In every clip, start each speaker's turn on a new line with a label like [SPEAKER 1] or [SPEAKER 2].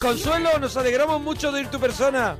[SPEAKER 1] Consuelo, nos alegramos mucho de ir tu persona.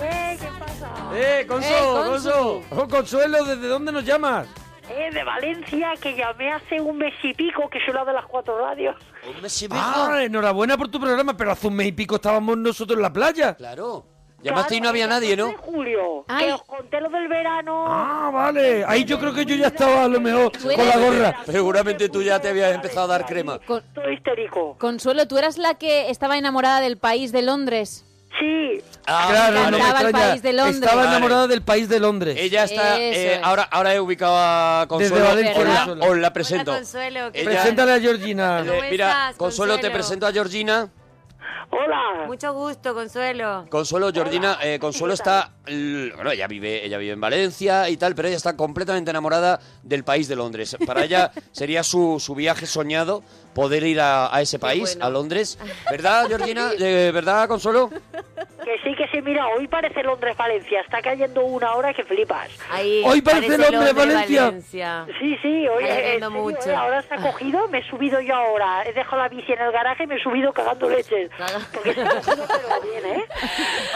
[SPEAKER 2] Eh, ¿Qué pasa?
[SPEAKER 1] Eh, Consuelo, Consuelo. Consuelo, ¿desde dónde nos llamas?
[SPEAKER 2] Eh, de Valencia, que llamé hace un mes y pico, que soy la de las cuatro radios.
[SPEAKER 3] ¿Un mes y pico?
[SPEAKER 1] Ah, enhorabuena por tu programa, pero hace un mes y pico estábamos nosotros en la playa.
[SPEAKER 3] Claro. Llamaste y no había
[SPEAKER 2] De
[SPEAKER 3] nadie, ¿no?
[SPEAKER 2] julio,
[SPEAKER 4] Ay.
[SPEAKER 2] que os conté lo del verano.
[SPEAKER 1] Ah, vale. Ahí yo creo que yo ya estaba a lo mejor
[SPEAKER 4] Tú eres-
[SPEAKER 1] con la gorra.
[SPEAKER 3] Seguramente tú ya te habías empezado a dar crema.
[SPEAKER 4] Con-
[SPEAKER 2] Estoy histérico.
[SPEAKER 4] Consuelo, tú eras la que estaba enamorada del país de Londres.
[SPEAKER 2] Sí,
[SPEAKER 3] Ah,
[SPEAKER 1] Claro,
[SPEAKER 4] me
[SPEAKER 1] no me
[SPEAKER 4] encantaba el
[SPEAKER 1] extraña.
[SPEAKER 4] país de Londres.
[SPEAKER 1] Estaba
[SPEAKER 3] Vale.
[SPEAKER 1] enamorada del país de Londres.
[SPEAKER 3] Ella está.
[SPEAKER 4] Eso
[SPEAKER 3] eh,
[SPEAKER 4] es.
[SPEAKER 3] ahora, ahora he ubicado a Consuelo.
[SPEAKER 1] Valencia,
[SPEAKER 3] os, la,
[SPEAKER 1] Consuelo.
[SPEAKER 3] os la presento.
[SPEAKER 5] Hola, Consuelo, ¿qué
[SPEAKER 3] Ella- Eh,
[SPEAKER 5] tal?
[SPEAKER 1] Preséntale a Georgina.
[SPEAKER 5] ¿Cómo
[SPEAKER 3] mira,
[SPEAKER 5] estás,
[SPEAKER 3] Consuelo, te
[SPEAKER 5] Consuelo?
[SPEAKER 3] presento a Georgina.
[SPEAKER 2] hola.
[SPEAKER 5] Mucho gusto, Consuelo.
[SPEAKER 3] Consuelo, Georgina, eh, Consuelo está. l- Bueno, ella vive, ella vive en Valencia y tal, pero ella está completamente enamorada del país de Londres. Para ella sería su, su viaje soñado poder ir a, a ese país,
[SPEAKER 5] bueno.
[SPEAKER 3] a Londres. ¿Verdad, Georgina? Eh, ¿Verdad, Consuelo?
[SPEAKER 2] Que sí, que sí, mira, hoy parece Londres-Valencia, está cayendo una hora que flipas.
[SPEAKER 5] Ahí,
[SPEAKER 1] Hoy parece el hombre de Valencia.
[SPEAKER 5] Valencia.
[SPEAKER 2] Sí, sí, hoy
[SPEAKER 5] Está
[SPEAKER 2] eh, en
[SPEAKER 5] lloviendo
[SPEAKER 2] serio,
[SPEAKER 5] mucho.
[SPEAKER 2] eh, ahora se ha cogido, me he subido yo ahora, he dejado la bici en el garaje y me he subido cagando leches. Porque se ha cogido pero bien, ¿eh?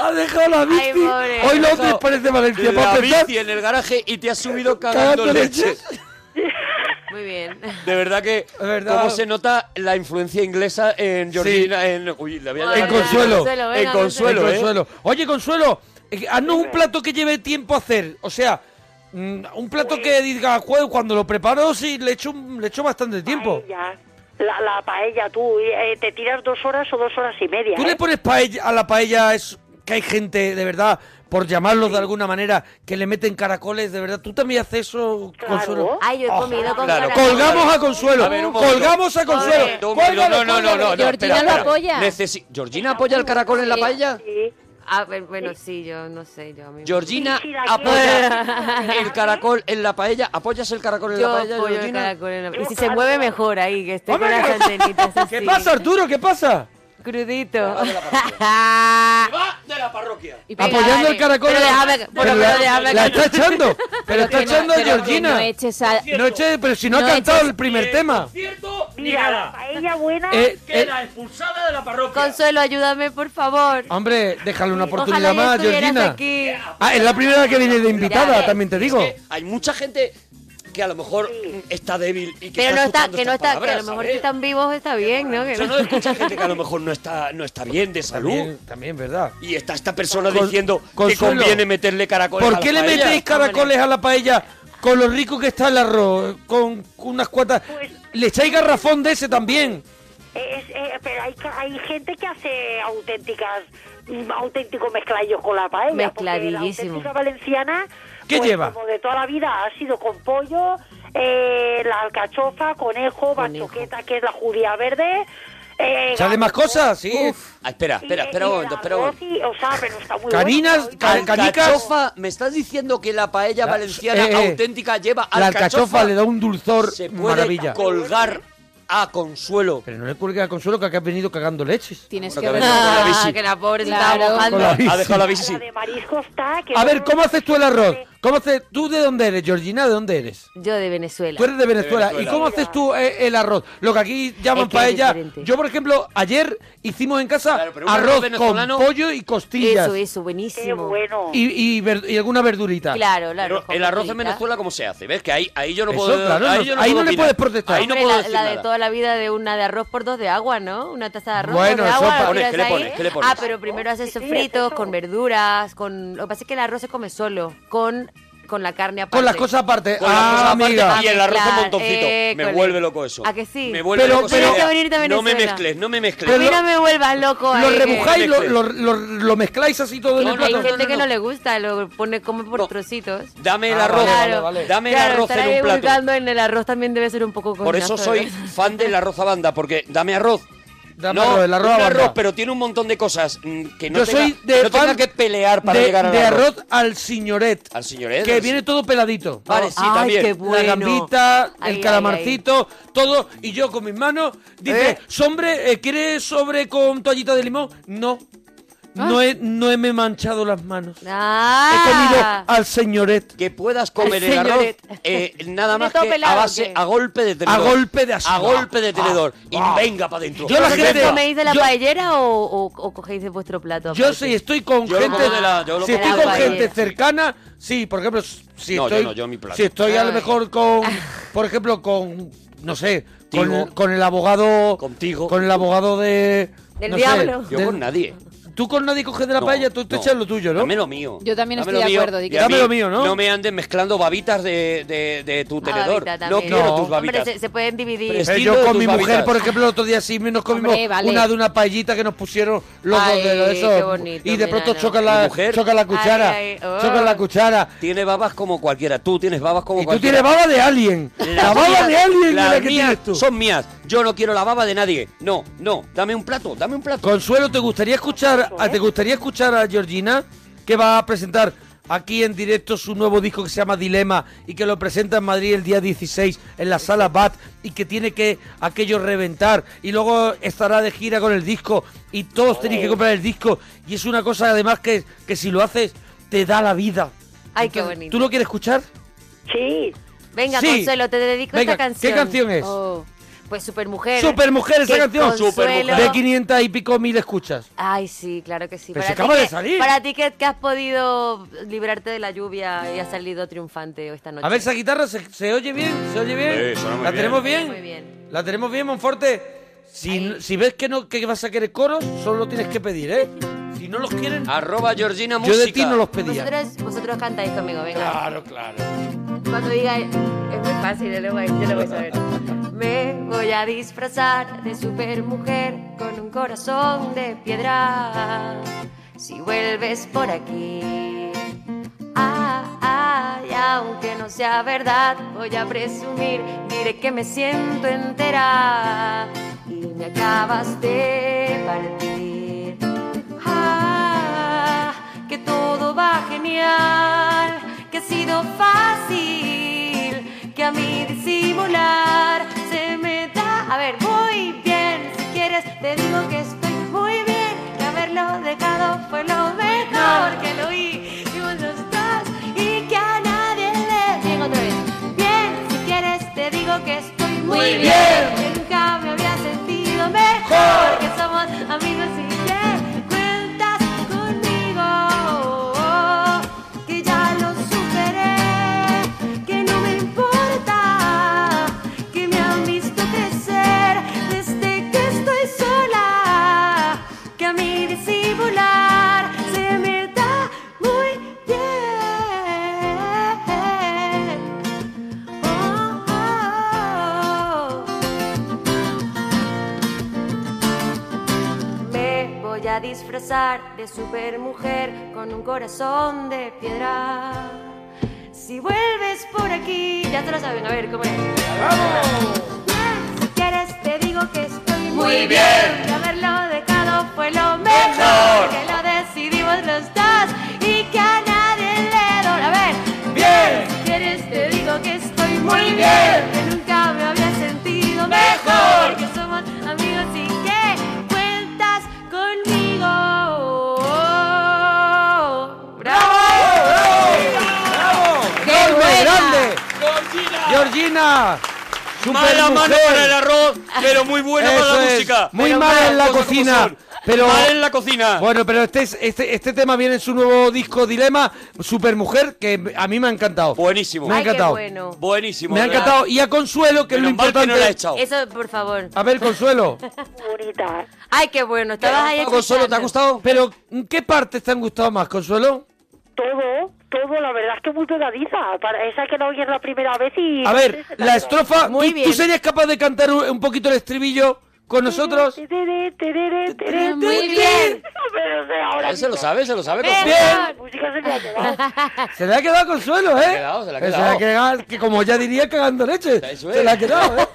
[SPEAKER 1] Ha dejado la bici.
[SPEAKER 5] Ay, pobre.
[SPEAKER 1] Hoy Londres parece Valencia. Para
[SPEAKER 3] La
[SPEAKER 1] empezar,
[SPEAKER 3] bici en el garaje y te has subido cagando
[SPEAKER 1] Cagando
[SPEAKER 3] leches.
[SPEAKER 5] Muy bien.
[SPEAKER 3] De verdad que
[SPEAKER 1] Es verdad.
[SPEAKER 3] cómo se nota la influencia inglesa en Georgina, en uy, la voy a
[SPEAKER 5] En
[SPEAKER 3] llamar-
[SPEAKER 1] Consuelo.
[SPEAKER 5] venga,
[SPEAKER 3] en Consuelo,
[SPEAKER 1] Oye,
[SPEAKER 3] ¿eh?
[SPEAKER 1] Consuelo. Oye, Consuelo, eh, haznos un plato que lleve tiempo hacer. O sea, mm, un plato
[SPEAKER 5] Pues
[SPEAKER 1] que diga, "Jue, cuando lo preparo, sí, le echo, un- le echo bastante tiempo.
[SPEAKER 2] Paella. La, la paella, tú, y, eh, te tiras dos horas o dos horas y media.
[SPEAKER 1] Tú le
[SPEAKER 2] ¿eh?
[SPEAKER 1] pones paella, a la paella es que hay gente, de verdad, por llamarlos de alguna manera, que le meten caracoles, de verdad. ¿Tú también haces eso,
[SPEAKER 2] Claro.
[SPEAKER 1] Consuelo? Ah,
[SPEAKER 5] Ay, yo he comido con
[SPEAKER 3] Claro,
[SPEAKER 5] caracoles.
[SPEAKER 1] Colgamos a Consuelo.
[SPEAKER 3] A ver, un momento.
[SPEAKER 1] Colgamos a
[SPEAKER 3] Consuelo,
[SPEAKER 1] Consuelo.
[SPEAKER 5] Pobre.
[SPEAKER 3] un
[SPEAKER 1] Cuélgalo,
[SPEAKER 3] minuto. no, no, no, no, no,
[SPEAKER 1] cuélgalo.
[SPEAKER 4] Georgina
[SPEAKER 3] espera,
[SPEAKER 4] lo
[SPEAKER 3] espera.
[SPEAKER 4] apoya.
[SPEAKER 3] Necesi- ¿Georgina apoya el caracol en la
[SPEAKER 4] Sí.
[SPEAKER 3] paella?
[SPEAKER 2] Sí.
[SPEAKER 5] Ah, ver, bueno, sí, yo no sé. Yo, a mí-
[SPEAKER 3] Georgina
[SPEAKER 2] Sí, sí, de aquí.
[SPEAKER 3] apoya el caracol en la paella. ¿Apoyas el caracol en
[SPEAKER 5] Yo
[SPEAKER 3] la paella,
[SPEAKER 5] apoyo el
[SPEAKER 3] Georgina?
[SPEAKER 5] caracol en la- Y si se mueve mejor ahí, que esté con
[SPEAKER 1] Hombre,
[SPEAKER 5] las
[SPEAKER 1] que-
[SPEAKER 5] antenitas así.
[SPEAKER 1] ¿Qué pasa, Arturo? ¿Qué pasa?
[SPEAKER 5] Crudito.
[SPEAKER 3] Va de la parroquia.
[SPEAKER 4] Y venga,
[SPEAKER 1] Apoyando
[SPEAKER 4] dale.
[SPEAKER 1] el caracol.
[SPEAKER 5] Pero
[SPEAKER 1] en la-
[SPEAKER 5] déjame- bueno,
[SPEAKER 1] Pero
[SPEAKER 5] pero
[SPEAKER 1] la,
[SPEAKER 5] déjame
[SPEAKER 1] la
[SPEAKER 5] que-
[SPEAKER 1] está echando. Pero está
[SPEAKER 4] que no-
[SPEAKER 1] echando a
[SPEAKER 4] pero que
[SPEAKER 1] Georgina.
[SPEAKER 4] no eches a-
[SPEAKER 1] No eches- pero si no,
[SPEAKER 4] No
[SPEAKER 1] ha cantado
[SPEAKER 4] eches-
[SPEAKER 1] el primer tema.
[SPEAKER 6] Cierto ni
[SPEAKER 2] Mira, la
[SPEAKER 6] nada.
[SPEAKER 2] paella buena.
[SPEAKER 1] Eh, eh,
[SPEAKER 6] Queda expulsada de la parroquia.
[SPEAKER 5] Consuelo, ayúdame, por favor.
[SPEAKER 1] hombre, déjale una oportunidad
[SPEAKER 5] Ojalá ya
[SPEAKER 1] más,
[SPEAKER 5] estuvieras
[SPEAKER 1] Georgina.
[SPEAKER 5] aquí.
[SPEAKER 1] Ah, es la primera vez que viene de invitada,
[SPEAKER 5] Ya,
[SPEAKER 1] también te digo.
[SPEAKER 3] Es que hay mucha gente que a lo mejor mm, está débil y que
[SPEAKER 5] Pero no está,
[SPEAKER 3] escuchando
[SPEAKER 5] que no
[SPEAKER 3] estas
[SPEAKER 5] está, que a lo
[SPEAKER 3] palabras,
[SPEAKER 5] mejor si
[SPEAKER 3] ¿sabes?
[SPEAKER 5] están vivos está bien, ¿no? Que
[SPEAKER 3] Yo
[SPEAKER 5] no-
[SPEAKER 3] no escucha gente que a lo mejor no está, no está bien de salud.
[SPEAKER 1] También, también, ¿verdad?
[SPEAKER 3] Y está esta persona
[SPEAKER 1] Con-
[SPEAKER 3] diciendo
[SPEAKER 1] Consuelo,
[SPEAKER 3] que conviene meterle caracoles. a
[SPEAKER 1] ¿Por
[SPEAKER 3] la
[SPEAKER 1] qué le
[SPEAKER 3] paella.
[SPEAKER 1] metéis caracoles a la paella con lo rico que está el arroz? Con unas cuatas.
[SPEAKER 2] Pues-
[SPEAKER 1] Le echáis garrafón de ese también.
[SPEAKER 2] Es- eh, pero hay, ca- hay gente que hace auténticas mm, auténticos mezclallos con la paella.
[SPEAKER 5] Mezcladillísimo.
[SPEAKER 2] porque La auténtica valenciana.
[SPEAKER 1] ¿Qué
[SPEAKER 2] pues,
[SPEAKER 1] lleva?
[SPEAKER 2] Como de toda la vida ha sido con pollo, eh, la alcachofa, conejo, bachoqueta, que es la judía verde. Eh,
[SPEAKER 1] ¿Sale
[SPEAKER 2] gato,
[SPEAKER 1] más cosas? Sí.
[SPEAKER 3] Ah, espera,
[SPEAKER 2] y-
[SPEAKER 3] espera, espera
[SPEAKER 2] y
[SPEAKER 3] un
[SPEAKER 2] el
[SPEAKER 3] momento, espera un
[SPEAKER 2] arroz
[SPEAKER 3] momento.
[SPEAKER 2] y- o sea, pero está muy
[SPEAKER 1] Carinas,
[SPEAKER 2] bueno.
[SPEAKER 1] ca-
[SPEAKER 2] Alcachofa.
[SPEAKER 1] canicas.
[SPEAKER 3] Alcachofa, me estás diciendo que la paella
[SPEAKER 1] La-
[SPEAKER 3] valenciana
[SPEAKER 1] eh, eh.
[SPEAKER 3] auténtica lleva
[SPEAKER 1] La
[SPEAKER 3] alcachofa.
[SPEAKER 1] alcachofa le da un dulzor
[SPEAKER 3] Se puede
[SPEAKER 1] maravilla.
[SPEAKER 3] colgar a Consuelo.
[SPEAKER 1] Pero no le cuelgue a Consuelo que acá has venido cagando leches.
[SPEAKER 4] Tienes
[SPEAKER 3] Bueno,
[SPEAKER 4] que
[SPEAKER 3] que venga con la
[SPEAKER 4] ver.
[SPEAKER 3] bici.
[SPEAKER 5] que la pobre se
[SPEAKER 4] Claro.
[SPEAKER 5] estaba mojando.
[SPEAKER 1] Con la bici.
[SPEAKER 3] Ha dejado la bici.
[SPEAKER 2] La de marisco está. que
[SPEAKER 1] A ver,
[SPEAKER 2] no-
[SPEAKER 1] ¿cómo haces tú el arroz? ¿Cómo haces tú de dónde eres, Georgina? ¿De dónde eres?
[SPEAKER 5] Yo de Venezuela.
[SPEAKER 1] Tú eres de Venezuela. ¿Y
[SPEAKER 3] Venezuela.
[SPEAKER 1] cómo haces tú eh, el arroz? Lo que aquí llaman
[SPEAKER 5] Es que es
[SPEAKER 1] paella.
[SPEAKER 5] diferente.
[SPEAKER 1] Yo, por ejemplo, ayer hicimos en casa
[SPEAKER 3] Claro, pero un arroz
[SPEAKER 1] arroz con
[SPEAKER 3] venezolano-
[SPEAKER 1] pollo y costillas.
[SPEAKER 5] Eso, eso,
[SPEAKER 2] Qué
[SPEAKER 5] buenísimo.
[SPEAKER 2] bueno.
[SPEAKER 1] Y, y ver- y alguna verdurita.
[SPEAKER 5] Claro, el
[SPEAKER 3] Pero
[SPEAKER 5] arroz. con
[SPEAKER 3] el arroz en
[SPEAKER 5] cosita.
[SPEAKER 3] Venezuela, ¿cómo se hace? ¿Ves? Que ahí, ahí yo no
[SPEAKER 1] Eso,
[SPEAKER 3] puedo.
[SPEAKER 1] claro, no-
[SPEAKER 3] ahí yo no,
[SPEAKER 1] ahí
[SPEAKER 3] puedo
[SPEAKER 1] no le
[SPEAKER 3] opinar.
[SPEAKER 1] puedes protestar.
[SPEAKER 3] Ahí no
[SPEAKER 5] Hombre,
[SPEAKER 3] puedo
[SPEAKER 5] la,
[SPEAKER 3] decir
[SPEAKER 5] la de
[SPEAKER 3] nada.
[SPEAKER 5] toda la vida de una de arroz por dos de agua, ¿no? Una taza de arroz
[SPEAKER 1] Bueno,
[SPEAKER 5] por dos de
[SPEAKER 1] eso
[SPEAKER 5] agua.
[SPEAKER 1] para-
[SPEAKER 5] lo
[SPEAKER 3] Pones,
[SPEAKER 5] tiras
[SPEAKER 3] ¿qué le
[SPEAKER 5] ahí.
[SPEAKER 3] pones? ¿Qué le pones?
[SPEAKER 5] Ah, pero primero haces
[SPEAKER 2] Sí, sí,
[SPEAKER 5] sofritos
[SPEAKER 2] eso.
[SPEAKER 5] con verduras, con... Lo que pasa es que el arroz se come solo, con, con la carne aparte.
[SPEAKER 1] Con las cosas aparte.
[SPEAKER 3] Con las
[SPEAKER 1] ah,
[SPEAKER 3] cosas aparte
[SPEAKER 1] amiga.
[SPEAKER 3] Y el arroz con
[SPEAKER 5] Claro, eh,
[SPEAKER 3] montoncito. me
[SPEAKER 5] école.
[SPEAKER 3] vuelve loco eso.
[SPEAKER 5] ¿A que sí?
[SPEAKER 3] Me vuelve
[SPEAKER 1] Pero-
[SPEAKER 3] loco esa
[SPEAKER 1] pero-
[SPEAKER 3] idea.
[SPEAKER 5] Tienes que venirte a
[SPEAKER 3] No me
[SPEAKER 5] Venezuela.
[SPEAKER 3] mezcles, no me
[SPEAKER 5] A
[SPEAKER 3] mezcles.
[SPEAKER 5] mí no me vuelvas loco ahí.
[SPEAKER 1] Lo
[SPEAKER 5] que-
[SPEAKER 1] rebujáis, lo,
[SPEAKER 3] Mezclé.
[SPEAKER 1] lo- lo- lo mezcláis así todo en
[SPEAKER 5] Hay
[SPEAKER 1] el plato.
[SPEAKER 5] gente
[SPEAKER 3] no, no,
[SPEAKER 5] que no
[SPEAKER 3] no.
[SPEAKER 5] le gusta, lo pone como por
[SPEAKER 3] No.
[SPEAKER 5] trocitos.
[SPEAKER 3] Dame el
[SPEAKER 1] Ah,
[SPEAKER 3] arroz.
[SPEAKER 1] vale, vale,
[SPEAKER 5] Claro.
[SPEAKER 1] vale.
[SPEAKER 3] Dame el
[SPEAKER 5] Claro,
[SPEAKER 3] arroz
[SPEAKER 5] estar ahí
[SPEAKER 3] en un plato.
[SPEAKER 5] buscando en el arroz también debe ser un poco
[SPEAKER 3] Por eso
[SPEAKER 5] coñazo,
[SPEAKER 3] soy
[SPEAKER 5] ¿verdad?
[SPEAKER 3] fan del arroz a banda, porque dame arroz.
[SPEAKER 1] Dame arroz, el arroz
[SPEAKER 3] un
[SPEAKER 1] a banda.
[SPEAKER 3] arroz, pero tiene un montón de cosas mm, que no,
[SPEAKER 1] Yo
[SPEAKER 3] tenga,
[SPEAKER 1] soy de
[SPEAKER 3] no tenga
[SPEAKER 1] fan
[SPEAKER 3] que pelear para
[SPEAKER 1] de,
[SPEAKER 3] llegar al
[SPEAKER 1] de
[SPEAKER 3] arroz.
[SPEAKER 1] arroz al señoret.
[SPEAKER 3] Al pues, señoret,
[SPEAKER 1] Que
[SPEAKER 3] al
[SPEAKER 1] viene
[SPEAKER 3] se-
[SPEAKER 1] todo peladito.
[SPEAKER 3] Vale, sí,
[SPEAKER 5] Ay,
[SPEAKER 3] también.
[SPEAKER 5] qué
[SPEAKER 1] La
[SPEAKER 5] bueno.
[SPEAKER 1] gambita,
[SPEAKER 5] Ahí,
[SPEAKER 1] el
[SPEAKER 5] ahí,
[SPEAKER 1] calamarcito, todo. Y yo con mis manos, dice,
[SPEAKER 3] ¿Eh?
[SPEAKER 1] ¿sobre, eh, ¿quieres sobre con toallita de limón? No. No he, no he me manchado las manos. He comido
[SPEAKER 5] Ah. Ah.
[SPEAKER 1] al señoret.
[SPEAKER 3] Que puedas comer
[SPEAKER 1] Al
[SPEAKER 3] el arroz
[SPEAKER 1] señoret.
[SPEAKER 3] eh, nada
[SPEAKER 5] ¿Tiene
[SPEAKER 3] más
[SPEAKER 5] todo
[SPEAKER 3] que a,
[SPEAKER 5] pelado o
[SPEAKER 3] base,
[SPEAKER 5] qué?
[SPEAKER 3] a golpe de tenedor.
[SPEAKER 1] A golpe de asada.
[SPEAKER 3] A golpe de
[SPEAKER 1] Ah,
[SPEAKER 3] tenedor. y
[SPEAKER 1] ah.
[SPEAKER 3] venga para dentro.
[SPEAKER 1] Yo la
[SPEAKER 5] ¿Pero
[SPEAKER 1] gente-
[SPEAKER 5] qué coméis de la
[SPEAKER 1] yo-
[SPEAKER 5] paellera o, o- o cogéis de vuestro plato?
[SPEAKER 1] Yo
[SPEAKER 5] aparte?
[SPEAKER 1] sí estoy con
[SPEAKER 3] Yo lo
[SPEAKER 1] gente.
[SPEAKER 3] como de la- yo lo
[SPEAKER 1] si
[SPEAKER 3] como
[SPEAKER 5] de
[SPEAKER 1] estoy
[SPEAKER 5] la
[SPEAKER 1] con gente
[SPEAKER 5] paella.
[SPEAKER 1] cercana, sí, por ejemplo, si
[SPEAKER 3] No, yo
[SPEAKER 1] estoy.
[SPEAKER 3] no, yo mi plato.
[SPEAKER 1] Si estoy a lo
[SPEAKER 5] Ay.
[SPEAKER 1] mejor con. Por ejemplo, con. No sé. Con,
[SPEAKER 3] Tigo.
[SPEAKER 1] con el abogado.
[SPEAKER 3] Contigo.
[SPEAKER 1] Con el abogado de.
[SPEAKER 5] Del
[SPEAKER 1] no sé,
[SPEAKER 5] diablo.
[SPEAKER 3] Yo
[SPEAKER 1] del-
[SPEAKER 3] con nadie.
[SPEAKER 1] Tú con nadie coges de la
[SPEAKER 3] No,
[SPEAKER 1] paella, tú te
[SPEAKER 3] no.
[SPEAKER 1] echas lo tuyo, ¿no?
[SPEAKER 3] Dame lo mío.
[SPEAKER 4] Yo también estoy
[SPEAKER 3] Dame lo
[SPEAKER 4] de
[SPEAKER 3] mío.
[SPEAKER 4] acuerdo, Di
[SPEAKER 3] Y
[SPEAKER 4] que-
[SPEAKER 3] a
[SPEAKER 1] Dame
[SPEAKER 3] mí
[SPEAKER 1] lo mío, ¿no?
[SPEAKER 3] No me andes mezclando babitas de, de, de tu
[SPEAKER 5] Ah,
[SPEAKER 3] tenedor.
[SPEAKER 5] babita
[SPEAKER 3] no
[SPEAKER 5] también.
[SPEAKER 3] quiero
[SPEAKER 1] No.
[SPEAKER 3] tus babitas.
[SPEAKER 5] Hombre, se, se pueden dividir.
[SPEAKER 3] Pero es-
[SPEAKER 1] Eh,
[SPEAKER 3] estilo
[SPEAKER 1] yo
[SPEAKER 3] de
[SPEAKER 1] con
[SPEAKER 3] tus
[SPEAKER 1] mi mujer,
[SPEAKER 3] babitas.
[SPEAKER 1] por ejemplo, el otro día sí nos comimos
[SPEAKER 4] Hombre, vale.
[SPEAKER 1] una de una paellita que nos pusieron los
[SPEAKER 5] Ay,
[SPEAKER 1] dos dedos. eso.
[SPEAKER 5] qué bonito,
[SPEAKER 1] y de pronto
[SPEAKER 5] mira, no.
[SPEAKER 1] choca
[SPEAKER 3] Mi
[SPEAKER 1] la,
[SPEAKER 3] mujer-
[SPEAKER 1] choca la cuchara.
[SPEAKER 5] Ay, ay, oh.
[SPEAKER 1] Choca la cuchara.
[SPEAKER 3] Tiene babas como cualquiera. Tú tienes babas como
[SPEAKER 1] Y tú
[SPEAKER 3] cualquiera.
[SPEAKER 1] tienes baba de alien. La,
[SPEAKER 3] Las
[SPEAKER 1] baba
[SPEAKER 3] mías-
[SPEAKER 1] de alien
[SPEAKER 3] las
[SPEAKER 1] es la que
[SPEAKER 3] mías
[SPEAKER 1] tienes tú.
[SPEAKER 3] Son mías. Yo no quiero la baba de nadie. No, no. Dame un plato, dame un plato.
[SPEAKER 1] Consuelo, ¿te gustaría escuchar a, te gustaría escuchar a Georgina que va a presentar aquí en directo su nuevo disco que se llama Dilema y que lo presenta en Madrid el día 16 en la sala BAT y que tiene que aquello reventar y luego estará de gira con el disco y
[SPEAKER 5] Oh.
[SPEAKER 1] todos tenéis que comprar el disco y es una cosa además que, que si lo haces te da la vida.
[SPEAKER 5] Ay, qué
[SPEAKER 1] Entonces,
[SPEAKER 5] bonito.
[SPEAKER 1] ¿Tú lo quieres escuchar?
[SPEAKER 2] Sí,
[SPEAKER 5] Venga,
[SPEAKER 1] Sí.
[SPEAKER 5] Consuelo, te dedico
[SPEAKER 1] Venga,
[SPEAKER 5] esta canción.
[SPEAKER 1] ¿qué canción es?
[SPEAKER 4] Oh.
[SPEAKER 5] Pues Supermujer.
[SPEAKER 1] Supermujer esa
[SPEAKER 5] Que
[SPEAKER 1] canción.
[SPEAKER 5] Consuelo- Supermujer.
[SPEAKER 1] De 500 y pico mil escuchas.
[SPEAKER 5] Ay, sí, claro que sí.
[SPEAKER 1] Pero
[SPEAKER 5] Para
[SPEAKER 1] se
[SPEAKER 5] ti
[SPEAKER 1] acaba de
[SPEAKER 5] que-
[SPEAKER 1] salir.
[SPEAKER 5] Para ti que, que has podido librarte de la lluvia y has salido triunfante esta noche.
[SPEAKER 1] A ver, esa guitarra se, se oye bien, se oye bien.
[SPEAKER 3] Sí, suena muy
[SPEAKER 1] ¿La
[SPEAKER 3] bien.
[SPEAKER 1] tenemos bien?
[SPEAKER 5] Muy bien.
[SPEAKER 1] La tenemos bien, Monforte. Si, si ves que no que vas a querer coros, solo tienes que pedir, ¿eh? Si no los quieren,
[SPEAKER 3] Arroba Georgina Música.
[SPEAKER 1] yo de ti no los pedía.
[SPEAKER 5] Vosotros, vosotros cantáis conmigo, venga.
[SPEAKER 1] Claro, claro.
[SPEAKER 5] Cuando diga, es muy fácil, yo lo voy, yo lo voy a saber. Me voy a disfrazar de supermujer con un corazón de piedra. Si vuelves por aquí, ah, y aunque no sea verdad, voy a presumir, diré que me siento entera y me acabas de partir. Ah, que todo va genial, que ha sido fácil, que a mí disimular se me da. A ver, muy bien, si quieres te digo que estoy muy bien, que haberlo dejado fue lo mejor, que lo oí y vos no estás, y que a nadie le... Bien, otra vez. Bien, si quieres te digo que estoy muy,
[SPEAKER 4] Muy
[SPEAKER 5] bien. que nunca me había sentido
[SPEAKER 1] Mejor.
[SPEAKER 5] mejor, que somos amigos y que cuentas conmigo, que ya lo superé, que no me importa, que me han visto crecer desde que estoy sola, que a mí disimular se me da muy bien. Oh, oh, oh. Me voy a disfrazar de supermujer con un corazón de piedra. Si vuelves por aquí, ya te lo saben, a ver cómo es. Bien, Si quieres te digo que estoy muy, bien. Que haberlo dejado fue lo mejor. Que lo decidimos los dos y que a nadie le doy. A ver. Bien. Si quieres te digo que estoy muy, bien. Que nunca me había sentido mejor. Que somos amigos y que cuentas conmigo.
[SPEAKER 4] ¡Qué
[SPEAKER 1] ¡Enorme,
[SPEAKER 4] buena!
[SPEAKER 1] grande! ¡Georgina!
[SPEAKER 3] Mala mano
[SPEAKER 1] supermujer.
[SPEAKER 3] para el arroz, pero muy buena para
[SPEAKER 1] Eso
[SPEAKER 3] la
[SPEAKER 1] es.
[SPEAKER 3] música.
[SPEAKER 1] Muy
[SPEAKER 3] Pero
[SPEAKER 1] mala en la
[SPEAKER 3] cosas como
[SPEAKER 1] cocina,
[SPEAKER 3] son.
[SPEAKER 1] pero-
[SPEAKER 3] Mal en la cocina.
[SPEAKER 1] Bueno, pero este, es- este, este tema viene en su nuevo disco Dilema, Supermujer, que a mí me ha encantado.
[SPEAKER 3] Buenísimo.
[SPEAKER 1] Me ha
[SPEAKER 5] Ay, qué
[SPEAKER 1] encantado.
[SPEAKER 5] bueno.
[SPEAKER 3] Buenísimo.
[SPEAKER 1] Me ha
[SPEAKER 3] ¿verdad?
[SPEAKER 1] encantado. Y a Consuelo, que es lo
[SPEAKER 3] Menos mal
[SPEAKER 1] importante.
[SPEAKER 3] no la he echado.
[SPEAKER 5] Eso, por favor.
[SPEAKER 1] A ver, Consuelo.
[SPEAKER 2] muy bonita.
[SPEAKER 5] Ay, qué bueno. Estabas ahí
[SPEAKER 3] Consuelo, ¿te ha
[SPEAKER 5] escuchando.
[SPEAKER 3] gustado?
[SPEAKER 1] Pero, ¿qué partes te han gustado más, Consuelo?
[SPEAKER 2] Todo, todo, la verdad es que muy pegadiza. Para esa que no oyes la primera vez y...
[SPEAKER 1] A ver, la estrofa.
[SPEAKER 5] Muy
[SPEAKER 1] ¿tú, tú
[SPEAKER 5] bien.
[SPEAKER 1] serías capaz de cantar un, un poquito el estribillo con nosotros?
[SPEAKER 2] Tereré, tereré, tereré,
[SPEAKER 4] Muy
[SPEAKER 2] tereré.
[SPEAKER 4] bien.
[SPEAKER 2] Pero, o sea, ahora
[SPEAKER 3] Eh, Se lo
[SPEAKER 2] mismo,
[SPEAKER 3] sabe, se lo sabe.
[SPEAKER 5] Venga.
[SPEAKER 3] Consuelo.
[SPEAKER 2] la
[SPEAKER 7] pues,
[SPEAKER 2] música se me ha quedado.
[SPEAKER 1] Se le ha quedado Consuelo, ¿eh?
[SPEAKER 3] Se le ha quedado, se le ha
[SPEAKER 1] Pero
[SPEAKER 3] quedado.
[SPEAKER 1] quedado, que como ya diría, cagando leche.
[SPEAKER 3] Eso es.
[SPEAKER 1] Se le ha quedado, ¿eh?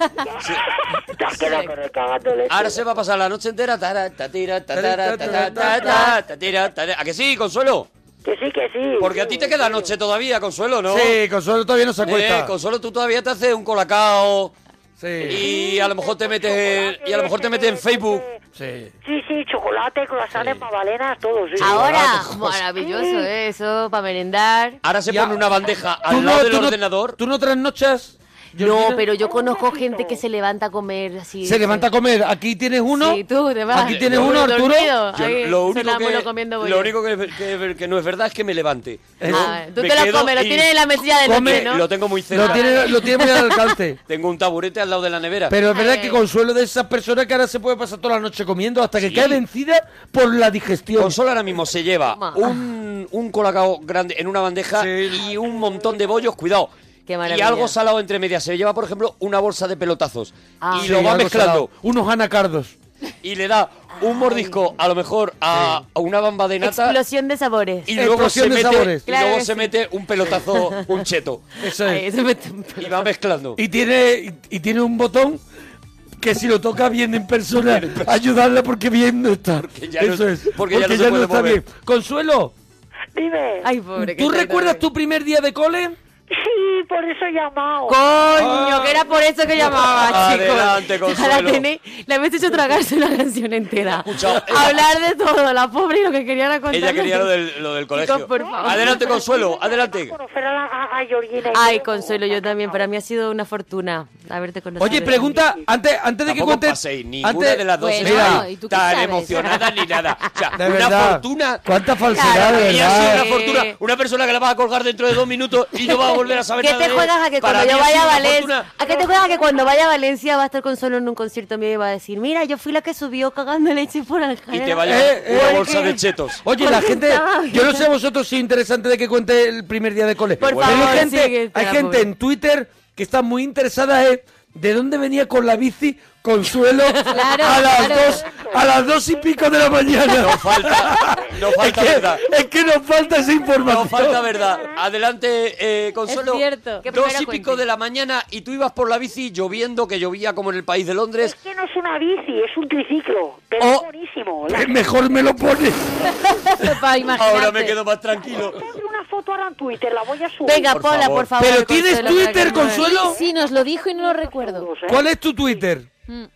[SPEAKER 2] Te has quedado con el cagando leche.
[SPEAKER 3] Ahora se va a pasar la noche entera. tara, tatira, tatara, tatara, tatara, tatira, tatara. ¿A que sí, Consuelo?
[SPEAKER 2] Que sí, que sí.
[SPEAKER 3] Porque a ti te queda noche todavía, Consuelo, ¿no?
[SPEAKER 1] Sí, Consuelo todavía no se acuesta.
[SPEAKER 3] Eh, Consuelo, tú todavía te haces un colacao. Y a lo mejor te metes en, y a lo mejor te metes en Facebook.
[SPEAKER 1] Sí.
[SPEAKER 2] Sí, sí, chocolate, croissants, magdalenas, todo, sí.
[SPEAKER 5] Ahora, maravilloso ¿eh? eso, para merendar.
[SPEAKER 3] Ahora se
[SPEAKER 1] Ya.
[SPEAKER 3] pone una bandeja
[SPEAKER 1] ¿Tú
[SPEAKER 3] al lado
[SPEAKER 1] no-
[SPEAKER 3] del
[SPEAKER 1] tú no-
[SPEAKER 3] ordenador.
[SPEAKER 1] ¿Tú no trasnochas?
[SPEAKER 5] No,
[SPEAKER 1] Georgina?
[SPEAKER 5] pero yo conozco gente que se levanta a comer así.
[SPEAKER 1] Se levanta a comer. Aquí tienes uno.
[SPEAKER 5] Sí, tú te vas.
[SPEAKER 1] Aquí tienes
[SPEAKER 5] Yo-
[SPEAKER 1] uno, Arturo.
[SPEAKER 5] dormido,
[SPEAKER 3] Yo
[SPEAKER 5] ahí,
[SPEAKER 3] lo único,
[SPEAKER 5] sonámbulo
[SPEAKER 3] que,
[SPEAKER 5] comiendo
[SPEAKER 3] lo
[SPEAKER 5] bollos.
[SPEAKER 3] único que, que- que no es verdad es que me levante.
[SPEAKER 5] Ah, tú
[SPEAKER 3] Me
[SPEAKER 5] te lo
[SPEAKER 3] quedo
[SPEAKER 5] comes, lo
[SPEAKER 3] y-
[SPEAKER 5] tienes en la mesilla de
[SPEAKER 1] come,
[SPEAKER 5] noche, ¿no?
[SPEAKER 3] Lo tengo muy cerca.
[SPEAKER 1] Lo tiene, lo tiene muy al alcance.
[SPEAKER 3] Tengo un taburete al lado de la nevera.
[SPEAKER 1] Pero es verdad
[SPEAKER 5] Ay.
[SPEAKER 1] que consuelo de esas personas que ahora se puede pasar toda la noche comiendo hasta que cae vencida por la digestión.
[SPEAKER 3] Consola ahora mismo se lleva
[SPEAKER 5] Toma.
[SPEAKER 3] un, un colacao grande en una bandeja y un montón de bollos, cuidado.
[SPEAKER 5] Qué
[SPEAKER 3] y
[SPEAKER 5] maravilla.
[SPEAKER 3] algo salado entre medias. Se lleva, por ejemplo, una bolsa de pelotazos.
[SPEAKER 5] Ah.
[SPEAKER 3] y
[SPEAKER 1] Sí,
[SPEAKER 3] lo va
[SPEAKER 1] algo
[SPEAKER 3] mezclando.
[SPEAKER 1] salado. Unos anacardos.
[SPEAKER 3] Y le da un mordisco, a lo mejor, a, a una bamba de nata.
[SPEAKER 5] Explosión de sabores.
[SPEAKER 3] Y luego,
[SPEAKER 1] Explosión
[SPEAKER 3] se
[SPEAKER 1] de
[SPEAKER 3] mete,
[SPEAKER 1] sabores.
[SPEAKER 3] y
[SPEAKER 5] Claro
[SPEAKER 3] luego
[SPEAKER 5] que
[SPEAKER 3] se
[SPEAKER 5] sí.
[SPEAKER 3] mete un pelotazo, un cheto.
[SPEAKER 1] Eso es.
[SPEAKER 5] Ay, eso me tumba.
[SPEAKER 3] Y va mezclando.
[SPEAKER 1] Y tiene, y, y tiene un botón que si lo toca bien en persona, ayudarla porque bien no está.
[SPEAKER 3] ya no-
[SPEAKER 1] Eso es.
[SPEAKER 3] porque ya no se puede
[SPEAKER 1] está
[SPEAKER 3] mover.
[SPEAKER 1] bien. Consuelo,
[SPEAKER 2] Dime.
[SPEAKER 5] Ay, pobre. qué
[SPEAKER 1] ¿tú
[SPEAKER 5] terrible.
[SPEAKER 1] recuerdas tu primer día de cole? Ah.
[SPEAKER 2] Sí, por eso he llamado.
[SPEAKER 5] Coño, que era por eso que llamaba, chicos.
[SPEAKER 3] Adelante,
[SPEAKER 5] Ya
[SPEAKER 3] Consuelo.
[SPEAKER 5] La, tenéis, la habéis hecho tragarse la canción entera.
[SPEAKER 3] escuchado.
[SPEAKER 5] Hablar de todo, la pobre y lo que quería era contar.
[SPEAKER 3] eh, Ella quería lo del, lo del colegio.
[SPEAKER 5] Chicos, por favor.
[SPEAKER 3] Adelante, Consuelo, adelante.
[SPEAKER 2] Conocer a, la- a- a Georgina.
[SPEAKER 5] Ay, Consuelo, yo también. Para mí ha sido una fortuna haberte conocido.
[SPEAKER 1] Oye, pregunta, antes, antes de que
[SPEAKER 3] Tampoco
[SPEAKER 1] cuentes.
[SPEAKER 3] paséis ninguna
[SPEAKER 1] antes-
[SPEAKER 3] de las dos
[SPEAKER 4] Bueno,
[SPEAKER 3] está
[SPEAKER 4] ¿y tú qué
[SPEAKER 3] tan
[SPEAKER 4] sabes?
[SPEAKER 3] emocionada ni nada. O sea,
[SPEAKER 1] De
[SPEAKER 3] una
[SPEAKER 1] verdad.
[SPEAKER 3] fortuna.
[SPEAKER 1] Cuánta falsedad, de
[SPEAKER 3] Ella ha sido
[SPEAKER 1] verdad.
[SPEAKER 3] una
[SPEAKER 5] Eh,
[SPEAKER 3] fortuna. Una persona que la vas a colgar dentro de dos minutos y no va a volver a saber
[SPEAKER 5] ¿Qué
[SPEAKER 3] nada.
[SPEAKER 5] te
[SPEAKER 3] de
[SPEAKER 5] juegas
[SPEAKER 3] él.
[SPEAKER 5] a que
[SPEAKER 3] Para
[SPEAKER 5] cuando yo
[SPEAKER 3] mí ha
[SPEAKER 5] vaya
[SPEAKER 3] sido
[SPEAKER 5] a
[SPEAKER 3] una
[SPEAKER 5] Valencia,
[SPEAKER 3] fortuna.
[SPEAKER 5] a qué te juegas a que cuando vaya a Valencia va a estar Consuelo en un concierto mío y va a decir, mira, yo fui la que subió cagando leche por
[SPEAKER 3] Y
[SPEAKER 5] Alcalá.
[SPEAKER 3] te va a llevar
[SPEAKER 1] Eh, eh,
[SPEAKER 3] una
[SPEAKER 1] ¿por
[SPEAKER 3] bolsa
[SPEAKER 5] qué?
[SPEAKER 3] de chetos.
[SPEAKER 1] Oye,
[SPEAKER 5] ¿Por
[SPEAKER 1] la
[SPEAKER 5] qué
[SPEAKER 1] gente,
[SPEAKER 5] estaba?
[SPEAKER 1] yo no sé vosotros si es interesante de que cuente el primer día de cole.
[SPEAKER 5] Por
[SPEAKER 1] Pero hay
[SPEAKER 5] favor,
[SPEAKER 1] gente,
[SPEAKER 5] sigue,
[SPEAKER 1] hay
[SPEAKER 5] espera,
[SPEAKER 1] gente
[SPEAKER 5] pobre.
[SPEAKER 1] en Twitter que está muy interesada en de dónde venía con la bici Consuelo
[SPEAKER 4] Claro,
[SPEAKER 1] a las
[SPEAKER 4] claro.
[SPEAKER 1] dos, a las dos y pico de la mañana.
[SPEAKER 3] No falta, no
[SPEAKER 1] es,
[SPEAKER 3] falta verdad.
[SPEAKER 1] que, es que nos falta esa información.
[SPEAKER 3] No falta verdad. Adelante, eh, Consuelo.
[SPEAKER 4] Es cierto.
[SPEAKER 5] Que
[SPEAKER 3] Dos
[SPEAKER 5] primero
[SPEAKER 3] y pico
[SPEAKER 5] cuente.
[SPEAKER 3] de la mañana y tú ibas por la bici lloviendo, que llovía como en el país de
[SPEAKER 2] Es
[SPEAKER 3] Londres.
[SPEAKER 2] que no es una bici, eh. es un triciclo. Pero es
[SPEAKER 1] Oh.
[SPEAKER 2] buenísimo. La-
[SPEAKER 1] Eh, Mejor me lo pones.
[SPEAKER 4] Para imaginarte.
[SPEAKER 3] Ahora me quedo más tranquilo.
[SPEAKER 2] Tengo una foto ahora en Twitter, la voy a subir.
[SPEAKER 5] Venga,
[SPEAKER 3] Por
[SPEAKER 5] Pola,
[SPEAKER 3] favor.
[SPEAKER 5] por favor.
[SPEAKER 1] Pero tienes
[SPEAKER 5] Consuelo, para que
[SPEAKER 1] Twitter,
[SPEAKER 5] no-
[SPEAKER 1] Consuelo.
[SPEAKER 4] Sí, nos lo dijo y no lo recuerdo.
[SPEAKER 2] Todos, ¿eh?
[SPEAKER 1] ¿Cuál es tu Twitter?
[SPEAKER 2] Pues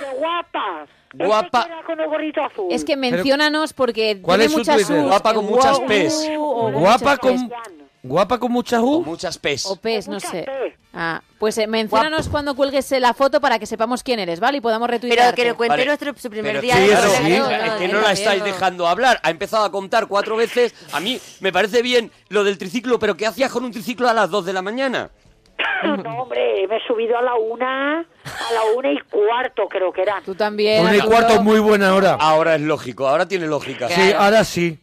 [SPEAKER 2] de guapa. Ese
[SPEAKER 3] Guapa.
[SPEAKER 2] que era con el gorrito azul.
[SPEAKER 4] Es que menciónanos porque
[SPEAKER 1] ¿Cuál
[SPEAKER 4] tiene
[SPEAKER 1] es su
[SPEAKER 4] muchas
[SPEAKER 1] Twitter?
[SPEAKER 4] Us.
[SPEAKER 3] Guapa con muchas P's.
[SPEAKER 2] uh,
[SPEAKER 1] Guapa con,
[SPEAKER 2] Juan.
[SPEAKER 1] guapa con mucha U.
[SPEAKER 3] Muchas
[SPEAKER 1] Pues,
[SPEAKER 3] pes.
[SPEAKER 4] O pes, no
[SPEAKER 2] Muchas
[SPEAKER 4] sé.
[SPEAKER 2] pes.
[SPEAKER 4] Ah, pues eh, menciónanos cuando cuelgues eh, la foto para que sepamos quién eres, ¿vale? Y podamos retuitear.
[SPEAKER 5] Pero que le cuente
[SPEAKER 3] Vale.
[SPEAKER 5] nuestro su primer
[SPEAKER 3] Pero
[SPEAKER 5] día.
[SPEAKER 1] sí,
[SPEAKER 5] de
[SPEAKER 1] eso
[SPEAKER 5] colegio.
[SPEAKER 1] sí.
[SPEAKER 5] No,
[SPEAKER 3] Es que
[SPEAKER 5] no,
[SPEAKER 3] no la
[SPEAKER 5] no.
[SPEAKER 3] estáis dejando hablar. Ha empezado a contar cuatro veces. A mí me parece bien lo del triciclo, pero ¿qué hacías con un triciclo a las dos de la mañana?
[SPEAKER 2] No, hombre, me he subido a la una, a la una y cuarto creo que era.
[SPEAKER 4] Tú también.
[SPEAKER 1] Una y
[SPEAKER 4] Arturo.
[SPEAKER 1] cuarto, muy buena hora.
[SPEAKER 3] Ahora es lógico, ahora tiene lógica.
[SPEAKER 1] Sí, ahora sí.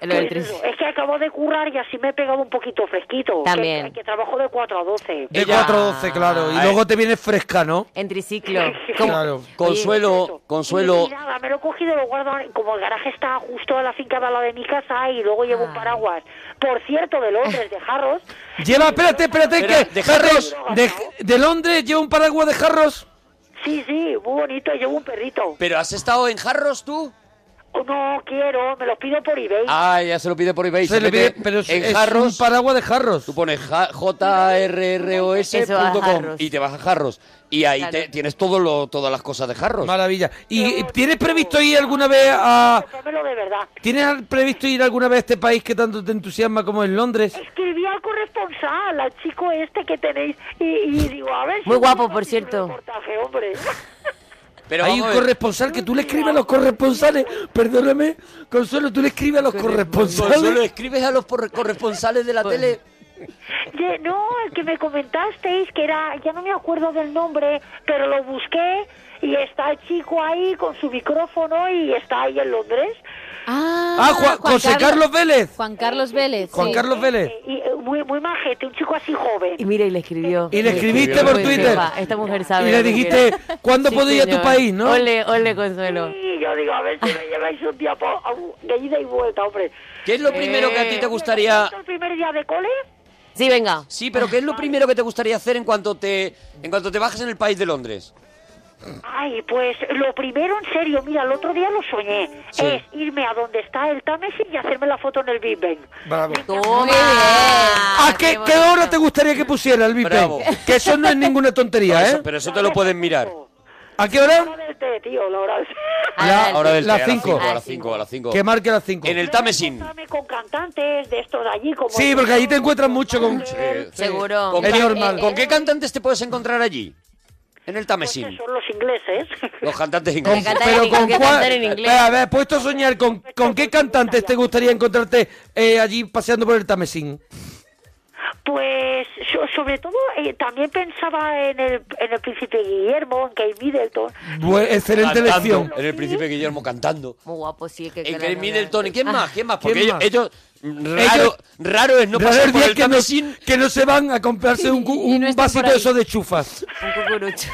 [SPEAKER 5] Lo del
[SPEAKER 2] Pues eso,
[SPEAKER 5] tris-
[SPEAKER 2] es que acabo de currar y así me he pegado un poquito fresquito.
[SPEAKER 5] También.
[SPEAKER 2] Que, que trabajo de 4 a 12.
[SPEAKER 1] De
[SPEAKER 3] Ella-
[SPEAKER 1] 4 a 12, claro. Y
[SPEAKER 3] Ay.
[SPEAKER 1] luego te vienes fresca, ¿no?
[SPEAKER 5] En triciclo. ¿Cómo?
[SPEAKER 1] Claro.
[SPEAKER 3] Consuelo,
[SPEAKER 2] Eso.
[SPEAKER 3] Consuelo,
[SPEAKER 2] Y nada, me lo he cogido, lo guardo. Como el garaje está justo a la finca de al lado de mi casa y luego llevo
[SPEAKER 5] Ah.
[SPEAKER 2] un paraguas. Por cierto, de Londres, de Jarros.
[SPEAKER 1] Lleva, espérate, espérate,
[SPEAKER 3] Espera,
[SPEAKER 1] que
[SPEAKER 3] de
[SPEAKER 1] jarros
[SPEAKER 2] jarros.
[SPEAKER 1] de, de Londres lleva un paraguas de jarros.
[SPEAKER 2] Sí, sí, muy bonito, llevo un perrito. Oh,
[SPEAKER 3] ¿pero has estado en jarros tú?
[SPEAKER 2] No quiero, me lo pido por eBay.
[SPEAKER 3] Ah, ya se lo pide por eBay.
[SPEAKER 1] Se le pide,
[SPEAKER 3] mete
[SPEAKER 1] pero es,
[SPEAKER 3] en
[SPEAKER 1] es
[SPEAKER 3] jarros.
[SPEAKER 1] un paraguas de jarros.
[SPEAKER 3] Tú pones
[SPEAKER 5] Eso, a
[SPEAKER 3] jrros.com
[SPEAKER 5] Jarros.
[SPEAKER 3] y te vas a jarros. Y ahí
[SPEAKER 5] Claro.
[SPEAKER 3] te- tienes todo lo, todas las cosas de jarros.
[SPEAKER 1] Maravilla. ¿Y tienes previsto ir alguna vez a
[SPEAKER 2] Cómelo de verdad.
[SPEAKER 1] tienes previsto ir alguna vez a este país que tanto te entusiasma como es Londres?
[SPEAKER 2] Escribí al corresponsal, al chico este que tenéis, y, y digo, a ver si
[SPEAKER 5] Muy guapo,
[SPEAKER 2] hacemos
[SPEAKER 5] por
[SPEAKER 2] un
[SPEAKER 5] cierto.
[SPEAKER 2] reportaje, hombre.
[SPEAKER 3] Pero
[SPEAKER 1] Hay
[SPEAKER 3] vamos a
[SPEAKER 1] un
[SPEAKER 3] ver.
[SPEAKER 1] corresponsal que tú le escribes a los corresponsales. Perdóname, Consuelo, tú le escribes a los
[SPEAKER 3] Consuelo,
[SPEAKER 1] corresponsales.
[SPEAKER 3] escribes a los por- corresponsales de la tele.
[SPEAKER 2] Ye- No, el que me comentasteis, que era, ya no me acuerdo del nombre, pero lo busqué y está el chico ahí con su micrófono y está ahí en Londres.
[SPEAKER 4] Ah,
[SPEAKER 1] Ah, Juan- José Carlos Vélez.
[SPEAKER 4] Juan Carlos Vélez.
[SPEAKER 1] Juan
[SPEAKER 4] sí.
[SPEAKER 1] Carlos Vélez.
[SPEAKER 2] Eh, Y, eh, muy, muy majete, un chico así joven.
[SPEAKER 5] Y mira, y le escribió.
[SPEAKER 1] Y le escribiste por
[SPEAKER 5] Pues,
[SPEAKER 1] Twitter.
[SPEAKER 5] jefa, Esta mujer sabe.
[SPEAKER 1] Y le
[SPEAKER 5] lo que
[SPEAKER 1] dijiste,
[SPEAKER 5] quiere.
[SPEAKER 1] ¿cuándo
[SPEAKER 5] Sí,
[SPEAKER 1] puedo ir a tu
[SPEAKER 5] señor.
[SPEAKER 1] país, no?
[SPEAKER 5] Ole, ole, Consuelo.
[SPEAKER 2] Y yo digo, a ver si me lleváis un día por- a un- de ida y vuelta, hombre.
[SPEAKER 3] ¿Qué es lo primero que a
[SPEAKER 2] Eh.
[SPEAKER 3] ti te gustaría?
[SPEAKER 2] ¿El primer día de cole?
[SPEAKER 5] Sí, venga.
[SPEAKER 3] Sí, pero ¿qué es lo primero que te gustaría hacer en cuanto te en cuanto te bajes en el país de Londres?
[SPEAKER 2] Ay, pues lo primero en serio, mira, el otro día lo soñé,
[SPEAKER 1] Sí.
[SPEAKER 2] es irme a donde está el Támesis y hacerme la foto en el Big Bang.
[SPEAKER 1] Bravo.
[SPEAKER 3] Oh,
[SPEAKER 5] Toma. Ah,
[SPEAKER 1] ¿A qué, qué hora te gustaría que pusiera el Big Bang?
[SPEAKER 3] Bravo.
[SPEAKER 1] Que eso no es ninguna tontería, ¿eh?
[SPEAKER 3] Eso- pero eso te lo pueden mirar.
[SPEAKER 1] ¿A qué hora?
[SPEAKER 2] La hora del té, tío, la hora del té.
[SPEAKER 5] A
[SPEAKER 1] La-
[SPEAKER 5] ver,
[SPEAKER 3] Ahora del
[SPEAKER 1] Las
[SPEAKER 3] té,
[SPEAKER 1] cinco. Ah,
[SPEAKER 3] a las 5, a las 5.
[SPEAKER 1] Que marque las 5.
[SPEAKER 3] En el Tamesin.
[SPEAKER 2] Contame con cantantes de estos de allí como...
[SPEAKER 1] Sí, porque allí te encuentras mucho con...
[SPEAKER 5] Seguro.
[SPEAKER 3] ¿Con,
[SPEAKER 1] Es
[SPEAKER 3] qué-
[SPEAKER 1] normal.
[SPEAKER 3] ¿Con qué cantantes te puedes encontrar allí? En el
[SPEAKER 2] Pues
[SPEAKER 3] Tamesin.
[SPEAKER 2] son los ingleses.
[SPEAKER 3] Los cantantes
[SPEAKER 1] Con-
[SPEAKER 3] ingleses.
[SPEAKER 5] cantar en
[SPEAKER 1] pero
[SPEAKER 5] inglés,
[SPEAKER 1] con
[SPEAKER 5] que
[SPEAKER 1] cuál...
[SPEAKER 5] cantar en inglés.
[SPEAKER 1] Espera, a ver, puesto a soñar, ¿con, con qué cantantes te gustaría encontrarte eh, allí paseando por el Tamesín?
[SPEAKER 2] Pues so- sobre todo eh, también pensaba en el, en el príncipe Guillermo, en Kate Middleton.
[SPEAKER 1] Bue- excelente
[SPEAKER 3] Cantando.
[SPEAKER 1] elección.
[SPEAKER 3] En el Príncipe Guillermo cantando.
[SPEAKER 5] Muy guapo, sí. Ah. Que
[SPEAKER 3] En
[SPEAKER 5] que
[SPEAKER 3] Kate
[SPEAKER 5] la-
[SPEAKER 3] Middleton. ¿Y quién más? ¿Quién más? Porque
[SPEAKER 1] ¿Quién
[SPEAKER 3] ellos,
[SPEAKER 1] más?
[SPEAKER 3] ellos- Raro,
[SPEAKER 1] Ellos-
[SPEAKER 3] raro es no
[SPEAKER 1] Raro
[SPEAKER 3] pasar
[SPEAKER 1] el
[SPEAKER 3] por
[SPEAKER 1] día
[SPEAKER 3] el
[SPEAKER 1] que no,
[SPEAKER 3] Tamesin.
[SPEAKER 1] que no se van a comprarse un, cu-
[SPEAKER 4] Y no
[SPEAKER 1] un
[SPEAKER 4] están
[SPEAKER 1] vasito
[SPEAKER 4] por ahí.
[SPEAKER 1] de esos de chufas.
[SPEAKER 5] Un cucurucho.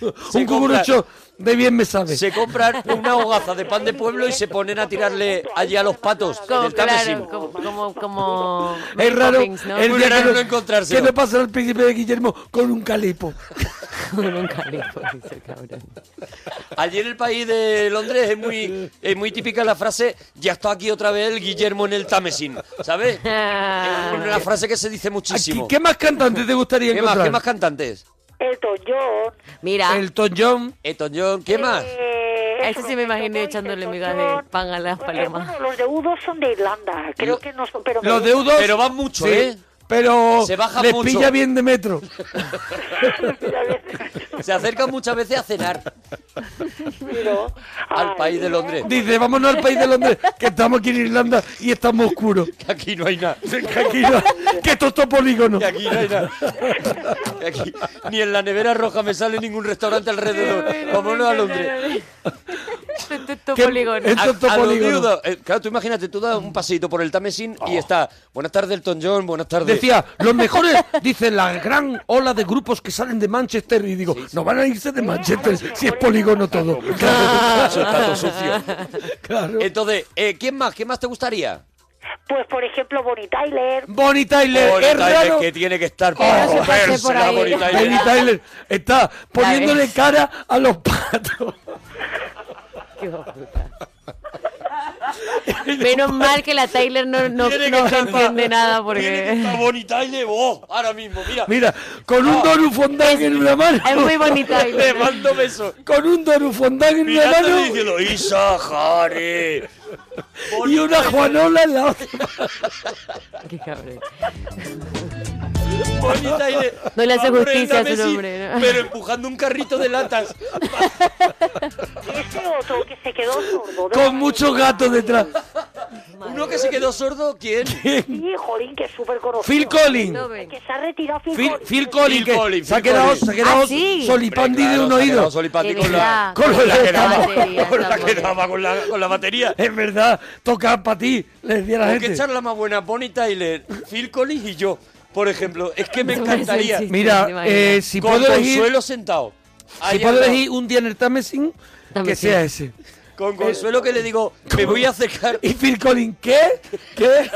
[SPEAKER 1] un cucurucho de bien me sabe.
[SPEAKER 3] Se compran una hogaza de pan de pueblo y se ponen a tirarle allí a los patos
[SPEAKER 5] Como,
[SPEAKER 3] del Tamesin.
[SPEAKER 5] claro, como, como, como
[SPEAKER 1] Es raro
[SPEAKER 5] Poppins, ¿no?
[SPEAKER 1] el
[SPEAKER 3] Muy
[SPEAKER 1] día
[SPEAKER 3] raro
[SPEAKER 1] que
[SPEAKER 3] no encontrárselo.
[SPEAKER 1] ¿Qué le pasa al príncipe de Guillermo con un calipo?
[SPEAKER 5] Con un calipo, dice el cabrón.
[SPEAKER 3] Allí en el país de Londres es muy, es muy típica la frase ya está aquí otra vez el Guillermo en el Tamesin, ¿sabes? Es
[SPEAKER 5] Ah.
[SPEAKER 3] una frase que se dice muchísimo.
[SPEAKER 1] Aquí, ¿Qué más cantantes te gustaría
[SPEAKER 3] ¿Qué más?
[SPEAKER 1] encontrar?
[SPEAKER 3] ¿Qué más cantantes?
[SPEAKER 2] Elton John.
[SPEAKER 5] Mira,
[SPEAKER 1] Elton John.
[SPEAKER 3] Elton John, ¿qué más?
[SPEAKER 2] eh,
[SPEAKER 5] A
[SPEAKER 2] eso,
[SPEAKER 5] ese sí me
[SPEAKER 2] Elton
[SPEAKER 5] imaginé
[SPEAKER 2] John,
[SPEAKER 5] echándole
[SPEAKER 2] Elton
[SPEAKER 5] migas
[SPEAKER 2] John.
[SPEAKER 5] de pan a las
[SPEAKER 2] Eh,
[SPEAKER 5] palomas.
[SPEAKER 2] Bueno, los de U2 son de Irlanda. Creo que no son... Pero
[SPEAKER 1] Los de U2.
[SPEAKER 3] Pero van mucho,
[SPEAKER 1] sí,
[SPEAKER 3] ¿eh?
[SPEAKER 1] Pero
[SPEAKER 3] Se bajan
[SPEAKER 1] les
[SPEAKER 3] mucho.
[SPEAKER 1] pilla bien de metro.
[SPEAKER 3] Se acercan muchas veces a cenar al país de Londres.
[SPEAKER 1] Dice, vámonos al país de Londres, que estamos aquí en Irlanda y estamos oscuros.
[SPEAKER 3] Que aquí no hay nada.
[SPEAKER 1] Que aquí no- que esto es todo polígono.
[SPEAKER 3] Que aquí no hay nada. Que aquí ni en la nevera roja me sale ningún restaurante alrededor. Vámonos a Londres.
[SPEAKER 5] Esto
[SPEAKER 1] ¿Qué-
[SPEAKER 5] Este polígono.
[SPEAKER 1] esto es todo
[SPEAKER 3] a lo
[SPEAKER 1] polígono. Oh.
[SPEAKER 3] viudo. Eh, claro, tú imagínate, tú das un paseíto por el Tamesin y está. Buenas tardes, Elton John, buenas tardes.
[SPEAKER 1] Decía, los mejores, dice, la gran ola de grupos que salen de Manchester. Y digo, no van a irse de Manchester si es polígono todo.
[SPEAKER 3] Eso está todo sucio.
[SPEAKER 1] Claro.
[SPEAKER 3] Entonces, eh, ¿quién más? ¿Quién más te gustaría?
[SPEAKER 2] Pues, por ejemplo, Bonnie Tyler.
[SPEAKER 1] Bonnie Tyler,
[SPEAKER 3] Bonnie
[SPEAKER 1] es
[SPEAKER 3] Tyler,
[SPEAKER 1] raro.
[SPEAKER 3] que tiene que estar
[SPEAKER 4] Que no se pase
[SPEAKER 3] cogerse
[SPEAKER 4] por
[SPEAKER 3] la
[SPEAKER 4] ahí.
[SPEAKER 3] Bonnie Tyler.
[SPEAKER 1] Bonnie Tyler está poniéndole
[SPEAKER 4] ves.
[SPEAKER 1] cara a los patos.
[SPEAKER 5] Menos mal que la Tyler no, no,
[SPEAKER 3] Tiene que
[SPEAKER 5] no
[SPEAKER 3] estar-
[SPEAKER 5] entiende nada
[SPEAKER 3] Tiene que
[SPEAKER 5] porque
[SPEAKER 3] estar Bonnie Tyler, oh, ahora mismo, mira. Ah.
[SPEAKER 1] Mira, con un Doru Fondang en una mano.
[SPEAKER 5] es muy bonita. y-
[SPEAKER 3] Le mando besos.
[SPEAKER 1] Con un Doru Fondang en una
[SPEAKER 3] Mirándole
[SPEAKER 1] mano
[SPEAKER 3] diciendo, Isa Jare.
[SPEAKER 1] y una Juanola en la otra.
[SPEAKER 5] Qué cabrón.
[SPEAKER 3] Bonnie Tyler.
[SPEAKER 5] No le hace
[SPEAKER 3] va por el
[SPEAKER 5] justicia a su
[SPEAKER 3] Tamesin,
[SPEAKER 5] nombre, ¿no?
[SPEAKER 3] Pero empujando un carrito de latas.
[SPEAKER 2] Y este otro que se quedó sordo. ¿no?
[SPEAKER 1] Con muchos gatos detrás.
[SPEAKER 3] Uno que se quedó sordo, ¿quién?
[SPEAKER 2] Sí, jolín, que es súper conocido.
[SPEAKER 1] Phil Collins.
[SPEAKER 2] Que se ha retirado Phil,
[SPEAKER 1] Phil,
[SPEAKER 2] Collins.
[SPEAKER 1] Phil Collins, que
[SPEAKER 3] Phil Collins,
[SPEAKER 1] se ha
[SPEAKER 3] Phil
[SPEAKER 1] quedado,
[SPEAKER 3] Collins.
[SPEAKER 1] se ha quedado
[SPEAKER 5] Ah, sí.
[SPEAKER 3] Hombre,
[SPEAKER 1] solipandi de
[SPEAKER 3] claro,
[SPEAKER 1] un
[SPEAKER 3] se ha quedado
[SPEAKER 1] oído.
[SPEAKER 3] solipandi
[SPEAKER 5] De
[SPEAKER 3] con la,
[SPEAKER 5] verdad.
[SPEAKER 1] Con lo
[SPEAKER 3] la
[SPEAKER 1] de
[SPEAKER 3] que daba-
[SPEAKER 5] batería,
[SPEAKER 3] con la que
[SPEAKER 5] tampoco.
[SPEAKER 3] daba con la, con la batería.
[SPEAKER 1] Es verdad, toca para ti, le decía la
[SPEAKER 3] ¿Con qué
[SPEAKER 1] gente.
[SPEAKER 3] charla más buena? Bonnie Tyler, Phil Collins y yo, por ejemplo. Es que me
[SPEAKER 5] Eso parece
[SPEAKER 3] encantaría.
[SPEAKER 5] el chiste. Te
[SPEAKER 1] Mira,
[SPEAKER 5] imaginas.
[SPEAKER 1] eh, si
[SPEAKER 3] con
[SPEAKER 1] puedo elegir,
[SPEAKER 3] Consuelo sentado.
[SPEAKER 1] si
[SPEAKER 3] Ahí al
[SPEAKER 1] puedo
[SPEAKER 3] lado.
[SPEAKER 1] elegir un día en el Tamesin, que
[SPEAKER 5] Tamesin.
[SPEAKER 1] sea ese.
[SPEAKER 3] Con Consuelo que le digo, me voy a acercar.
[SPEAKER 1] Y Phil Collins, ¿qué? ¿Qué?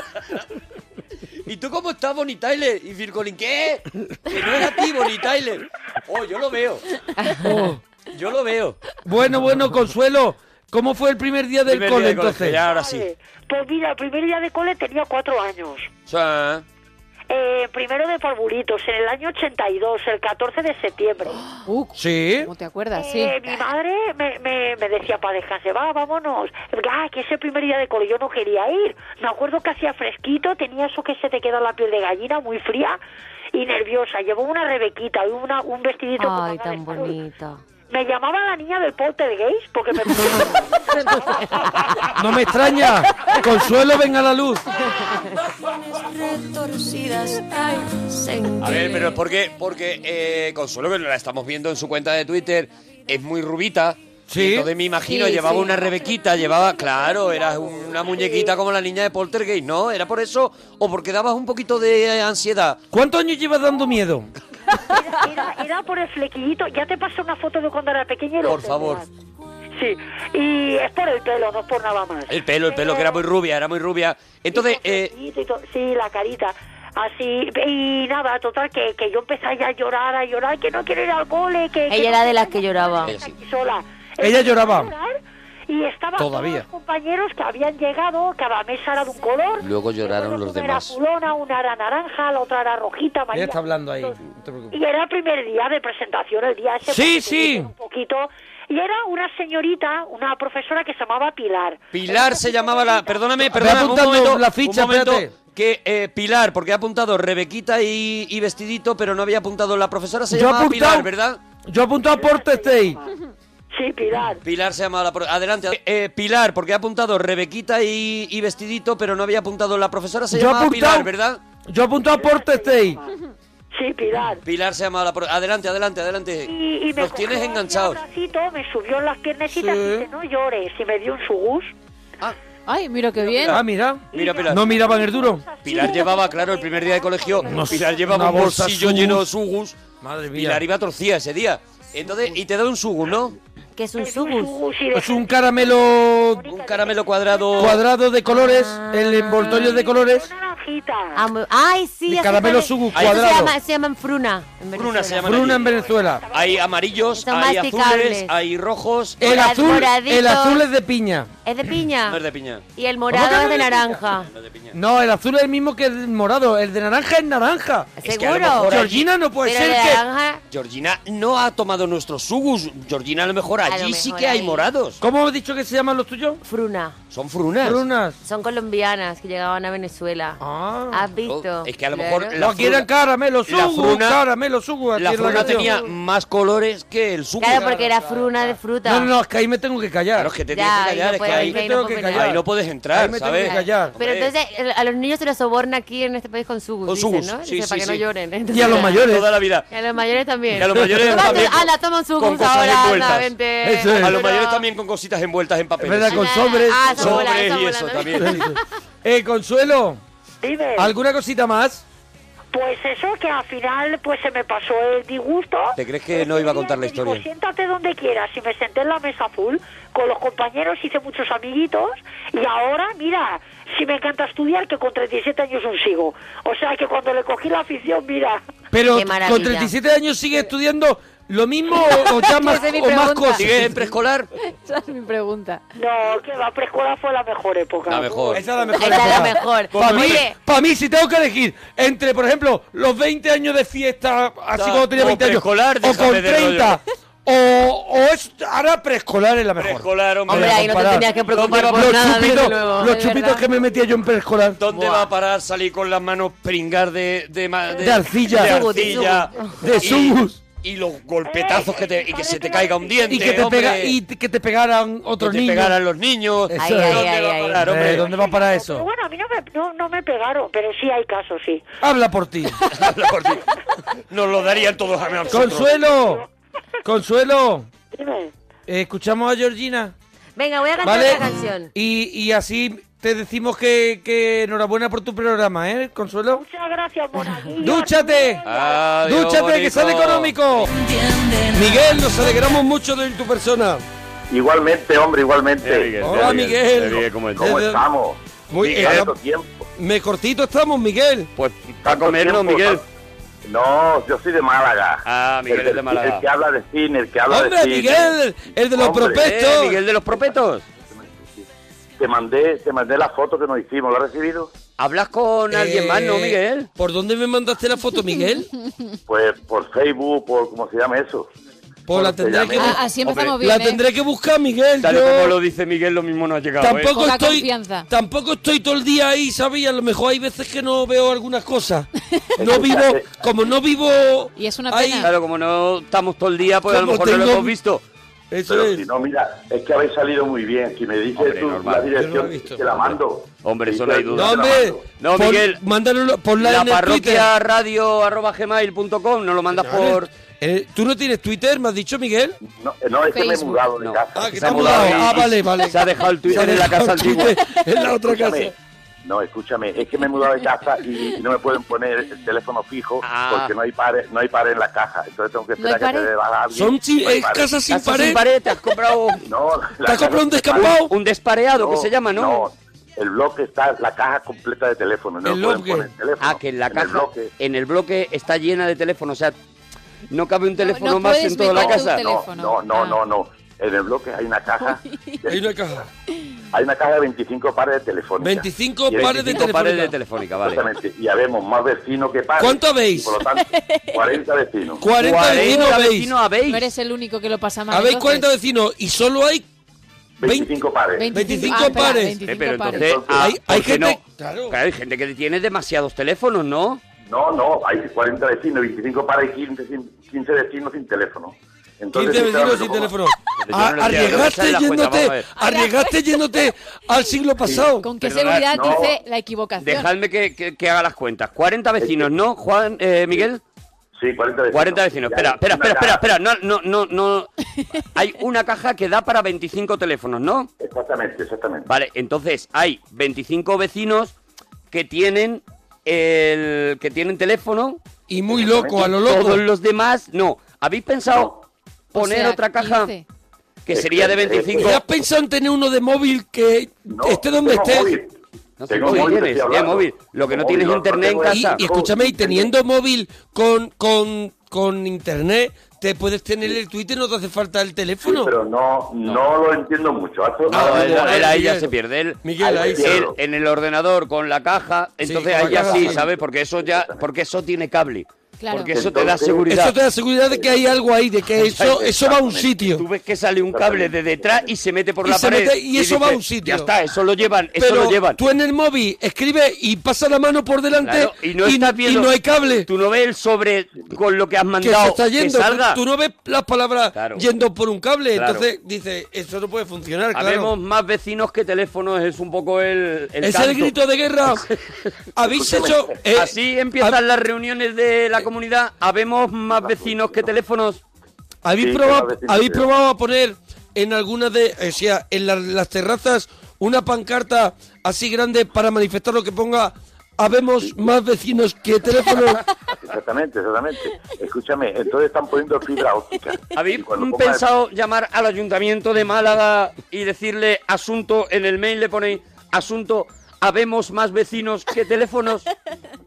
[SPEAKER 3] ¿Y tú cómo estás, Bonnie Tyler? Y Phil Collins, ¿qué? Que no es a ti, Bonnie Tyler. Oh, yo lo veo.
[SPEAKER 1] Oh.
[SPEAKER 3] Yo lo veo.
[SPEAKER 1] Bueno, bueno, Consuelo, ¿cómo fue el primer día del
[SPEAKER 3] Primer
[SPEAKER 1] cole
[SPEAKER 3] día de colegio,
[SPEAKER 1] entonces?
[SPEAKER 3] ya ahora sí.
[SPEAKER 2] Vale. Pues mira, el primer día de cole tenía cuatro años.
[SPEAKER 3] Sí.
[SPEAKER 2] Eh, primero de parvulitos, en el año 82, el 14 de septiembre.
[SPEAKER 4] Uh,
[SPEAKER 1] Sí.
[SPEAKER 4] ¿Cómo te acuerdas? Sí.
[SPEAKER 2] Eh, mi madre me, me, me decía para dejarse, va, vámonos. Ah, que ese primer día de cole yo no quería ir. Me acuerdo que hacía fresquito, tenía eso que se te queda la piel de gallina, muy fría y nerviosa. Llevó una rebequita y una, un vestidito. con
[SPEAKER 5] Ay,
[SPEAKER 2] manga de
[SPEAKER 5] tan
[SPEAKER 2] charol.
[SPEAKER 5] bonita.
[SPEAKER 2] Me llamaba la niña del poltergeist porque me...
[SPEAKER 1] No me extraña. Consuelo, venga a la luz.
[SPEAKER 3] A ver, pero es porque, porque eh, Consuelo, que la estamos viendo en su cuenta de Twitter, es muy rubita.
[SPEAKER 1] Sí.
[SPEAKER 3] Y Entonces me imagino,
[SPEAKER 4] Sí,
[SPEAKER 3] llevaba
[SPEAKER 4] sí.
[SPEAKER 3] una rebequita, llevaba, claro, era una muñequita como la niña de Poltergeist, ¿no? ¿Era por eso o porque dabas un poquito de eh, ansiedad?
[SPEAKER 1] ¿Cuántos años llevas dando miedo?
[SPEAKER 2] Era, era por el flequillito. Ya te pasé una foto de cuando era pequeña y lo
[SPEAKER 3] Por favor.
[SPEAKER 2] entenderás. Sí, y es por el pelo, no es por nada más.
[SPEAKER 3] El pelo, el pelo, que era muy rubia, era muy rubia. Entonces,
[SPEAKER 2] Y con
[SPEAKER 3] eh,
[SPEAKER 2] flequillito y todo. Sí, la carita. Así, y nada, total, que, que yo empecé ya a llorar, a llorar, que no quiero ir al cole, que... que
[SPEAKER 5] Ella era
[SPEAKER 2] no
[SPEAKER 5] de
[SPEAKER 2] quiero
[SPEAKER 5] las que lloraba.
[SPEAKER 2] estar aquí sola.
[SPEAKER 1] Ella lloraba.
[SPEAKER 2] Empecé a llorar Y estaban
[SPEAKER 1] Todavía.
[SPEAKER 2] todos los compañeros que habían llegado, cada mesa era de un color.
[SPEAKER 3] Luego lloraron
[SPEAKER 2] Bueno,
[SPEAKER 3] los
[SPEAKER 2] una
[SPEAKER 3] demás.
[SPEAKER 2] Era fulona, una era naranja, la otra era rojita,
[SPEAKER 1] Ella
[SPEAKER 2] María.
[SPEAKER 1] está hablando ahí, no te preocupes.
[SPEAKER 2] Y era el primer día de presentación, el día ese.
[SPEAKER 1] Sí,
[SPEAKER 2] porque te
[SPEAKER 1] sí.
[SPEAKER 2] dicen Un poquito. Y era una señorita, una profesora que se llamaba Pilar.
[SPEAKER 3] Pilar se llamaba la. Perdóname,
[SPEAKER 1] Ve
[SPEAKER 3] perdóname.
[SPEAKER 1] apuntando la ficha,
[SPEAKER 3] un momento
[SPEAKER 1] espérate.
[SPEAKER 3] que eh, Pilar, porque ha apuntado Rebequita y, y vestidito, pero no había apuntado la profesora. Se
[SPEAKER 1] Yo he
[SPEAKER 3] llamaba
[SPEAKER 1] apuntado-
[SPEAKER 3] Pilar, ¿verdad?
[SPEAKER 1] Yo apunto a Porte State.
[SPEAKER 2] Sí, Pilar.
[SPEAKER 3] Pilar se llamaba la pro- Adelante. Eh, eh, Pilar, porque ha apuntado Rebequita y, y vestidito, pero no había apuntado la profesora. Se
[SPEAKER 1] Yo he
[SPEAKER 3] llamaba Pilar,
[SPEAKER 1] apuntado-
[SPEAKER 3] ¿verdad?
[SPEAKER 1] Yo apunto a Porte State.
[SPEAKER 2] Sí, Pilar.
[SPEAKER 3] Pilar se llamaba la pro- Adelante, adelante, adelante.
[SPEAKER 2] Y, y me
[SPEAKER 3] Los
[SPEAKER 2] cogió
[SPEAKER 3] tienes
[SPEAKER 2] así
[SPEAKER 3] enganchados.
[SPEAKER 2] un bracito, me subió en las piernecitas
[SPEAKER 1] Sí.
[SPEAKER 2] y dice, no llores. Y me dio un sugus.
[SPEAKER 3] Ah,
[SPEAKER 4] Ay, mira qué bien.
[SPEAKER 1] Ah, mira.
[SPEAKER 3] mira, Pilar.
[SPEAKER 1] No miraban el duro.
[SPEAKER 3] Pilar llevaba, claro, el primer día de colegio,
[SPEAKER 1] Unos-
[SPEAKER 3] Pilar llevaba
[SPEAKER 1] una
[SPEAKER 3] un
[SPEAKER 1] bolsa
[SPEAKER 3] bolsillo
[SPEAKER 1] Sugus.
[SPEAKER 3] lleno de sugus.
[SPEAKER 1] Madre mía.
[SPEAKER 3] Pilar iba torcida ese día. Entonces, y te da un sugus, ¿no?
[SPEAKER 5] Que es
[SPEAKER 2] Me
[SPEAKER 5] un
[SPEAKER 2] dio
[SPEAKER 5] sugus.
[SPEAKER 2] sugus y
[SPEAKER 1] Es
[SPEAKER 2] dejé-
[SPEAKER 1] Pues un caramelo
[SPEAKER 3] Un caramelo cuadrado.
[SPEAKER 1] cuadrado de colores, el envoltorio de colores.
[SPEAKER 2] Una naranjita.
[SPEAKER 5] Ah, muy- Ay, sí.
[SPEAKER 1] De
[SPEAKER 5] ya sé
[SPEAKER 1] caramelo
[SPEAKER 5] cuál es.
[SPEAKER 1] sugus
[SPEAKER 5] Eso se
[SPEAKER 1] cuadrado.
[SPEAKER 5] llama- Se llaman fruna. en
[SPEAKER 3] Fruna
[SPEAKER 5] Venezuela.
[SPEAKER 3] se llama.
[SPEAKER 1] Bruna en Venezuela.
[SPEAKER 3] Hay amarillos,
[SPEAKER 5] Son
[SPEAKER 3] hay
[SPEAKER 5] masticables.
[SPEAKER 3] azules, hay rojos.
[SPEAKER 1] El
[SPEAKER 5] Morad-
[SPEAKER 1] azul, el
[SPEAKER 5] moraditos.
[SPEAKER 1] azul es de piña.
[SPEAKER 5] Es de piña.
[SPEAKER 3] No es de piña.
[SPEAKER 5] Y el
[SPEAKER 1] ¿Cómo
[SPEAKER 5] morado
[SPEAKER 1] que
[SPEAKER 5] es de
[SPEAKER 1] no es de piña?
[SPEAKER 5] naranja.
[SPEAKER 3] No es de piña.
[SPEAKER 1] No, el azul es el mismo que el morado. El de naranja es naranja.
[SPEAKER 3] Es que a lo mejor
[SPEAKER 5] Seguro.
[SPEAKER 3] allí-
[SPEAKER 1] Georgina no puede
[SPEAKER 5] Pero
[SPEAKER 1] ser
[SPEAKER 5] de
[SPEAKER 1] que.
[SPEAKER 5] naranja-
[SPEAKER 3] Georgina no ha tomado nuestros sugus. Georgina a lo mejor
[SPEAKER 5] A
[SPEAKER 3] allí
[SPEAKER 5] lo
[SPEAKER 3] sí
[SPEAKER 5] mejor
[SPEAKER 3] que hay
[SPEAKER 5] ahí.
[SPEAKER 3] morados.
[SPEAKER 1] ¿Cómo has dicho que se llaman los tuyos?
[SPEAKER 5] Fruna.
[SPEAKER 3] Son frunas.
[SPEAKER 1] Brunas.
[SPEAKER 5] Son colombianas que llegaban a Venezuela.
[SPEAKER 1] Ah.
[SPEAKER 5] ¿Has
[SPEAKER 3] Oh,
[SPEAKER 5] visto?
[SPEAKER 3] es que a lo
[SPEAKER 5] Claro.
[SPEAKER 3] mejor la
[SPEAKER 1] No, aquí eran
[SPEAKER 3] fruna-
[SPEAKER 1] caramelo
[SPEAKER 3] la
[SPEAKER 1] sugu,
[SPEAKER 3] fruna-
[SPEAKER 1] caramelo sugu. aquí
[SPEAKER 3] La
[SPEAKER 1] en
[SPEAKER 3] fruna
[SPEAKER 1] canción.
[SPEAKER 3] tenía más colores que el sugus.
[SPEAKER 5] Claro, porque era fruna de fruta.
[SPEAKER 1] No, no, no, es que ahí me tengo que callar.
[SPEAKER 3] Claro, es que
[SPEAKER 5] Ya,
[SPEAKER 3] te tienes que
[SPEAKER 5] ahí
[SPEAKER 3] callar,
[SPEAKER 5] no
[SPEAKER 3] es que
[SPEAKER 5] puedo-
[SPEAKER 3] ahí,
[SPEAKER 5] ahí
[SPEAKER 1] me tengo que
[SPEAKER 5] puedo
[SPEAKER 1] callar.
[SPEAKER 3] ahí no puedes
[SPEAKER 1] Ahí
[SPEAKER 3] entrar,
[SPEAKER 1] me tengo
[SPEAKER 3] ¿sabes?
[SPEAKER 1] que callar.
[SPEAKER 5] Pero
[SPEAKER 3] Hombre.
[SPEAKER 5] entonces el- a los niños se los soborna aquí en este país con sugus,
[SPEAKER 3] Con
[SPEAKER 5] dicen,
[SPEAKER 3] sugus,
[SPEAKER 5] ¿no?
[SPEAKER 3] sí,
[SPEAKER 5] Dicen,
[SPEAKER 3] sí,
[SPEAKER 5] para que no
[SPEAKER 3] sí.
[SPEAKER 5] lloren.
[SPEAKER 1] Y a los mayores.
[SPEAKER 3] Toda la vida.
[SPEAKER 5] Y a los mayores también.
[SPEAKER 3] Y a los mayores
[SPEAKER 5] Tómate-
[SPEAKER 3] también con-
[SPEAKER 5] Anda, toma un
[SPEAKER 3] con
[SPEAKER 5] sugus
[SPEAKER 3] cosas
[SPEAKER 5] ahora, anda,
[SPEAKER 3] envueltas.
[SPEAKER 5] vente.
[SPEAKER 1] Eso es.
[SPEAKER 3] A
[SPEAKER 1] Pero-
[SPEAKER 3] los mayores también con cositas envueltas en
[SPEAKER 1] Es
[SPEAKER 3] papel.
[SPEAKER 1] verdad, con sobres.
[SPEAKER 5] Ah,
[SPEAKER 1] con
[SPEAKER 5] eso mola,
[SPEAKER 3] Sobres
[SPEAKER 5] eso
[SPEAKER 3] y
[SPEAKER 5] mola
[SPEAKER 3] eso
[SPEAKER 5] también.
[SPEAKER 3] también.
[SPEAKER 1] Eh, Consuelo,
[SPEAKER 2] Dime.
[SPEAKER 1] ¿alguna cosita más?
[SPEAKER 2] Pues eso, que al final pues se me pasó el disgusto.
[SPEAKER 3] ¿Te crees que no iba a contar la
[SPEAKER 2] Le digo,
[SPEAKER 3] historia?
[SPEAKER 2] Siéntate donde quieras. Y me senté en la mesa full con los compañeros, hice muchos amiguitos. Y ahora, mira, si me encanta estudiar, que con 37 años aún sigo. O sea que cuando le cogí la afición, mira.
[SPEAKER 1] Pero
[SPEAKER 5] Qué maravilla.
[SPEAKER 1] con 37 años sigue estudiando lo mismo o, o ya más,
[SPEAKER 4] Esa es mi
[SPEAKER 1] o más
[SPEAKER 4] pregunta.
[SPEAKER 1] cosas.
[SPEAKER 3] ¿Sigue en preescolar?
[SPEAKER 4] Esa es mi pregunta.
[SPEAKER 2] No, que la preescola fue la mejor época.
[SPEAKER 3] La mejor.
[SPEAKER 1] Esa es la mejor.
[SPEAKER 5] Esa es la
[SPEAKER 1] época.
[SPEAKER 5] mejor.
[SPEAKER 1] Para mí,
[SPEAKER 5] Oye.
[SPEAKER 1] pa' mí, si tengo que elegir entre, por ejemplo, los 20 años de fiesta, así
[SPEAKER 3] Ta-
[SPEAKER 1] como tenía
[SPEAKER 3] o
[SPEAKER 1] 20 años,
[SPEAKER 3] preescolar,
[SPEAKER 1] o
[SPEAKER 3] déjame
[SPEAKER 1] con
[SPEAKER 3] de rollo.
[SPEAKER 1] 30, o, o es, ahora preescolar es la mejor.
[SPEAKER 3] Preescolar, hombre.
[SPEAKER 5] Hombre, ahí no te
[SPEAKER 1] Comparar.
[SPEAKER 5] tenías que preocupar
[SPEAKER 3] ¿Dónde va
[SPEAKER 5] por
[SPEAKER 1] los
[SPEAKER 5] nada, desde
[SPEAKER 1] chupitos,
[SPEAKER 5] luego.
[SPEAKER 1] los
[SPEAKER 5] de
[SPEAKER 1] chupitos
[SPEAKER 5] verdad.
[SPEAKER 1] que me metía yo en preescolar.
[SPEAKER 3] ¿Dónde
[SPEAKER 5] Buah.
[SPEAKER 3] va a parar salir con las manos pringar de, de, ma-
[SPEAKER 1] De arcilla.
[SPEAKER 3] De
[SPEAKER 5] Sugus, de
[SPEAKER 3] arcilla.
[SPEAKER 1] De
[SPEAKER 3] Y-
[SPEAKER 1] sugus.
[SPEAKER 3] Y los golpetazos que te, y que se te caiga un diente.
[SPEAKER 1] Y que, te
[SPEAKER 3] hombre,
[SPEAKER 1] pega, y te- que te pegaran
[SPEAKER 3] que
[SPEAKER 1] otros
[SPEAKER 3] te
[SPEAKER 1] niños.
[SPEAKER 3] pegaran los niños.
[SPEAKER 1] Eso
[SPEAKER 5] Ay,
[SPEAKER 1] es.
[SPEAKER 5] ay,
[SPEAKER 3] ¿Dónde
[SPEAKER 5] ay,
[SPEAKER 3] va a
[SPEAKER 5] ay.
[SPEAKER 3] parar,
[SPEAKER 1] Hombre,
[SPEAKER 3] hombre?
[SPEAKER 1] ¿Dónde va a parar
[SPEAKER 2] Pero
[SPEAKER 1] eso?
[SPEAKER 2] bueno, a mí no me, no, no me pegaron, pero sí hay casos, sí.
[SPEAKER 1] Habla por ti.
[SPEAKER 3] Habla por ti. Nos lo darían todos a nosotros.
[SPEAKER 1] Consuelo, Consuelo,
[SPEAKER 2] Dime.
[SPEAKER 1] eh, escuchamos a Georgina,
[SPEAKER 5] Venga, voy a cantar
[SPEAKER 1] ¿vale?
[SPEAKER 5] otra canción.
[SPEAKER 1] Y, y así te decimos que, que enhorabuena por tu programa, ¿eh, Consuelo?
[SPEAKER 2] Muchas gracias, Monaguillo.
[SPEAKER 1] ¡Dúchate!
[SPEAKER 3] Adiós,
[SPEAKER 1] ¡Dúchate, que
[SPEAKER 3] bonito.
[SPEAKER 1] sale económico! Miguel, nos alegramos mucho de tu persona.
[SPEAKER 8] Igualmente, hombre, igualmente.
[SPEAKER 1] Hola, Miguel.
[SPEAKER 8] ¿Cómo
[SPEAKER 1] Desde-
[SPEAKER 8] estamos?
[SPEAKER 1] Muy,
[SPEAKER 8] Miguel,
[SPEAKER 1] ahora-
[SPEAKER 8] tanto tiempo.
[SPEAKER 1] me cortito estamos, Miguel.
[SPEAKER 3] Pues Ah, a
[SPEAKER 8] tanto
[SPEAKER 3] comer, ¿no,
[SPEAKER 8] tiempo,
[SPEAKER 3] Miguel?
[SPEAKER 8] tan- No, yo soy de Málaga.
[SPEAKER 3] Ah, Miguel
[SPEAKER 8] El-
[SPEAKER 3] es de Málaga.
[SPEAKER 8] El que habla de cine, el que habla de
[SPEAKER 1] ¡Hombre,
[SPEAKER 8] cine.
[SPEAKER 1] Miguel! El de los
[SPEAKER 8] Hombre,
[SPEAKER 1] propestos.
[SPEAKER 3] Eh, Miguel de los propetos.
[SPEAKER 8] Te mandé, te mandé la foto que nos hicimos, ¿la has recibido?
[SPEAKER 3] ¿Hablas con alguien más, no,
[SPEAKER 1] Eh,
[SPEAKER 3] Miguel?
[SPEAKER 1] ¿Por dónde me mandaste la foto, Miguel?
[SPEAKER 8] Pues por Facebook, por cómo se llama eso.
[SPEAKER 1] Pues la tendré
[SPEAKER 8] llame.
[SPEAKER 1] que,
[SPEAKER 4] A- así
[SPEAKER 3] Hombre,
[SPEAKER 4] empezamos bien.
[SPEAKER 1] la
[SPEAKER 4] ¿eh?
[SPEAKER 1] tendré que buscar, Miguel.
[SPEAKER 3] Tal y
[SPEAKER 1] yo-
[SPEAKER 3] como lo dice Miguel, lo mismo no ha llegado. ¿eh?
[SPEAKER 1] Tampoco
[SPEAKER 4] Poca
[SPEAKER 1] estoy,
[SPEAKER 4] confianza.
[SPEAKER 1] tampoco estoy todo el día ahí, ¿sabes? Y A lo mejor hay veces que no veo algunas cosas. No vivo, como no vivo.
[SPEAKER 4] Y es una
[SPEAKER 1] ahí-
[SPEAKER 4] pena.
[SPEAKER 3] Claro, como no estamos todo el día, pues a lo
[SPEAKER 1] Como
[SPEAKER 3] mejor no lo
[SPEAKER 1] tengo-
[SPEAKER 3] hemos visto.
[SPEAKER 1] Eso
[SPEAKER 8] Pero
[SPEAKER 1] es.
[SPEAKER 8] si no, mira, es que habéis salido muy bien. Si me dices
[SPEAKER 3] Hombre,
[SPEAKER 8] tú
[SPEAKER 3] normal.
[SPEAKER 8] la
[SPEAKER 1] Yo no
[SPEAKER 8] dirección,
[SPEAKER 1] lo he visto.
[SPEAKER 8] te la mando.
[SPEAKER 3] Hombre,
[SPEAKER 8] Sí,
[SPEAKER 3] eso no hay
[SPEAKER 8] te-
[SPEAKER 3] duda.
[SPEAKER 8] te
[SPEAKER 1] No,
[SPEAKER 8] la
[SPEAKER 1] hombre.
[SPEAKER 8] mando.
[SPEAKER 3] No,
[SPEAKER 1] pon-
[SPEAKER 3] Miguel.
[SPEAKER 1] Mándalo, ponla
[SPEAKER 3] La
[SPEAKER 1] en el
[SPEAKER 3] parroquia
[SPEAKER 1] Twitter.
[SPEAKER 3] radio arroba gmail.com, no lo mandas por...
[SPEAKER 1] Eh, ¿Tú no tienes Twitter, me has dicho, Miguel?
[SPEAKER 8] No, eh, no, es que me he
[SPEAKER 4] Facebook.
[SPEAKER 8] mudado de
[SPEAKER 3] No.
[SPEAKER 8] casa.
[SPEAKER 1] Ah, que
[SPEAKER 3] Se
[SPEAKER 1] te
[SPEAKER 3] ha
[SPEAKER 1] has
[SPEAKER 3] mudado.
[SPEAKER 1] mudado. Ah,
[SPEAKER 3] Y-
[SPEAKER 1] vale,
[SPEAKER 3] y
[SPEAKER 1] vale.
[SPEAKER 3] Se ha dejado el
[SPEAKER 1] Se ha
[SPEAKER 3] Twitter en la
[SPEAKER 1] dejado
[SPEAKER 3] casa
[SPEAKER 1] el
[SPEAKER 3] antigua.
[SPEAKER 1] Twitter En la otra casa.
[SPEAKER 8] Escúchame, No, escúchame, es que me he mudado de casa y, y no me pueden poner el teléfono fijo
[SPEAKER 3] Ah.
[SPEAKER 8] porque no hay pares, no hay pares en la caja. Entonces tengo que
[SPEAKER 4] ¿No
[SPEAKER 8] esperar
[SPEAKER 4] hay
[SPEAKER 8] que
[SPEAKER 4] pared?
[SPEAKER 8] te debaga alguien.
[SPEAKER 1] Son si-
[SPEAKER 8] No hay
[SPEAKER 1] es
[SPEAKER 8] pared.
[SPEAKER 1] casas sin
[SPEAKER 3] Casa
[SPEAKER 1] pared.
[SPEAKER 3] pared, te has comprado
[SPEAKER 8] No, la
[SPEAKER 1] ¿Te has comprado
[SPEAKER 8] casa-
[SPEAKER 1] un descampado?
[SPEAKER 3] un despareado, que se llama, ¿no?
[SPEAKER 8] No, el bloque está la caja completa de teléfono. No
[SPEAKER 3] El
[SPEAKER 8] pueden
[SPEAKER 3] bloque.
[SPEAKER 8] poner teléfono.
[SPEAKER 3] Ah, que en la
[SPEAKER 8] el
[SPEAKER 3] caja,
[SPEAKER 8] bloque.
[SPEAKER 3] en el bloque está llena de teléfonos, o sea, no cabe un teléfono
[SPEAKER 8] Pues no
[SPEAKER 3] más
[SPEAKER 8] puedes
[SPEAKER 3] en toda la
[SPEAKER 8] meter tu
[SPEAKER 3] casa.
[SPEAKER 8] teléfono. Ah. No, no, no, no, no. En el bloque hay una caja.
[SPEAKER 1] Hay una caja.
[SPEAKER 8] Hay una caja de 25 pares de telefónicas.
[SPEAKER 1] 25
[SPEAKER 8] Y hay
[SPEAKER 1] pares de
[SPEAKER 8] 25
[SPEAKER 1] telefónicas.
[SPEAKER 3] telefónica,
[SPEAKER 8] Exactamente. Y habemos más vecinos que pares.
[SPEAKER 1] ¿Cuánto habéis?
[SPEAKER 8] Y, por lo tanto, 40 vecinos.
[SPEAKER 1] 40 vecinos habéis.
[SPEAKER 4] No eres el único que lo pasa mal.
[SPEAKER 1] Habéis
[SPEAKER 4] entonces.
[SPEAKER 1] 40 vecinos y solo hay
[SPEAKER 8] 25 pares.
[SPEAKER 4] 25
[SPEAKER 1] 25
[SPEAKER 4] ah, pares.
[SPEAKER 1] pares.
[SPEAKER 3] Eh, pero entonces, ah,
[SPEAKER 1] hay, hay
[SPEAKER 3] ¿por qué
[SPEAKER 1] gente.
[SPEAKER 3] no? Claro. hay gente que tiene demasiados teléfonos, ¿no?
[SPEAKER 8] No, no, hay 40 vecinos, 25 pares y 15, sin- 15 vecinos sin teléfono.
[SPEAKER 1] 15 vecinos sin
[SPEAKER 8] ¿cómo?
[SPEAKER 1] teléfono.
[SPEAKER 3] Pero
[SPEAKER 1] Ah,
[SPEAKER 3] yo no le entiendo, me sale
[SPEAKER 1] Arriesgaste
[SPEAKER 3] la cuenta, vamos a
[SPEAKER 1] yéndote,
[SPEAKER 3] ver.
[SPEAKER 1] arriesgaste yéndote al siglo pasado.
[SPEAKER 4] ¿Con qué
[SPEAKER 3] Perdonad,
[SPEAKER 4] seguridad
[SPEAKER 3] no.
[SPEAKER 4] dice la equivocación?
[SPEAKER 3] Dejadme que, que- que haga las cuentas. 40 vecinos, ¿no, Juan, eh, Miguel?
[SPEAKER 8] Sí, 40 vecinos.
[SPEAKER 3] 40 vecinos.
[SPEAKER 8] Ya
[SPEAKER 3] Espera,
[SPEAKER 8] hay
[SPEAKER 3] espera,
[SPEAKER 8] una
[SPEAKER 3] espera, espera,
[SPEAKER 8] caja.
[SPEAKER 3] espera. No, no, no, no. Hay una caja que da para 25 teléfonos, ¿no?
[SPEAKER 8] Exactamente, exactamente.
[SPEAKER 3] Vale, entonces hay 25 vecinos que tienen el que tienen teléfono
[SPEAKER 1] Y muy loco, a lo loco.
[SPEAKER 3] Todos los demás, no. ¿Habéis pensado poner
[SPEAKER 4] O sea,
[SPEAKER 3] otra caja
[SPEAKER 4] 15.
[SPEAKER 3] que sería de
[SPEAKER 8] Eh, eh,
[SPEAKER 3] 25?
[SPEAKER 1] ¿Ya has pensado en tener uno de móvil que
[SPEAKER 8] No,
[SPEAKER 1] esté donde
[SPEAKER 8] tengo
[SPEAKER 1] esté?
[SPEAKER 8] móvil.
[SPEAKER 3] No sé
[SPEAKER 8] Tengo
[SPEAKER 3] qué
[SPEAKER 8] móvil, te
[SPEAKER 3] tienes,
[SPEAKER 8] estoy
[SPEAKER 3] ya,
[SPEAKER 8] hablando.
[SPEAKER 3] móvil. Lo que no
[SPEAKER 8] Móvil,
[SPEAKER 3] tienes es internet en
[SPEAKER 8] tengo
[SPEAKER 1] Y,
[SPEAKER 3] casa.
[SPEAKER 8] nada.
[SPEAKER 1] y escúchame, y teniendo móvil con, con, con internet, te puedes tener el Twitter, no te hace falta el
[SPEAKER 8] Sí,
[SPEAKER 1] teléfono.
[SPEAKER 8] pero no, no, lo entiendo mucho. Hace-
[SPEAKER 3] No,
[SPEAKER 1] Ah,
[SPEAKER 3] él,
[SPEAKER 1] Miguel,
[SPEAKER 3] él ahí ya
[SPEAKER 1] Miguel.
[SPEAKER 3] se pierde. Él,
[SPEAKER 1] Miguel,
[SPEAKER 8] ahí
[SPEAKER 3] él
[SPEAKER 8] sí.
[SPEAKER 3] en el ordenador con la caja, entonces
[SPEAKER 1] con la
[SPEAKER 3] ahí ya
[SPEAKER 1] caja,
[SPEAKER 3] sí,
[SPEAKER 1] sí.
[SPEAKER 3] ¿sabes? Porque eso ya, porque eso tiene cable.
[SPEAKER 4] Claro.
[SPEAKER 3] Porque eso te da
[SPEAKER 8] Entonces,
[SPEAKER 3] seguridad.
[SPEAKER 1] Eso te da seguridad de que hay algo ahí, de que eso, eso va a un sitio.
[SPEAKER 3] Tú ves que sale un cable de detrás y se mete por
[SPEAKER 1] Y
[SPEAKER 3] la
[SPEAKER 1] se
[SPEAKER 3] pared.
[SPEAKER 1] mete- y eso va a un sitio.
[SPEAKER 3] Ya está, eso lo llevan, eso
[SPEAKER 1] Pero
[SPEAKER 3] lo llevan.
[SPEAKER 1] tú en el móvil escribes y pasa la mano por delante
[SPEAKER 3] Claro, y no estás viendo-
[SPEAKER 1] y no hay cable.
[SPEAKER 3] Tú no ves el sobre con lo que has
[SPEAKER 1] que se
[SPEAKER 3] mandado
[SPEAKER 1] está yendo.
[SPEAKER 3] que salga.
[SPEAKER 1] Tú, tú no ves las palabras
[SPEAKER 3] Claro.
[SPEAKER 1] yendo por un cable.
[SPEAKER 3] Claro.
[SPEAKER 1] Entonces dices, eso no puede funcionar,
[SPEAKER 3] Habemos
[SPEAKER 1] claro.
[SPEAKER 3] más vecinos que teléfonos, es un poco el, el
[SPEAKER 1] es el
[SPEAKER 3] canto.
[SPEAKER 1] grito de guerra. Habéis hecho... eh,
[SPEAKER 3] Así empiezan las reuniones de la comunidad. Habemos más vecinos que teléfonos.
[SPEAKER 1] ¿Habéis,
[SPEAKER 8] Sí,
[SPEAKER 1] probado,
[SPEAKER 8] cada vez tiene
[SPEAKER 1] ¿habéis
[SPEAKER 8] que-
[SPEAKER 1] probado a poner en alguna de, o sea, en la- las terrazas una pancarta así grande para manifestar lo que ponga habemos más vecinos que teléfono?
[SPEAKER 8] Exactamente, exactamente. Escúchame, entonces están poniendo fibra óptica.
[SPEAKER 3] ¿Habéis
[SPEAKER 8] Y cuando
[SPEAKER 3] mm,
[SPEAKER 8] pongan-
[SPEAKER 3] pensado llamar al ayuntamiento de Málaga y decirle asunto en el mail le ponéis asunto habemos más vecinos que teléfonos?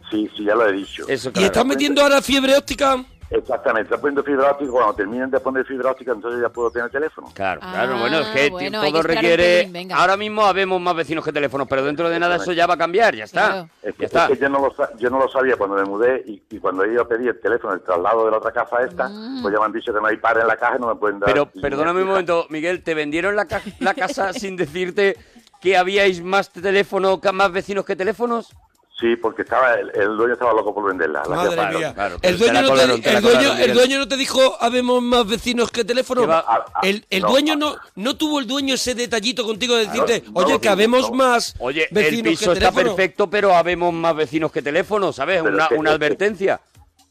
[SPEAKER 8] Sí, sí, ya lo he dicho.
[SPEAKER 3] Eso
[SPEAKER 1] y están metiendo ahora fiebre óptica.
[SPEAKER 8] Exactamente, están poniendo fibra óptica. Cuando terminen de poner fibra óptica, entonces ya puedo tener teléfono.
[SPEAKER 3] Claro,
[SPEAKER 4] Ah,
[SPEAKER 3] claro, bueno, es que
[SPEAKER 4] bueno, hay que esperar
[SPEAKER 3] todo
[SPEAKER 4] un
[SPEAKER 3] requiere.
[SPEAKER 4] pelín, venga.
[SPEAKER 3] Ahora mismo habemos más vecinos que teléfonos, pero dentro de nada eso ya va a cambiar, ya está.
[SPEAKER 4] Claro.
[SPEAKER 8] Es que,
[SPEAKER 3] Ya está.
[SPEAKER 8] es que yo, no lo, sa- yo no lo sabía cuando me mudé y, y cuando he ido a pedir el teléfono, el traslado de la otra casa a esta, pues ya me han dicho que no hay par en la caja y no me pueden dar.
[SPEAKER 3] Pero
[SPEAKER 8] ni
[SPEAKER 3] perdóname un
[SPEAKER 8] fija.
[SPEAKER 3] momento, Miguel, te vendieron la, ca- la casa sin decirte que habíais más teléfono, ca- más vecinos que teléfonos.
[SPEAKER 8] Sí, porque estaba el, el dueño estaba loco por venderla. La
[SPEAKER 1] Madre
[SPEAKER 8] tía-
[SPEAKER 1] mía.
[SPEAKER 3] claro, pero
[SPEAKER 1] el,
[SPEAKER 3] te la
[SPEAKER 1] dueño no
[SPEAKER 3] colaron,
[SPEAKER 1] te,
[SPEAKER 3] te la
[SPEAKER 1] el dueño-
[SPEAKER 3] colaron,
[SPEAKER 1] el
[SPEAKER 3] Miguel.
[SPEAKER 1] dueño no te dijo habemos más vecinos que teléfono.
[SPEAKER 3] Que va-
[SPEAKER 1] el el
[SPEAKER 8] no,
[SPEAKER 1] dueño
[SPEAKER 8] ah,
[SPEAKER 1] no no tuvo el dueño ese detallito contigo de
[SPEAKER 8] Claro,
[SPEAKER 1] decirte,
[SPEAKER 8] no
[SPEAKER 1] oye,
[SPEAKER 8] lo
[SPEAKER 1] que
[SPEAKER 8] digo,
[SPEAKER 1] habemos
[SPEAKER 8] no.
[SPEAKER 1] más
[SPEAKER 3] Oye, el
[SPEAKER 1] vecinos
[SPEAKER 3] piso
[SPEAKER 1] que
[SPEAKER 3] está
[SPEAKER 1] teléfono.
[SPEAKER 3] perfecto, pero habemos más vecinos que teléfonos, ¿sabes?
[SPEAKER 8] Pero
[SPEAKER 3] Una,
[SPEAKER 8] es que-
[SPEAKER 3] una
[SPEAKER 8] es que-
[SPEAKER 3] advertencia.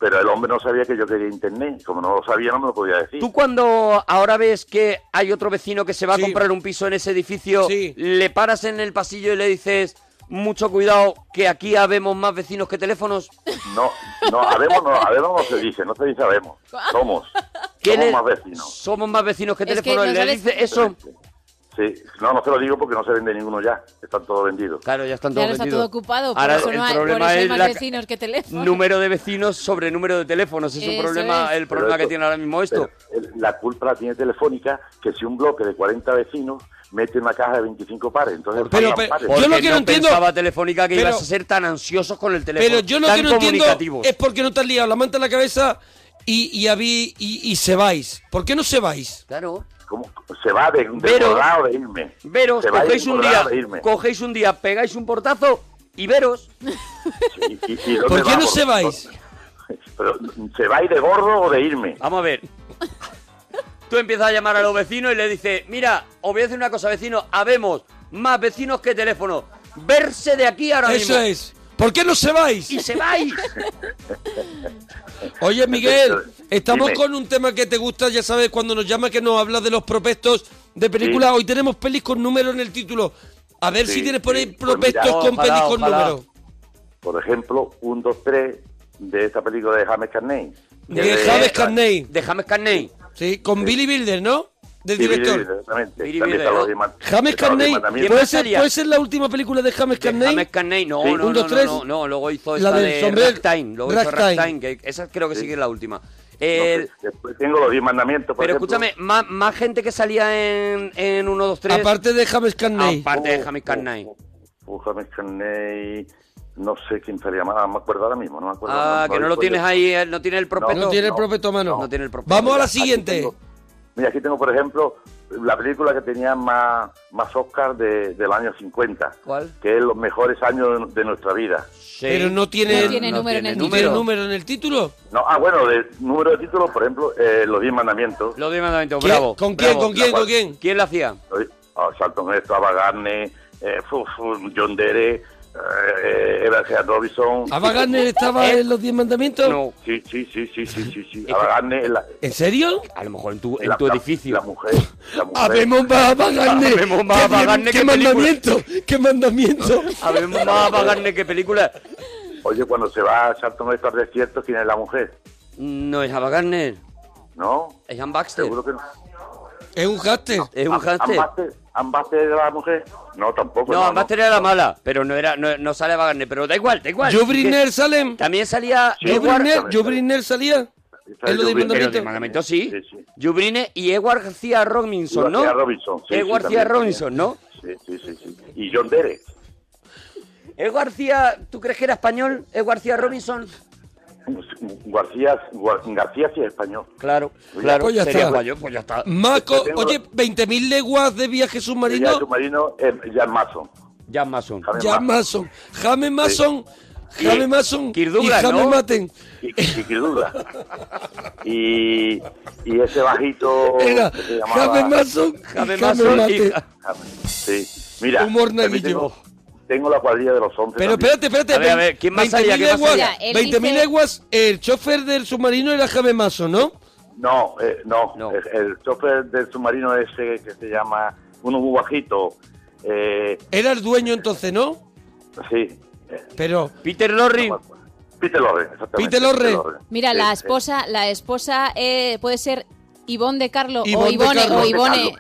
[SPEAKER 8] Pero el hombre no sabía que yo quería internet. Como no lo sabía, no me lo podía decir.
[SPEAKER 3] Tú cuando ahora ves que hay otro vecino que se va
[SPEAKER 1] Sí.
[SPEAKER 3] a comprar un piso en ese edificio,
[SPEAKER 1] Sí.
[SPEAKER 3] le paras en el pasillo y le dices, mucho cuidado, que aquí habemos más vecinos que teléfonos.
[SPEAKER 8] No, no, habemos no, habemos no se dice, no se dice habemos. Somos.
[SPEAKER 3] ¿Qué
[SPEAKER 8] Somos
[SPEAKER 3] le-
[SPEAKER 8] más vecinos.
[SPEAKER 3] Somos más vecinos que
[SPEAKER 4] Es que
[SPEAKER 3] teléfonos.
[SPEAKER 4] no
[SPEAKER 3] le
[SPEAKER 4] sabes-
[SPEAKER 3] dices eso.
[SPEAKER 8] Sí, no, no se lo digo porque no se vende ninguno ya. Están todos vendidos.
[SPEAKER 3] Claro, ya están todos
[SPEAKER 4] Claro, está
[SPEAKER 3] vendidos.
[SPEAKER 4] todo ocupado. Por
[SPEAKER 3] Ahora
[SPEAKER 4] eso
[SPEAKER 3] el
[SPEAKER 4] no hay, por
[SPEAKER 3] problema
[SPEAKER 4] eso hay
[SPEAKER 3] es
[SPEAKER 4] más
[SPEAKER 3] la-
[SPEAKER 4] vecinos que teléfonos.
[SPEAKER 3] número de vecinos sobre número de teléfonos. Es un
[SPEAKER 4] Eso
[SPEAKER 3] problema,
[SPEAKER 4] es.
[SPEAKER 3] el problema
[SPEAKER 8] Pero
[SPEAKER 3] que
[SPEAKER 8] esto-
[SPEAKER 3] tiene ahora mismo esto.
[SPEAKER 8] pero el- la culpa la tiene Telefónica, que si un bloque de 40 vecinos mete una caja de 25 pares, entonces
[SPEAKER 1] Pero-
[SPEAKER 8] faltan
[SPEAKER 1] pero-
[SPEAKER 8] pares.
[SPEAKER 1] yo
[SPEAKER 3] Porque
[SPEAKER 1] lo que no entiendo-
[SPEAKER 3] pensaba Telefónica que
[SPEAKER 1] pero-
[SPEAKER 3] ibas a ser tan ansiosos con el teléfono.
[SPEAKER 1] Pero yo lo
[SPEAKER 3] tan
[SPEAKER 1] que no entiendo
[SPEAKER 3] comunicativos.
[SPEAKER 1] es por qué no te has liado la manta en la cabeza y, y, habí- y, y se vais. ¿Por qué no se vais?
[SPEAKER 3] Claro.
[SPEAKER 8] ¿Cómo? se va de, de
[SPEAKER 3] Pero-
[SPEAKER 8] colorado de irme.
[SPEAKER 3] Veros,
[SPEAKER 8] Se va
[SPEAKER 3] cogéis
[SPEAKER 8] de
[SPEAKER 3] un día,
[SPEAKER 8] colorado de irme.
[SPEAKER 3] cogéis un día, pegáis un portazo y veros.
[SPEAKER 8] Sí, y- y- y ¿dónde
[SPEAKER 1] ¿Por qué no
[SPEAKER 8] vamos?
[SPEAKER 1] se vais?
[SPEAKER 8] Pero, ¿Se va de gordo o de irme?
[SPEAKER 3] Vamos a ver. Tú empiezas a llamar a los vecinos y le dices, mira, os voy a decir una cosa, vecinos, habemos más vecinos que teléfonos. Verse de aquí ahora
[SPEAKER 1] Eso
[SPEAKER 3] mismo.
[SPEAKER 1] es. ¿Por qué no se vais?
[SPEAKER 3] Y se vais.
[SPEAKER 1] Oye, Miguel, estamos
[SPEAKER 8] Dime.
[SPEAKER 1] con un tema que te gusta, ya sabes, cuando nos llama que nos hablas de los propestos de películas. Hoy tenemos pelis con números en el título. A ver
[SPEAKER 8] Sí,
[SPEAKER 1] si tienes por ahí
[SPEAKER 8] sí. Pues
[SPEAKER 1] propestos
[SPEAKER 8] mira,
[SPEAKER 1] con
[SPEAKER 3] ojalá,
[SPEAKER 1] pelis con
[SPEAKER 3] ojalá.
[SPEAKER 1] números.
[SPEAKER 8] Por ejemplo, un 2, 3 de esta película de James Carney.
[SPEAKER 1] De James Carney.
[SPEAKER 3] Déjame carnet.
[SPEAKER 1] Sí, con Billy Builder, ¿no? Del
[SPEAKER 8] Sí,
[SPEAKER 1] director.
[SPEAKER 8] sí, sí, exactamente.
[SPEAKER 3] Viri,
[SPEAKER 8] También
[SPEAKER 3] viri,
[SPEAKER 8] está
[SPEAKER 3] ¿no?
[SPEAKER 8] los diman-
[SPEAKER 1] James
[SPEAKER 8] está los
[SPEAKER 1] Carney.
[SPEAKER 8] dimandamientos.
[SPEAKER 1] ¿Puede ser,
[SPEAKER 3] estaría?
[SPEAKER 1] puede ser la última película de James Carney?
[SPEAKER 3] James Carney, no,
[SPEAKER 8] Sí.
[SPEAKER 3] no, no,
[SPEAKER 1] Un, dos,
[SPEAKER 3] no,
[SPEAKER 1] tres.
[SPEAKER 3] no, no, luego hizo
[SPEAKER 1] La
[SPEAKER 3] esta
[SPEAKER 1] del
[SPEAKER 3] de
[SPEAKER 1] sombrero.
[SPEAKER 3] Ragtime, luego hizo
[SPEAKER 1] Ragtime.
[SPEAKER 3] Ragtime, que esa creo que
[SPEAKER 8] Sí.
[SPEAKER 3] sigue la última.
[SPEAKER 8] No sé,
[SPEAKER 3] El-
[SPEAKER 8] Después tengo los diez mandamientos, por
[SPEAKER 3] pero
[SPEAKER 8] ejemplo.
[SPEAKER 3] escúchame, más, más gente que salía en, en 1, 2, 3,
[SPEAKER 1] Aparte de James Carney.
[SPEAKER 3] aparte
[SPEAKER 8] Oh,
[SPEAKER 3] de James Carney.
[SPEAKER 8] Uh, James Carney, no sé quién sería más, no me acuerdo ahora mismo, no me acuerdo.
[SPEAKER 3] Ah, que no lo
[SPEAKER 8] recuerdo.
[SPEAKER 3] tienes ahí, eh, no tiene el prospecto.
[SPEAKER 1] no tiene el
[SPEAKER 8] no,
[SPEAKER 1] prospecto a mano.
[SPEAKER 3] no tiene el prospecto.
[SPEAKER 1] Vamos a la
[SPEAKER 8] Aquí
[SPEAKER 1] siguiente.
[SPEAKER 8] tengo- mira, aquí tengo, por ejemplo, la película que tenía más, más Oscar de, del año 50.
[SPEAKER 3] ¿Cuál?
[SPEAKER 8] Que es los mejores años de nuestra vida.
[SPEAKER 3] Sí.
[SPEAKER 1] Pero no tiene- No
[SPEAKER 4] tiene número en el
[SPEAKER 1] ¿No tiene número en el título?
[SPEAKER 8] No, ah, bueno, de número de títulos, por ejemplo, eh, Los Diez Mandamientos.
[SPEAKER 3] Los diez mandamientos,
[SPEAKER 1] ¿Quién-
[SPEAKER 3] bravo.
[SPEAKER 1] ¿Con quién?
[SPEAKER 3] bravo.
[SPEAKER 1] ¿Con quién?
[SPEAKER 8] La
[SPEAKER 1] ¿Con
[SPEAKER 8] cual-
[SPEAKER 1] quién?
[SPEAKER 3] ¿Quién la hacía?
[SPEAKER 8] Oh, Charlton Heston, Ava Gardner, eh, fu- fu- John Dere, eh, eh, Evangeline Robinson.
[SPEAKER 1] ¿Ava Gardner estaba en los Diez Mandamientos?
[SPEAKER 3] Eh, No.
[SPEAKER 8] Sí, sí, sí, sí, sí, sí, sí. Ava Gardner, la,
[SPEAKER 1] ¿En serio?
[SPEAKER 3] A lo mejor en tu, en
[SPEAKER 8] la-
[SPEAKER 3] tu
[SPEAKER 8] la-
[SPEAKER 3] edificio.
[SPEAKER 8] La mujer. La mujer.
[SPEAKER 1] Habemos más Ava Gardner.
[SPEAKER 3] Habemos más
[SPEAKER 1] ¿Qué
[SPEAKER 3] Ava
[SPEAKER 1] bien-
[SPEAKER 3] Gardner
[SPEAKER 1] ¿Qué,
[SPEAKER 3] que película.
[SPEAKER 1] mandamiento? ¿Qué mandamiento?
[SPEAKER 3] Habemos más vagarne que película.
[SPEAKER 8] Oye, cuando se va a Charlton Heston al desierto, ¿quién es la mujer?
[SPEAKER 3] No es Ava Gardner,
[SPEAKER 8] ¿No?
[SPEAKER 3] es Ann Baxter.
[SPEAKER 8] Seguro que no. Ah,
[SPEAKER 1] Es un háster.
[SPEAKER 3] Es un hámster.
[SPEAKER 8] ¿Ambas de la mujer? No, tampoco.
[SPEAKER 3] No, Ann Baxter era la mala, pero no era no, no sale Ava Gardner, pero da igual, da igual.
[SPEAKER 1] ¿Joe
[SPEAKER 3] Que-
[SPEAKER 1] Briner Salem?
[SPEAKER 3] También salía
[SPEAKER 8] Sí,
[SPEAKER 1] ¿Joe
[SPEAKER 8] Edward-
[SPEAKER 1] Briner-
[SPEAKER 8] Salem,
[SPEAKER 1] Joe
[SPEAKER 8] Salem.
[SPEAKER 1] Briner salía?
[SPEAKER 8] Esa
[SPEAKER 1] ¿En lo
[SPEAKER 8] es
[SPEAKER 1] de
[SPEAKER 8] Jubril-
[SPEAKER 1] mandamiento?
[SPEAKER 3] Pero de mandamiento sí.
[SPEAKER 8] Sí, sí.
[SPEAKER 3] Jubrine y Edward García Robinson,
[SPEAKER 8] Edward
[SPEAKER 3] ¿no?
[SPEAKER 8] García Robinson, sí, sí,
[SPEAKER 3] Edward García
[SPEAKER 8] también.
[SPEAKER 3] Robinson, ¿no?
[SPEAKER 8] Sí, sí, sí, sí. Y John Dere.
[SPEAKER 3] Edward García, ¿tú crees que era español? Edward García Robinson.
[SPEAKER 8] García, Guar- García sí es español.
[SPEAKER 3] Claro, claro.
[SPEAKER 1] Pues ya
[SPEAKER 3] sería
[SPEAKER 1] está.
[SPEAKER 3] español, pues ya está.
[SPEAKER 1] Maco,
[SPEAKER 8] Tengo-
[SPEAKER 1] oye, 20.000 leguas de viaje
[SPEAKER 8] Ya
[SPEAKER 1] submarino.
[SPEAKER 8] submarino es Jan Mason.
[SPEAKER 3] Jan eh, Mason.
[SPEAKER 8] James
[SPEAKER 1] Ya
[SPEAKER 8] Mason.
[SPEAKER 1] Mason. James Mason. James Mason.
[SPEAKER 3] Kirk
[SPEAKER 1] y
[SPEAKER 3] Douglas,
[SPEAKER 1] James
[SPEAKER 3] ¿no?
[SPEAKER 1] Maten.
[SPEAKER 8] Y, y Kirk Douglas. y, y ese bajito.
[SPEAKER 1] Era
[SPEAKER 8] que se llamaba-
[SPEAKER 1] James Mason.
[SPEAKER 3] James
[SPEAKER 1] y James
[SPEAKER 3] Mason y-
[SPEAKER 1] Maten.
[SPEAKER 8] Sí. Mira.
[SPEAKER 1] Humor
[SPEAKER 8] también
[SPEAKER 1] naguillo.
[SPEAKER 8] Tengo, tengo la cuadrilla de los hombres.
[SPEAKER 1] Pero
[SPEAKER 8] también.
[SPEAKER 1] espérate, espérate.
[SPEAKER 3] A ver, a
[SPEAKER 1] vein-
[SPEAKER 3] ver, ¿quién más
[SPEAKER 1] 20.000
[SPEAKER 3] salía? ¿Quién más
[SPEAKER 1] leguas,
[SPEAKER 4] salía? Mira, él
[SPEAKER 1] 20.000
[SPEAKER 4] dice-
[SPEAKER 1] leguas, el chofer del submarino era James Mason, ¿no?
[SPEAKER 8] No, eh, no,
[SPEAKER 3] No.
[SPEAKER 8] El, el chofer del submarino ese que se llama uno muy bajito, eh,
[SPEAKER 1] Era el dueño entonces, ¿no?
[SPEAKER 8] sí, eh,
[SPEAKER 1] Pero
[SPEAKER 3] Peter Lorre.
[SPEAKER 8] Peter Lorre, exactamente.
[SPEAKER 1] Peter Lorre.
[SPEAKER 4] Mira,
[SPEAKER 8] Sí,
[SPEAKER 3] Eh,
[SPEAKER 4] la
[SPEAKER 8] sí.
[SPEAKER 4] esposa, la esposa eh, puede ser Ivonne de Carlo
[SPEAKER 1] Ivonne
[SPEAKER 4] o
[SPEAKER 1] de
[SPEAKER 4] Ivone
[SPEAKER 1] Carlo.
[SPEAKER 4] o Ivone.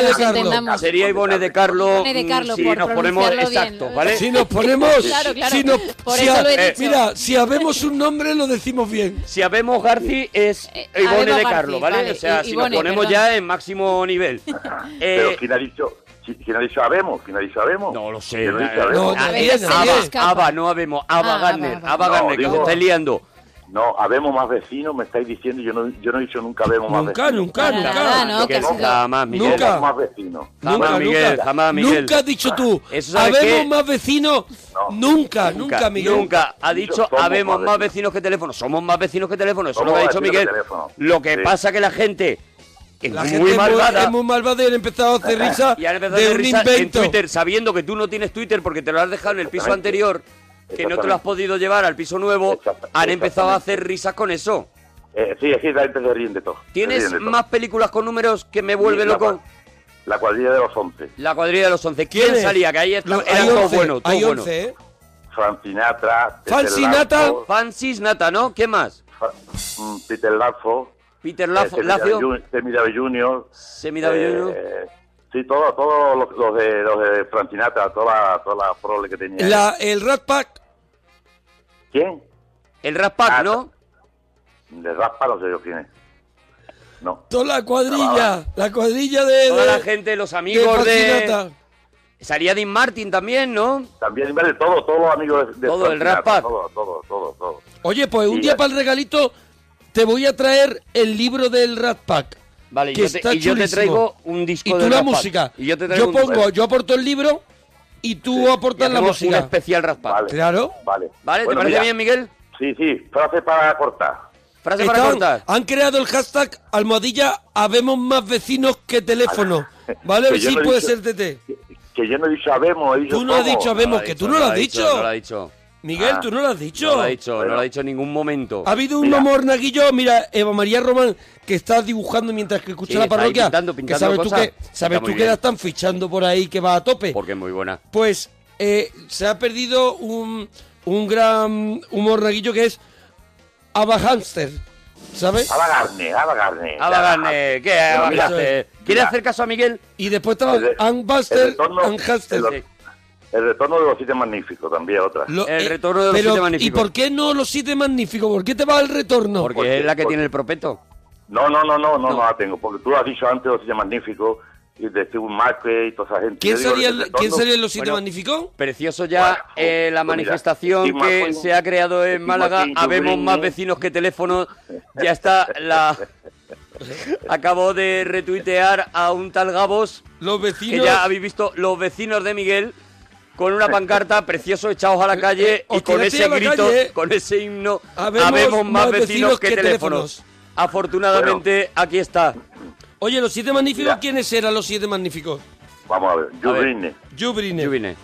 [SPEAKER 4] para que
[SPEAKER 1] de
[SPEAKER 4] nos
[SPEAKER 1] Carlo.
[SPEAKER 4] entendamos.
[SPEAKER 3] Sería Ivone de Carlo.
[SPEAKER 4] Ivone de Carlo,
[SPEAKER 3] mm, si
[SPEAKER 4] por
[SPEAKER 3] nos ponemos
[SPEAKER 4] pronunciarlo bien.
[SPEAKER 3] exacto, ¿vale? Eh,
[SPEAKER 1] si nos ponemos.
[SPEAKER 4] Claro, claro.
[SPEAKER 1] Si nos-
[SPEAKER 4] Por
[SPEAKER 1] si
[SPEAKER 4] eso
[SPEAKER 1] ha-
[SPEAKER 4] lo he dicho.
[SPEAKER 1] Mira, si habemos un nombre, lo decimos bien.
[SPEAKER 3] Si habemos Garci es
[SPEAKER 4] Eh,
[SPEAKER 3] Ivone
[SPEAKER 4] habemos
[SPEAKER 3] de
[SPEAKER 4] Garci,
[SPEAKER 3] Carlo, ¿vale?
[SPEAKER 4] vale,
[SPEAKER 3] O sea,
[SPEAKER 4] I-
[SPEAKER 3] si
[SPEAKER 4] Ivone,
[SPEAKER 3] nos ponemos
[SPEAKER 4] perdón.
[SPEAKER 3] ya en máximo nivel.
[SPEAKER 8] Pero
[SPEAKER 3] Eh,
[SPEAKER 8] ¿quién ha dicho? si- ¿Quién ha dicho sabemos? ¿Quién ha dicho sabemos?
[SPEAKER 3] no lo sé.
[SPEAKER 8] ¿Quién ha dicho
[SPEAKER 3] eh,
[SPEAKER 8] habemos?
[SPEAKER 1] No,
[SPEAKER 3] ah,
[SPEAKER 1] nadie,
[SPEAKER 3] es
[SPEAKER 1] nadie.
[SPEAKER 3] Ava,
[SPEAKER 4] Se escapa.
[SPEAKER 3] Ava, no habemos. Ava
[SPEAKER 4] Ah,
[SPEAKER 3] Garner,
[SPEAKER 4] Ava,
[SPEAKER 3] Ava
[SPEAKER 8] Ava.
[SPEAKER 3] Garner, que
[SPEAKER 8] No,
[SPEAKER 3] os
[SPEAKER 8] digo-
[SPEAKER 3] estáis liando.
[SPEAKER 8] No, habemos más vecinos, me estáis diciendo, yo no, yo no he dicho nunca habemos más
[SPEAKER 1] Nunca,
[SPEAKER 8] vecinos.
[SPEAKER 1] nunca,
[SPEAKER 4] Para
[SPEAKER 1] nunca.
[SPEAKER 4] nada, ¿no?
[SPEAKER 3] Que
[SPEAKER 4] que ha sido-
[SPEAKER 3] jamás, Miguel.
[SPEAKER 1] Nunca.
[SPEAKER 8] Habemos más vecinos.
[SPEAKER 3] Jamás,
[SPEAKER 1] nunca,
[SPEAKER 3] Miguel,
[SPEAKER 1] nunca.
[SPEAKER 3] jamás, Miguel.
[SPEAKER 1] Nunca has dicho tú.
[SPEAKER 3] Eso sabe
[SPEAKER 1] Habemos
[SPEAKER 3] qué.
[SPEAKER 1] más vecinos.
[SPEAKER 8] No.
[SPEAKER 1] Nunca, nunca, Miguel.
[SPEAKER 3] Nunca. Ha
[SPEAKER 8] Yo
[SPEAKER 3] dicho,
[SPEAKER 8] somos
[SPEAKER 3] habemos
[SPEAKER 8] más
[SPEAKER 3] más
[SPEAKER 8] vecinos.
[SPEAKER 3] vecinos que teléfono. Somos más vecinos que teléfono. Eso es lo
[SPEAKER 8] Somos
[SPEAKER 3] que ha dicho
[SPEAKER 8] más
[SPEAKER 3] Miguel.
[SPEAKER 8] vecinos que teléfono.
[SPEAKER 3] Lo que
[SPEAKER 8] Sí.
[SPEAKER 3] pasa que la gente es
[SPEAKER 1] La
[SPEAKER 3] muy
[SPEAKER 1] gente es muy-
[SPEAKER 3] malvada.
[SPEAKER 1] es muy malvada y han empezado a hacer risa
[SPEAKER 3] Y ahora
[SPEAKER 1] de
[SPEAKER 3] empezó a hacer
[SPEAKER 1] un
[SPEAKER 3] risa en
[SPEAKER 1] invento.
[SPEAKER 3] Twitter, sabiendo que tú no tienes Twitter porque te lo has dejado en el piso
[SPEAKER 8] Exactamente.
[SPEAKER 3] anterior, que no te lo has
[SPEAKER 8] Exactamente.
[SPEAKER 3] podido llevar al piso nuevo,
[SPEAKER 8] Exacta-
[SPEAKER 3] han empezado a
[SPEAKER 8] exactamente.
[SPEAKER 3] hacer risas con eso.
[SPEAKER 8] Eh, sí, es que la gente se ríe de todo. se ríen
[SPEAKER 3] ¿Tienes
[SPEAKER 8] de todo.
[SPEAKER 3] más películas con números que me vuelve
[SPEAKER 8] La
[SPEAKER 3] loco?
[SPEAKER 8] cua- La cuadrilla de los hombres.
[SPEAKER 3] La cuadrilla de los once. ¿Quién
[SPEAKER 1] ¿Quién es?
[SPEAKER 3] salía? Que ahí está,
[SPEAKER 1] Lo-
[SPEAKER 3] eran
[SPEAKER 1] hay
[SPEAKER 3] todos
[SPEAKER 1] 11,
[SPEAKER 3] buenos, todos
[SPEAKER 1] hay
[SPEAKER 3] buenos.
[SPEAKER 1] 11, ¿eh?
[SPEAKER 8] Frank Sinatra. Peter
[SPEAKER 1] Frank Sinatra.
[SPEAKER 8] Lazo,
[SPEAKER 3] Francis Nata, ¿no? ¿Qué más?
[SPEAKER 8] Fra- mm, Peter Lazo.
[SPEAKER 3] Peter Laf-
[SPEAKER 8] eh,
[SPEAKER 3] Lacio,
[SPEAKER 8] Semidave Junior.
[SPEAKER 3] Semidave
[SPEAKER 8] eh,
[SPEAKER 3] Junior.
[SPEAKER 8] Sí, todos todo los, los de, los de Francinata, toda la, toda la prole que tenía.
[SPEAKER 1] La, el Rat Pack.
[SPEAKER 8] ¿Quién?
[SPEAKER 3] el Raspac,
[SPEAKER 8] Ah,
[SPEAKER 3] ¿no?
[SPEAKER 8] De Raspa, no sé yo quién es. No.
[SPEAKER 1] Toda la cuadrilla. La cuadrilla de...
[SPEAKER 3] Toda
[SPEAKER 1] de-
[SPEAKER 3] la gente, los amigos de...
[SPEAKER 1] Fascinata.
[SPEAKER 3] Salía Dean Martin también, ¿no?
[SPEAKER 8] También vale todos, todos los amigos de, de
[SPEAKER 3] Todo, el
[SPEAKER 8] Frank Sinatra,
[SPEAKER 3] Raspa.
[SPEAKER 8] Todo, todo, todo, todo.
[SPEAKER 1] Oye, pues un
[SPEAKER 8] Sí,
[SPEAKER 1] día
[SPEAKER 8] ya.
[SPEAKER 1] para el regalito te voy a traer el libro del Rat Pack.
[SPEAKER 3] Vale, y
[SPEAKER 1] que
[SPEAKER 3] yo te-
[SPEAKER 1] está
[SPEAKER 3] y yo te
[SPEAKER 1] chulísimo.
[SPEAKER 3] traigo un disco
[SPEAKER 1] Y tú
[SPEAKER 3] del
[SPEAKER 1] la
[SPEAKER 3] Rat Pack.
[SPEAKER 1] música.
[SPEAKER 3] Y yo te traigo
[SPEAKER 1] yo
[SPEAKER 3] un-
[SPEAKER 1] pongo, yo aporto el libro y tú aportas
[SPEAKER 3] Y
[SPEAKER 1] la
[SPEAKER 3] hacemos un
[SPEAKER 1] música.
[SPEAKER 3] especial Raspac.
[SPEAKER 8] Vale.
[SPEAKER 1] Claro.
[SPEAKER 8] Vale.
[SPEAKER 3] ¿Vale?
[SPEAKER 8] Bueno,
[SPEAKER 3] ¿Te parece
[SPEAKER 8] mira,
[SPEAKER 3] bien, Miguel?
[SPEAKER 8] Sí, sí, frase para cortar.
[SPEAKER 3] Frase para
[SPEAKER 1] Están-
[SPEAKER 3] cortar.
[SPEAKER 1] han creado el hashtag almohadilla habemos más vecinos que teléfono. ¿Vale?
[SPEAKER 8] Que yo
[SPEAKER 1] sí,
[SPEAKER 8] no he
[SPEAKER 1] puede
[SPEAKER 8] dicho-
[SPEAKER 1] ser TT.
[SPEAKER 8] Que yo no he dicho sabemos, he dicho
[SPEAKER 1] Tú no has
[SPEAKER 8] somos.
[SPEAKER 1] dicho habemos, que tú no lo has dicho.
[SPEAKER 3] No lo has dicho.
[SPEAKER 1] Miguel,
[SPEAKER 8] Ah,
[SPEAKER 1] tú no lo has dicho.
[SPEAKER 3] No lo has dicho, no
[SPEAKER 8] Bueno.
[SPEAKER 3] lo has dicho en ningún momento.
[SPEAKER 1] Ha habido un
[SPEAKER 8] Mira.
[SPEAKER 1] humor naguillo, mira, Eva María Román, que está dibujando mientras que escucha
[SPEAKER 3] Sí,
[SPEAKER 1] la
[SPEAKER 3] está ahí
[SPEAKER 1] parroquia.
[SPEAKER 3] pintando,
[SPEAKER 1] que
[SPEAKER 3] pintando
[SPEAKER 1] sabes tú
[SPEAKER 3] cosas.
[SPEAKER 1] que, sabes
[SPEAKER 3] Está
[SPEAKER 1] tú
[SPEAKER 3] muy
[SPEAKER 1] que
[SPEAKER 3] bien.
[SPEAKER 1] la están fichando por ahí, que va a tope.
[SPEAKER 3] Porque es muy buena.
[SPEAKER 1] Pues eh, se ha perdido un, un gran humor naguillo que es Ava Hamster. ¿Sabes?
[SPEAKER 8] Ava Garne, Ava Garne.
[SPEAKER 3] Ava Garne, ¿qué
[SPEAKER 8] Bueno,
[SPEAKER 3] Ava
[SPEAKER 8] mira,
[SPEAKER 3] Garne? ¿Quiere
[SPEAKER 8] mira,
[SPEAKER 3] hacer caso a Miguel?
[SPEAKER 1] Y después estaba
[SPEAKER 8] El de- el
[SPEAKER 1] Anbuster,
[SPEAKER 8] retorno-
[SPEAKER 1] Anhuster.
[SPEAKER 8] el- El retorno de los siete magníficos también, otra.
[SPEAKER 1] Lo- eh,
[SPEAKER 3] el retorno de los
[SPEAKER 1] pero,
[SPEAKER 3] siete magníficos.
[SPEAKER 1] ¿Y por qué no los siete magníficos? ¿Por qué te va el retorno?
[SPEAKER 3] Porque
[SPEAKER 8] ¿Por qué?
[SPEAKER 3] es la que
[SPEAKER 8] ¿Por
[SPEAKER 3] tiene
[SPEAKER 8] qué?
[SPEAKER 3] el propeto.
[SPEAKER 8] No, no, no, no, no, no la tengo, porque tú has dicho antes los siete magníficos y de Steve Márquez y toda esa gente.
[SPEAKER 1] ¿Quién
[SPEAKER 8] Yo digo,
[SPEAKER 1] sería,
[SPEAKER 8] el
[SPEAKER 1] el-
[SPEAKER 8] retorno-
[SPEAKER 1] ¿quién sería los siete
[SPEAKER 3] Bueno,
[SPEAKER 1] magníficos?
[SPEAKER 3] Precioso ya
[SPEAKER 8] Bueno,
[SPEAKER 3] eh,
[SPEAKER 8] pues
[SPEAKER 3] la
[SPEAKER 8] mira,
[SPEAKER 3] manifestación
[SPEAKER 8] Steve
[SPEAKER 3] que
[SPEAKER 8] McQueen,
[SPEAKER 3] se ha creado en
[SPEAKER 8] Steve
[SPEAKER 3] Málaga.
[SPEAKER 8] McQueen,
[SPEAKER 3] Habemos
[SPEAKER 8] Dublín,
[SPEAKER 3] más
[SPEAKER 8] ¿no?
[SPEAKER 3] vecinos que teléfonos. Ya está la... Acabo de retuitear a un tal Gabos
[SPEAKER 1] Los
[SPEAKER 3] que
[SPEAKER 1] vecinos.
[SPEAKER 3] ya habéis visto los vecinos de Miguel con una pancarta precioso echados a la calle y
[SPEAKER 1] Os
[SPEAKER 3] con ese
[SPEAKER 1] tirasteis a Eh, la
[SPEAKER 3] grito,
[SPEAKER 1] calle. eh.
[SPEAKER 3] con ese himno,
[SPEAKER 1] Habemos
[SPEAKER 3] habemos, más vecinos, que, teléfonos. Afortunadamente aquí está.
[SPEAKER 1] Oye, los siete magníficos,
[SPEAKER 8] Mira.
[SPEAKER 1] ¿quiénes eran los siete magníficos?
[SPEAKER 8] Vamos a ver, Joe
[SPEAKER 3] ver.
[SPEAKER 8] Brinley,
[SPEAKER 1] Jubrine,
[SPEAKER 3] Yo vine.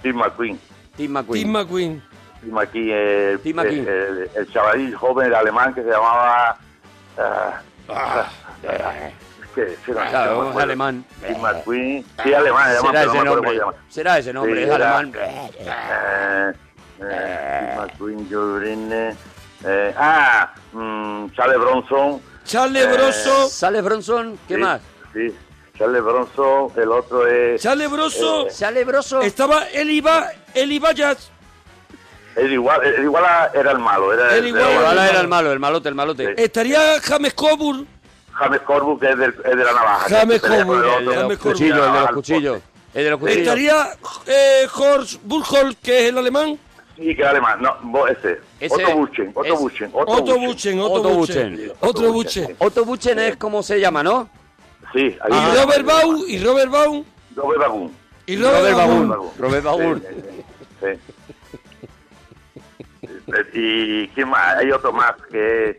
[SPEAKER 8] Steve McQueen.
[SPEAKER 3] Tim
[SPEAKER 1] Tim
[SPEAKER 3] McQueen.
[SPEAKER 1] McQueen.
[SPEAKER 8] Tim McQueen, el,
[SPEAKER 3] Tim
[SPEAKER 8] el,
[SPEAKER 3] McQueen.
[SPEAKER 8] el- el chavalín joven alemán que se llamaba... ah, ah,
[SPEAKER 1] eh.
[SPEAKER 8] que- sí, no,
[SPEAKER 3] Claro,
[SPEAKER 8] no me
[SPEAKER 3] es
[SPEAKER 8] acuerdo.
[SPEAKER 3] alemán.
[SPEAKER 8] Tim McQueen. Sí, alemán, alemán,
[SPEAKER 3] Eh, Será
[SPEAKER 8] pero no
[SPEAKER 3] ese
[SPEAKER 8] me acuerdo cómo
[SPEAKER 3] nombre.
[SPEAKER 8] se llama.
[SPEAKER 3] Será ese nombre,
[SPEAKER 8] Sí,
[SPEAKER 3] es
[SPEAKER 8] era-
[SPEAKER 3] alemán.
[SPEAKER 8] Eh, eh, Steve McQueen, Joe Brinley, eh, ah, mm, Charles Bronson.
[SPEAKER 1] Charles
[SPEAKER 8] Eh,
[SPEAKER 1] Broso.
[SPEAKER 3] Sales Bronson, ¿qué
[SPEAKER 8] Sí,
[SPEAKER 3] más?
[SPEAKER 8] Sí, Charles Bronson, el otro es... eh,
[SPEAKER 1] Charles Broso.
[SPEAKER 3] Sale Broso.
[SPEAKER 1] Estaba él iba, él iba ya.
[SPEAKER 8] El igual, el igual era el malo, era
[SPEAKER 1] El
[SPEAKER 8] el,
[SPEAKER 1] Iguala-
[SPEAKER 8] de-
[SPEAKER 3] Iguala era el malo, el malote, el malote.
[SPEAKER 8] Sí.
[SPEAKER 1] Estaría James Coburn.
[SPEAKER 8] James Corbus, que es, del- es de la navaja.
[SPEAKER 1] James
[SPEAKER 8] que se pelea con el
[SPEAKER 1] Corbus,
[SPEAKER 3] El
[SPEAKER 8] este otro.
[SPEAKER 3] de los
[SPEAKER 1] James Corbin.
[SPEAKER 3] cuchillos, el de los
[SPEAKER 8] Al
[SPEAKER 3] cuchillos.
[SPEAKER 8] poste.
[SPEAKER 3] El de los cuchillos.
[SPEAKER 1] Estaría eh, Horst Burkholz, que es el alemán.
[SPEAKER 8] Sí, que alemán. No, vos, ese.
[SPEAKER 3] Ese-
[SPEAKER 8] Otto Buchen, Otto
[SPEAKER 3] ese-
[SPEAKER 8] Buchen,
[SPEAKER 1] Otto Buchen, Otto
[SPEAKER 3] Otto
[SPEAKER 1] Buchen.
[SPEAKER 3] Buchen.
[SPEAKER 1] Otto
[SPEAKER 8] Otto
[SPEAKER 1] Buchen.
[SPEAKER 8] Buchen.
[SPEAKER 3] Otto Buchen es como se llama, ¿no?
[SPEAKER 8] Sí, ahí
[SPEAKER 1] Y
[SPEAKER 8] está.
[SPEAKER 1] Robert Baum, y Robert Baum,
[SPEAKER 8] Robert Baum.
[SPEAKER 1] y Robert Baum.
[SPEAKER 3] Robert Baum.
[SPEAKER 8] Sí, sí, sí. ¿Y quién más? Hay otro más que,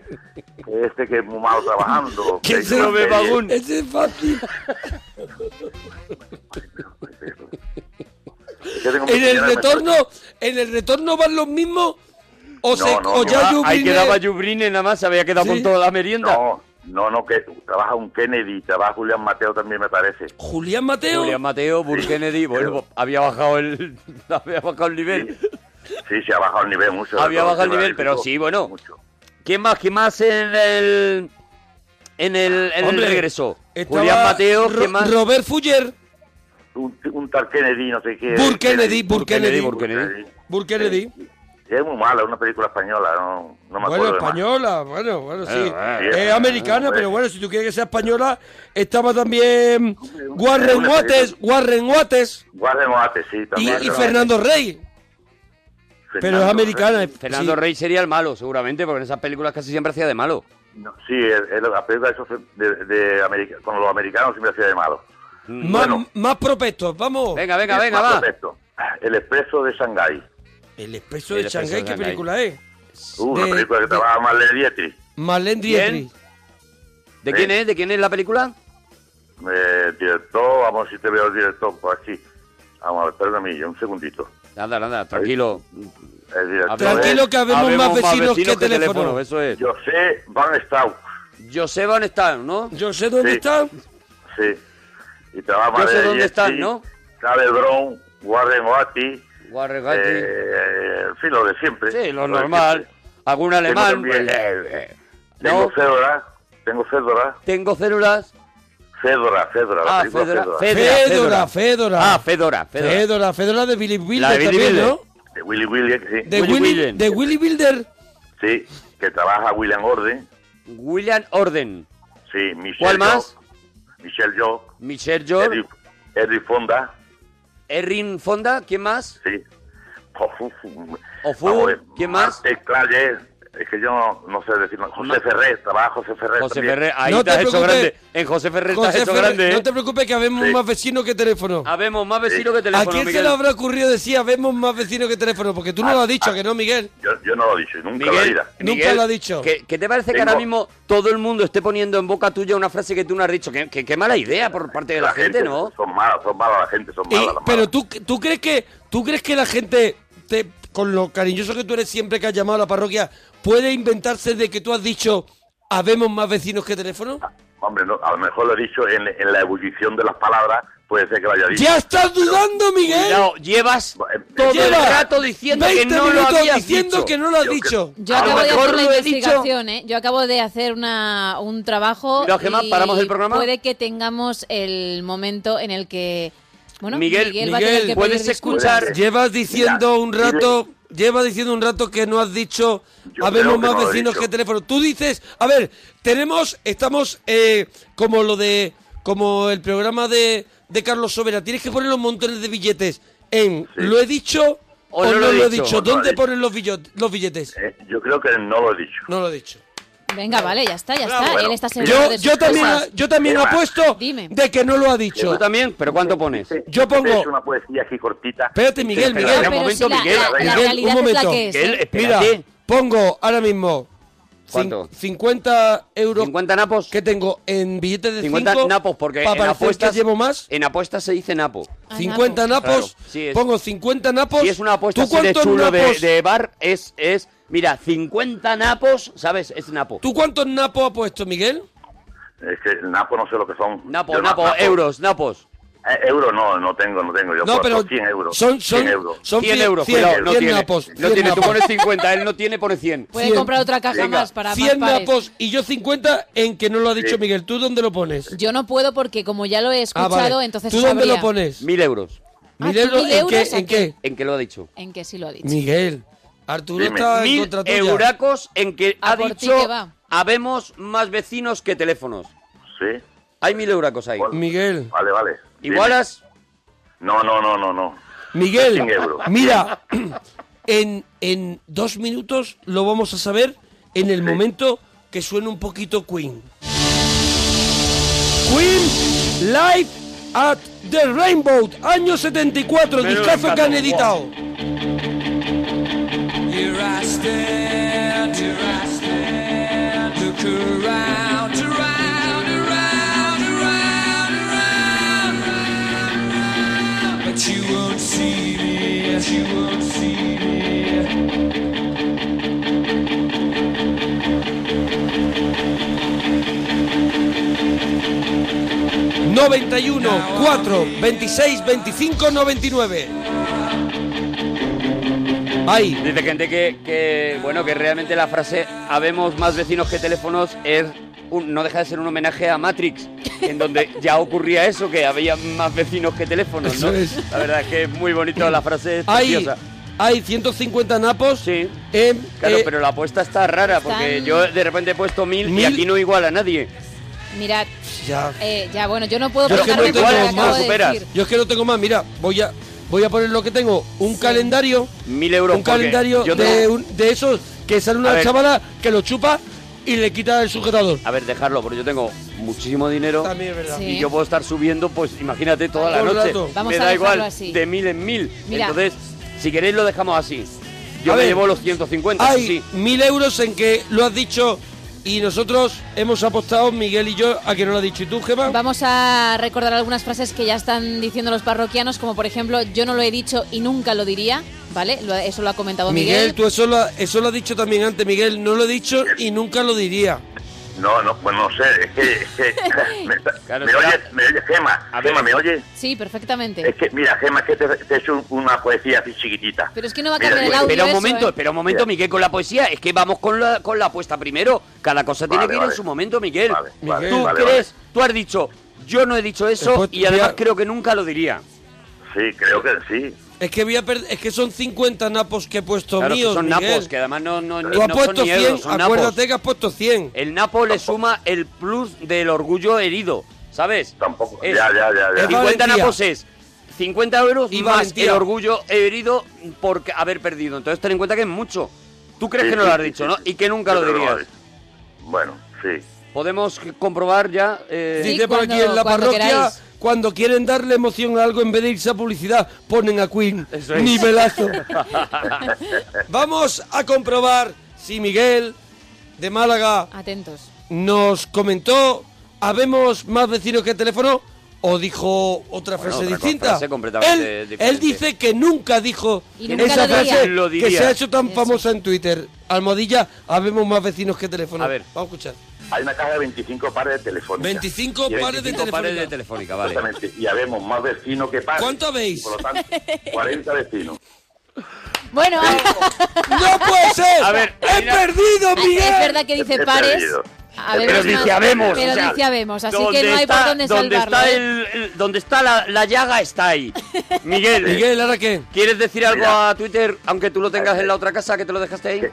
[SPEAKER 8] que este que es muy malo trabajando.
[SPEAKER 1] ¿Quién
[SPEAKER 8] que
[SPEAKER 1] se
[SPEAKER 8] hizo
[SPEAKER 1] lo
[SPEAKER 8] una
[SPEAKER 3] ve,
[SPEAKER 8] serie.
[SPEAKER 3] Bagún?
[SPEAKER 1] Ese es fácil.
[SPEAKER 8] Es que tengo mi
[SPEAKER 1] En el
[SPEAKER 8] señora, me-
[SPEAKER 1] retorno, en el retorno van los mismos o, se,
[SPEAKER 8] No, no,
[SPEAKER 1] o
[SPEAKER 8] no,
[SPEAKER 1] ya
[SPEAKER 8] ah,
[SPEAKER 1] Jubrine-
[SPEAKER 3] Ahí quedaba Jubrine, nada más, se había quedado
[SPEAKER 1] Sí.
[SPEAKER 3] con toda la merienda.
[SPEAKER 8] No, no, no, que trabaja un Kennedy, trabaja Julián Mateo también, me parece.
[SPEAKER 1] Julián Mateo.
[SPEAKER 3] Julián Mateo, Bull Kennedy, bueno, había bajado el, había bajado el nivel.
[SPEAKER 8] Sí, se ha bajado el nivel mucho.
[SPEAKER 3] Había
[SPEAKER 8] Todo
[SPEAKER 3] bajado el
[SPEAKER 8] tema
[SPEAKER 3] nivel, pero
[SPEAKER 8] físico,
[SPEAKER 3] sí, bueno.
[SPEAKER 8] Mucho.
[SPEAKER 3] ¿Quién más? ¿Quién más en el en el, en
[SPEAKER 1] Hombre,
[SPEAKER 3] el regreso?
[SPEAKER 1] estaba
[SPEAKER 3] Julián Mateo,
[SPEAKER 1] Ro-
[SPEAKER 3] ¿quién más?
[SPEAKER 1] Robert Fuller,
[SPEAKER 8] Un, un tal Kennedy, no sé qué.
[SPEAKER 1] Burr Kennedy, Burr Kennedy,
[SPEAKER 3] Burr Kennedy.
[SPEAKER 1] Burr Kennedy.
[SPEAKER 8] Es muy mala, es una película española, no, no me acuerdo.
[SPEAKER 1] Bueno,
[SPEAKER 8] de más. Eh,
[SPEAKER 1] española, bueno, bueno, sí.
[SPEAKER 3] bueno,
[SPEAKER 1] Es
[SPEAKER 8] bueno.
[SPEAKER 1] americana, pero bueno, si tú quieres que sea española, estaba también Warren
[SPEAKER 8] Una
[SPEAKER 1] Wates,
[SPEAKER 8] película.
[SPEAKER 1] Warren Wates
[SPEAKER 8] Guarden Mate, sí,
[SPEAKER 1] y,
[SPEAKER 8] también.
[SPEAKER 1] y
[SPEAKER 8] pero-
[SPEAKER 1] Fernando Rey, pero es
[SPEAKER 8] Fernando,
[SPEAKER 1] americana.
[SPEAKER 8] eh,
[SPEAKER 1] sí.
[SPEAKER 3] Fernando Rey sería el malo, seguramente, porque en esas películas casi siempre hacía de malo.
[SPEAKER 8] no, sí, el- el- la película eso fue de, de América- con los americanos siempre hacía de malo.
[SPEAKER 1] Más,
[SPEAKER 8] Bueno.
[SPEAKER 1] más prospectos, vamos.
[SPEAKER 3] Venga, Mm. venga,
[SPEAKER 8] Es
[SPEAKER 3] venga,
[SPEAKER 8] más
[SPEAKER 3] va.
[SPEAKER 8] perfecto. El expreso de Shanghái.
[SPEAKER 1] El Expreso
[SPEAKER 3] El
[SPEAKER 1] de
[SPEAKER 3] Expreso de
[SPEAKER 1] Shanghái, ¿qué
[SPEAKER 3] Shanghái.
[SPEAKER 1] película es?
[SPEAKER 8] Uh, una
[SPEAKER 1] De-
[SPEAKER 8] película que
[SPEAKER 1] de-
[SPEAKER 8] trabaja Marlene Dietrich.
[SPEAKER 1] Marlene Dietrich.
[SPEAKER 3] ¿De
[SPEAKER 8] Sí.
[SPEAKER 3] quién es? ¿De quién es la película?
[SPEAKER 8] Eh, director, vamos a ver si te veo el director por aquí. Vamos a ver, perdóname, un segundito.
[SPEAKER 3] Nada, nada, tranquilo.
[SPEAKER 8] El director
[SPEAKER 1] Tranquilo,
[SPEAKER 8] es
[SPEAKER 1] que habemos más vecinos que teléfonos.
[SPEAKER 3] Eso es.
[SPEAKER 8] José Van Stau.
[SPEAKER 3] Joseba Nestán, ¿no?
[SPEAKER 1] Yo sé dónde
[SPEAKER 8] Sí.
[SPEAKER 1] está.
[SPEAKER 8] Sí. Y trabaja
[SPEAKER 3] Yo sé
[SPEAKER 8] Marlene
[SPEAKER 3] dónde
[SPEAKER 8] Dietrich,
[SPEAKER 3] están, ¿no?
[SPEAKER 8] Charles Brown, Warren Oaty.
[SPEAKER 3] Guarregati.
[SPEAKER 8] Eh, en fin, lo de siempre.
[SPEAKER 3] sí, lo
[SPEAKER 8] de
[SPEAKER 3] normal.
[SPEAKER 8] siempre.
[SPEAKER 3] Algún
[SPEAKER 8] Tengo
[SPEAKER 3] alemán.
[SPEAKER 8] también,
[SPEAKER 3] pues,
[SPEAKER 8] eh, eh,
[SPEAKER 3] ¿no?
[SPEAKER 8] Tengo Fedora, tengo Fedora,
[SPEAKER 3] Tengo células.
[SPEAKER 8] Fedora, Fedora, la
[SPEAKER 3] Ah,
[SPEAKER 8] película
[SPEAKER 3] Fedora,
[SPEAKER 8] Fedora,
[SPEAKER 3] Fed- Fedora,
[SPEAKER 1] Fedora,
[SPEAKER 3] Fedora.
[SPEAKER 1] Fedora.
[SPEAKER 3] Ah, Fedora, Fedora.
[SPEAKER 1] Fedora, Fedora de Billy
[SPEAKER 3] La
[SPEAKER 1] Wilder
[SPEAKER 3] de Billy
[SPEAKER 1] también, ¿no?
[SPEAKER 8] de Willy Williams, sí,
[SPEAKER 1] De
[SPEAKER 3] Willy
[SPEAKER 1] Willy,
[SPEAKER 3] Wilder.
[SPEAKER 1] de Willy Wilder.
[SPEAKER 8] sí, que trabaja William Orden,
[SPEAKER 3] William Orden.
[SPEAKER 8] sí, Michelle
[SPEAKER 3] ¿Cuál más?
[SPEAKER 8] Yeoh, Michelle Yo,
[SPEAKER 3] Michelle George.
[SPEAKER 8] Edwin Fonda,
[SPEAKER 3] Erin Fonda. ¿Quién más?
[SPEAKER 8] sí. Ofu-
[SPEAKER 3] Ofu,
[SPEAKER 8] vamos a ver,
[SPEAKER 3] ¿quién más?
[SPEAKER 8] Marte Claye, es que yo no, no sé decir, más. José
[SPEAKER 3] Ma-
[SPEAKER 8] Ferrer, trabaja José Ferrer
[SPEAKER 3] José
[SPEAKER 8] también.
[SPEAKER 3] Ferrer. Ahí
[SPEAKER 1] No
[SPEAKER 3] te has
[SPEAKER 1] te
[SPEAKER 3] hecho
[SPEAKER 1] preocupes.
[SPEAKER 3] grande. En José Ferrer te has
[SPEAKER 1] José
[SPEAKER 3] hecho
[SPEAKER 1] Ferrer,
[SPEAKER 3] grande.
[SPEAKER 1] no
[SPEAKER 3] ¿eh?
[SPEAKER 1] te preocupes que habemos
[SPEAKER 8] Sí.
[SPEAKER 1] más vecinos que teléfono.
[SPEAKER 3] Habemos más vecinos que
[SPEAKER 1] ¿A
[SPEAKER 3] teléfono,
[SPEAKER 1] quién se
[SPEAKER 3] Miguel.
[SPEAKER 1] le habrá ocurrido decir habemos más vecinos que teléfono? Porque tú no
[SPEAKER 8] Ah,
[SPEAKER 1] lo has dicho,
[SPEAKER 8] ah.
[SPEAKER 1] que no, Miguel.
[SPEAKER 8] Yo, yo no lo he dicho, nunca en la
[SPEAKER 3] Miguel,
[SPEAKER 8] vida.
[SPEAKER 1] Nunca
[SPEAKER 3] Miguel,
[SPEAKER 1] lo ha dicho.
[SPEAKER 3] ¿Qué, qué te parece que
[SPEAKER 8] Tengo-
[SPEAKER 3] ahora mismo todo el mundo esté poniendo en boca tuya una frase que tú no has dicho? Qué, qué- qué mala idea por parte de la, gente, ¿no?
[SPEAKER 8] Son malas, son malas la gente, son
[SPEAKER 1] Y-
[SPEAKER 8] malas. las
[SPEAKER 1] pero
[SPEAKER 8] malas.
[SPEAKER 1] tú, tú crees que tú crees que la gente te- con lo cariñoso que tú eres siempre que has llamado a la parroquia puede inventarse de que tú has dicho habemos más vecinos que teléfono?
[SPEAKER 8] Ah, Hombre, no, a lo mejor lo he dicho en, en la ebullición de las palabras, puede ser que vaya bien.
[SPEAKER 1] ¡Ya estás dudando, Miguel!
[SPEAKER 3] Cuidado, llevas
[SPEAKER 8] eh,
[SPEAKER 3] todo el
[SPEAKER 1] Lleva
[SPEAKER 3] rato diciendo que
[SPEAKER 1] 20
[SPEAKER 3] no lo
[SPEAKER 1] minutos
[SPEAKER 3] habías
[SPEAKER 1] diciendo
[SPEAKER 3] dicho.
[SPEAKER 1] que no lo has
[SPEAKER 8] Yo que-
[SPEAKER 1] dicho.
[SPEAKER 4] Yo
[SPEAKER 3] A lo
[SPEAKER 4] acabo de
[SPEAKER 3] mejor
[SPEAKER 4] hacer una
[SPEAKER 3] lo he dicho.
[SPEAKER 4] investigación, ¿eh? Yo acabo de hacer una, un trabajo.
[SPEAKER 3] Mira, Gemma,
[SPEAKER 4] y
[SPEAKER 3] ¿paramos el programa?
[SPEAKER 4] Puede que tengamos el momento en el que. Bueno,
[SPEAKER 3] Miguel,
[SPEAKER 4] Miguel, va a tener
[SPEAKER 1] Miguel,
[SPEAKER 4] que pedir
[SPEAKER 3] ¿puedes
[SPEAKER 4] disculpas.
[SPEAKER 3] escuchar?
[SPEAKER 1] Llevas diciendo un rato, llevas diciendo un rato que no has dicho,
[SPEAKER 8] Yo creo
[SPEAKER 1] habemos
[SPEAKER 8] que
[SPEAKER 1] más
[SPEAKER 8] no lo he
[SPEAKER 1] vecinos
[SPEAKER 8] dicho.
[SPEAKER 1] que teléfono. Tú dices, a ver, tenemos, estamos eh, como lo de, como el programa de, de Carlos Sobera, tienes que poner los montones de billetes en, ¿lo he dicho o, no, lo he
[SPEAKER 8] Pues lo he
[SPEAKER 3] No
[SPEAKER 1] dicho? ¿Dónde
[SPEAKER 8] dicho.
[SPEAKER 1] ponen los, billo- los billetes?
[SPEAKER 8] Eh, yo creo que no lo he dicho.
[SPEAKER 1] No lo he dicho.
[SPEAKER 4] Venga, vale, ya está, ya
[SPEAKER 1] Bravo.
[SPEAKER 4] está.
[SPEAKER 8] Bueno,
[SPEAKER 4] Él está seguro
[SPEAKER 1] Yo,
[SPEAKER 4] de sus
[SPEAKER 1] yo también,
[SPEAKER 4] cosas.
[SPEAKER 1] yo también
[SPEAKER 8] Eva,
[SPEAKER 1] apuesto
[SPEAKER 4] dime.
[SPEAKER 1] de que no lo ha dicho.
[SPEAKER 3] ¿Tú también? ¿Pero cuánto pones?
[SPEAKER 1] Yo pongo-
[SPEAKER 8] He hecho una poesía aquí cortita.
[SPEAKER 1] Espérate, Miguel,
[SPEAKER 3] Pero,
[SPEAKER 1] Miguel.
[SPEAKER 3] espera un
[SPEAKER 4] Pero
[SPEAKER 3] momento,
[SPEAKER 4] si la-
[SPEAKER 3] Miguel.
[SPEAKER 4] la- la
[SPEAKER 8] Miguel,
[SPEAKER 4] realidad
[SPEAKER 1] un
[SPEAKER 4] es la
[SPEAKER 1] momento.
[SPEAKER 4] que es. ¿eh?
[SPEAKER 3] Miguel,
[SPEAKER 1] Mira,
[SPEAKER 3] espérate.
[SPEAKER 1] pongo ahora mismo cin-
[SPEAKER 3] ¿Cuánto?
[SPEAKER 1] 50 euros
[SPEAKER 3] 50 napos.
[SPEAKER 1] que tengo en billetes este de
[SPEAKER 3] 50
[SPEAKER 1] cinco
[SPEAKER 3] napos, porque
[SPEAKER 1] para
[SPEAKER 3] en
[SPEAKER 1] parecer
[SPEAKER 3] apuestas,
[SPEAKER 1] que llevo más.
[SPEAKER 3] en apuestas se dice napo.
[SPEAKER 4] Ah,
[SPEAKER 1] 50 napos,
[SPEAKER 3] Claro, sí es.
[SPEAKER 1] pongo 50 napos.
[SPEAKER 3] Si es una apuesta
[SPEAKER 1] ¿Tú
[SPEAKER 3] así de
[SPEAKER 1] cuántos
[SPEAKER 3] chulo de,
[SPEAKER 1] napos,
[SPEAKER 3] de bar, es, es... Mira, 50 napos, ¿sabes? Es napo.
[SPEAKER 1] ¿Tú cuántos napos has puesto, Miguel?
[SPEAKER 8] Es que el Napo no sé lo que son.
[SPEAKER 3] Napo,
[SPEAKER 8] Yo no-
[SPEAKER 3] napo, euros, napos.
[SPEAKER 8] Eh, euro no, no tengo, no tengo. Yo
[SPEAKER 1] no,
[SPEAKER 8] puedo
[SPEAKER 1] pero
[SPEAKER 8] hacer 100 euros.
[SPEAKER 1] son son
[SPEAKER 8] 100 euros.
[SPEAKER 1] son
[SPEAKER 3] 100
[SPEAKER 1] cien-
[SPEAKER 3] euros,
[SPEAKER 1] cien-
[SPEAKER 3] cuidado, no
[SPEAKER 1] cien
[SPEAKER 3] tiene.
[SPEAKER 1] napos,
[SPEAKER 3] no
[SPEAKER 1] cien
[SPEAKER 3] tiene, tú
[SPEAKER 1] napos.
[SPEAKER 3] pones 50, él no tiene, pone 100.
[SPEAKER 4] Puede
[SPEAKER 1] 100.
[SPEAKER 4] comprar otra caja
[SPEAKER 3] Venga,
[SPEAKER 4] más para más
[SPEAKER 1] 100
[SPEAKER 4] pares.
[SPEAKER 1] napos y yo 50 en que no lo ha dicho
[SPEAKER 8] Sí.
[SPEAKER 1] Miguel. ¿Tú dónde lo pones?
[SPEAKER 4] Yo no puedo porque como ya lo he
[SPEAKER 1] Ah,
[SPEAKER 4] escuchado,
[SPEAKER 1] vale.
[SPEAKER 4] entonces
[SPEAKER 1] ¿Tú dónde
[SPEAKER 4] sabría.
[SPEAKER 1] lo pones?
[SPEAKER 3] 1000 euros.
[SPEAKER 4] Ah,
[SPEAKER 1] Miguel,
[SPEAKER 4] ¿tú mil
[SPEAKER 1] ¿en qué?
[SPEAKER 4] euros
[SPEAKER 1] ¿En
[SPEAKER 4] aquí?
[SPEAKER 1] qué?
[SPEAKER 3] ¿En qué lo ha dicho?
[SPEAKER 4] En que sí lo ha dicho.
[SPEAKER 1] Miguel, Arturo
[SPEAKER 8] Dime.
[SPEAKER 1] está en
[SPEAKER 3] Mil
[SPEAKER 1] contra tuya.
[SPEAKER 3] euracos en que
[SPEAKER 4] A
[SPEAKER 3] ha
[SPEAKER 4] por ti
[SPEAKER 3] dicho...
[SPEAKER 4] que va.
[SPEAKER 3] Habemos más vecinos que teléfonos.
[SPEAKER 8] Sí.
[SPEAKER 3] Hay mil euracos ahí.
[SPEAKER 8] Bueno.
[SPEAKER 1] Miguel,
[SPEAKER 8] Vale, vale. Dime.
[SPEAKER 3] Igualas...
[SPEAKER 8] No, no, no, no, no.
[SPEAKER 1] Miguel,
[SPEAKER 8] 100 euros.
[SPEAKER 1] mira, en, en dos minutos lo vamos a saber en el momento que suene un poquito Queen. Queen Live at the Rainbow, año 74,
[SPEAKER 3] Me lo
[SPEAKER 1] discazo que han
[SPEAKER 3] encantó.
[SPEAKER 1] editado.
[SPEAKER 9] Here I stand, here I stand, look around, around, around, around, around. But you won't see me, you won't see me. Now
[SPEAKER 1] 91,
[SPEAKER 9] I'm
[SPEAKER 1] 4, 26, 25, 99. Ahí.
[SPEAKER 3] Dice gente que, que, bueno, que realmente la frase habemos más vecinos que teléfonos es un- no deja de ser un homenaje a Matrix, en donde ya ocurría eso, que había más vecinos que teléfonos, ¿no?
[SPEAKER 1] Eso es.
[SPEAKER 3] La verdad es que es muy bonito la frase, es
[SPEAKER 1] Hay,
[SPEAKER 3] preciosa.
[SPEAKER 1] hay 150 napos
[SPEAKER 3] Sí.
[SPEAKER 1] en,
[SPEAKER 3] Claro,
[SPEAKER 1] eh,
[SPEAKER 3] pero la apuesta está rara, porque
[SPEAKER 4] Están-
[SPEAKER 3] yo de repente he puesto mil, y
[SPEAKER 1] Mil.
[SPEAKER 3] aquí no igual a nadie.
[SPEAKER 4] Mirad,
[SPEAKER 1] ya.
[SPEAKER 4] eh, ya bueno, yo no puedo
[SPEAKER 1] Yo es que
[SPEAKER 4] quejarme
[SPEAKER 1] no
[SPEAKER 4] por lo
[SPEAKER 1] tengo
[SPEAKER 4] que acabo
[SPEAKER 1] más,
[SPEAKER 4] de
[SPEAKER 3] superas.
[SPEAKER 4] decir.
[SPEAKER 1] Yo es que no tengo más, mira, voy a voy a poner lo que tengo, un calendario,
[SPEAKER 3] Mil euros.
[SPEAKER 1] un
[SPEAKER 3] porque
[SPEAKER 1] calendario
[SPEAKER 3] yo
[SPEAKER 1] de,
[SPEAKER 3] tengo-
[SPEAKER 1] un- de esos que sale
[SPEAKER 3] A
[SPEAKER 1] una
[SPEAKER 3] ver.
[SPEAKER 1] chavala que lo chupa y le quita el sujetador.
[SPEAKER 3] A ver, dejarlo, porque yo tengo muchísimo dinero.
[SPEAKER 1] También es verdad.
[SPEAKER 4] Sí.
[SPEAKER 3] Y yo puedo estar subiendo, pues imagínate, toda la
[SPEAKER 1] Todo el
[SPEAKER 3] noche.
[SPEAKER 1] rato.
[SPEAKER 4] Vamos
[SPEAKER 3] me
[SPEAKER 4] a
[SPEAKER 3] da
[SPEAKER 4] dejarlo
[SPEAKER 3] igual,
[SPEAKER 4] así.
[SPEAKER 3] de mil en mil.
[SPEAKER 4] Mira.
[SPEAKER 3] Entonces, si queréis lo dejamos así. Yo
[SPEAKER 1] A
[SPEAKER 3] me
[SPEAKER 1] ver.
[SPEAKER 3] llevo los 150,
[SPEAKER 1] Hay
[SPEAKER 3] sí.
[SPEAKER 1] mil euros en que lo has dicho y nosotros hemos apostado, Miguel y yo, a que no lo ha dicho. ¿Y tú, Gemma?
[SPEAKER 4] Vamos a recordar algunas frases que ya están diciendo los parroquianos, como por ejemplo, yo no lo he dicho y nunca lo diría, ¿vale? Lo- Eso lo ha comentado Miguel.
[SPEAKER 1] Miguel, tú eso lo, ha- eso lo has dicho también antes, Miguel. No lo he dicho y nunca lo diría.
[SPEAKER 8] No, no, pues no sé. Es que. Es que me,
[SPEAKER 3] Claro,
[SPEAKER 8] me
[SPEAKER 3] será-
[SPEAKER 8] oyes, me oyes, Gema.
[SPEAKER 3] A ver.
[SPEAKER 8] Gema, ¿me oyes?
[SPEAKER 4] Sí,
[SPEAKER 8] Es
[SPEAKER 4] perfectamente.
[SPEAKER 8] que, mira, Gema, es que te, te he hecho un- una poesía así chiquitita.
[SPEAKER 4] Pero es que no va a
[SPEAKER 8] Mira,
[SPEAKER 4] cambiar el
[SPEAKER 8] yo-
[SPEAKER 4] audio.
[SPEAKER 3] Espera un
[SPEAKER 4] eso,
[SPEAKER 3] momento,
[SPEAKER 4] ¿eh?
[SPEAKER 3] espera un momento,
[SPEAKER 8] Mira.
[SPEAKER 3] Miguel, con la poesía. Es que vamos con la, con la apuesta primero. Cada cosa
[SPEAKER 8] Vale,
[SPEAKER 3] tiene que ir
[SPEAKER 8] vale.
[SPEAKER 3] en su momento, Miguel.
[SPEAKER 8] Vale, vale,
[SPEAKER 3] ¿Tú
[SPEAKER 8] vale,
[SPEAKER 3] crees? Tú has dicho, yo no he dicho eso
[SPEAKER 1] Después
[SPEAKER 3] y además
[SPEAKER 1] ya-
[SPEAKER 3] creo que nunca lo diría.
[SPEAKER 8] Sí, creo que sí.
[SPEAKER 1] Es que voy a perder- es que son 50 napos que he puesto
[SPEAKER 3] Claro, que
[SPEAKER 1] míos,
[SPEAKER 3] son
[SPEAKER 1] Miguel.
[SPEAKER 3] napos, que además no, no,
[SPEAKER 1] Tú
[SPEAKER 3] ni-
[SPEAKER 1] has
[SPEAKER 3] no son
[SPEAKER 1] puesto
[SPEAKER 3] ni
[SPEAKER 1] 100,
[SPEAKER 3] euros, son napos.
[SPEAKER 1] acuérdate que has puesto 100.
[SPEAKER 3] El napo le suma el plus del orgullo herido, ¿sabes?
[SPEAKER 8] Tampoco.
[SPEAKER 3] Es-
[SPEAKER 8] Ya, ya, ya. ya.
[SPEAKER 1] Es
[SPEAKER 3] 50
[SPEAKER 1] valentía.
[SPEAKER 3] napos es 50 euros
[SPEAKER 1] Y
[SPEAKER 3] más
[SPEAKER 1] valentía.
[SPEAKER 3] el orgullo herido por haber perdido. Entonces ten en cuenta que es mucho. Tú crees
[SPEAKER 8] Sí,
[SPEAKER 3] que no
[SPEAKER 8] sí,
[SPEAKER 3] lo has
[SPEAKER 8] sí,
[SPEAKER 3] dicho,
[SPEAKER 8] sí,
[SPEAKER 3] ¿no?
[SPEAKER 8] sí.
[SPEAKER 3] Y que nunca
[SPEAKER 8] Yo
[SPEAKER 3] lo
[SPEAKER 8] creo que
[SPEAKER 3] dirías.
[SPEAKER 8] he dicho. Bueno, sí.
[SPEAKER 3] Podemos comprobar ya. eh,
[SPEAKER 4] Sí,
[SPEAKER 1] Dice por aquí
[SPEAKER 4] cuando-
[SPEAKER 1] en la
[SPEAKER 4] cuando
[SPEAKER 1] parroquia,
[SPEAKER 4] queráis.
[SPEAKER 1] cuando quieren darle emoción a algo, en vez de irse a publicidad, ponen a Queen.
[SPEAKER 3] Eso es.
[SPEAKER 1] Nivelazo. Vamos a comprobar si Miguel de Málaga
[SPEAKER 4] Atentos.
[SPEAKER 1] nos comentó, ¿habemos más vecinos que teléfono? ¿O dijo otra
[SPEAKER 3] Bueno,
[SPEAKER 1] frase
[SPEAKER 3] otra
[SPEAKER 1] distinta?
[SPEAKER 3] frase completamente
[SPEAKER 1] él,
[SPEAKER 3] diferente.
[SPEAKER 1] él dice que nunca dijo
[SPEAKER 4] Y nunca
[SPEAKER 1] esa
[SPEAKER 4] lo diría.
[SPEAKER 1] frase
[SPEAKER 3] Lo diría.
[SPEAKER 1] que se ha hecho tan
[SPEAKER 4] Eso.
[SPEAKER 1] famosa en Twitter. Almohadilla, habemos más vecinos que teléfono.
[SPEAKER 3] A ver.
[SPEAKER 1] Vamos a escuchar.
[SPEAKER 8] hay una caja de 25 pares de telefónicas.
[SPEAKER 1] 25
[SPEAKER 8] Y hay
[SPEAKER 1] pares de
[SPEAKER 8] 25
[SPEAKER 1] telefónicas.
[SPEAKER 3] Pares de telefónica, vale.
[SPEAKER 8] Exactamente. Y habemos más vecinos que pares.
[SPEAKER 1] ¿Cuánto habéis?
[SPEAKER 8] Por lo tanto, 40 vecinos.
[SPEAKER 4] Bueno,
[SPEAKER 1] ¡No puede ser!
[SPEAKER 3] A ver,
[SPEAKER 1] ¡He perdido, Miguel!
[SPEAKER 4] es verdad que dice
[SPEAKER 8] He
[SPEAKER 4] pares.
[SPEAKER 8] perdido.
[SPEAKER 4] A ver,
[SPEAKER 3] Pero
[SPEAKER 4] es
[SPEAKER 3] dice
[SPEAKER 4] más-
[SPEAKER 3] habemos,
[SPEAKER 4] Pero
[SPEAKER 3] o sea,
[SPEAKER 4] dice habemos, así
[SPEAKER 3] Donde
[SPEAKER 4] que no hay
[SPEAKER 3] está-
[SPEAKER 4] por dónde
[SPEAKER 3] donde
[SPEAKER 4] salvarlo.
[SPEAKER 3] Está
[SPEAKER 4] ¿eh?
[SPEAKER 3] el, el- donde está la, la llaga está ahí. Miguel,
[SPEAKER 1] Miguel, ¿ahora qué?
[SPEAKER 3] ¿quieres decir algo
[SPEAKER 8] Mira.
[SPEAKER 3] a Twitter, aunque tú lo tengas en la otra casa que te lo dejaste ahí?
[SPEAKER 8] Que,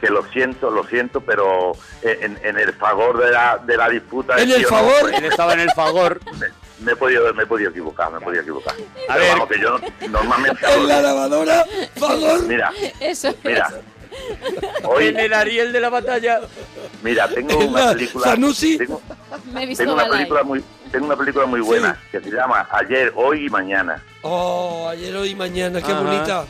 [SPEAKER 8] que lo siento, lo siento, pero en, en el favor de la, de la disputa. de
[SPEAKER 1] ¿En el
[SPEAKER 8] tío,
[SPEAKER 1] favor?
[SPEAKER 3] Él estaba en el favor.
[SPEAKER 8] Me, pues, me he podido, me he podido equivocar, me he podido equivocar.
[SPEAKER 3] A
[SPEAKER 8] Pero
[SPEAKER 3] ver.
[SPEAKER 8] vamos, que yo no- normalmente.
[SPEAKER 1] En la lavadora, favor.
[SPEAKER 8] Mira,
[SPEAKER 4] Eso es.
[SPEAKER 8] mira. Hoy,
[SPEAKER 3] En el Ariel de la batalla.
[SPEAKER 8] mira, tengo
[SPEAKER 1] En la
[SPEAKER 8] una película.
[SPEAKER 1] Sanusi.
[SPEAKER 8] Tengo,
[SPEAKER 4] Me he visto
[SPEAKER 8] tengo una
[SPEAKER 4] mal ahí.
[SPEAKER 8] película muy, tengo una película muy buena
[SPEAKER 1] Sí.
[SPEAKER 8] que se llama Ayer, Hoy y Mañana.
[SPEAKER 1] Oh, ayer, hoy, mañana, qué
[SPEAKER 3] Ajá.
[SPEAKER 1] bonita.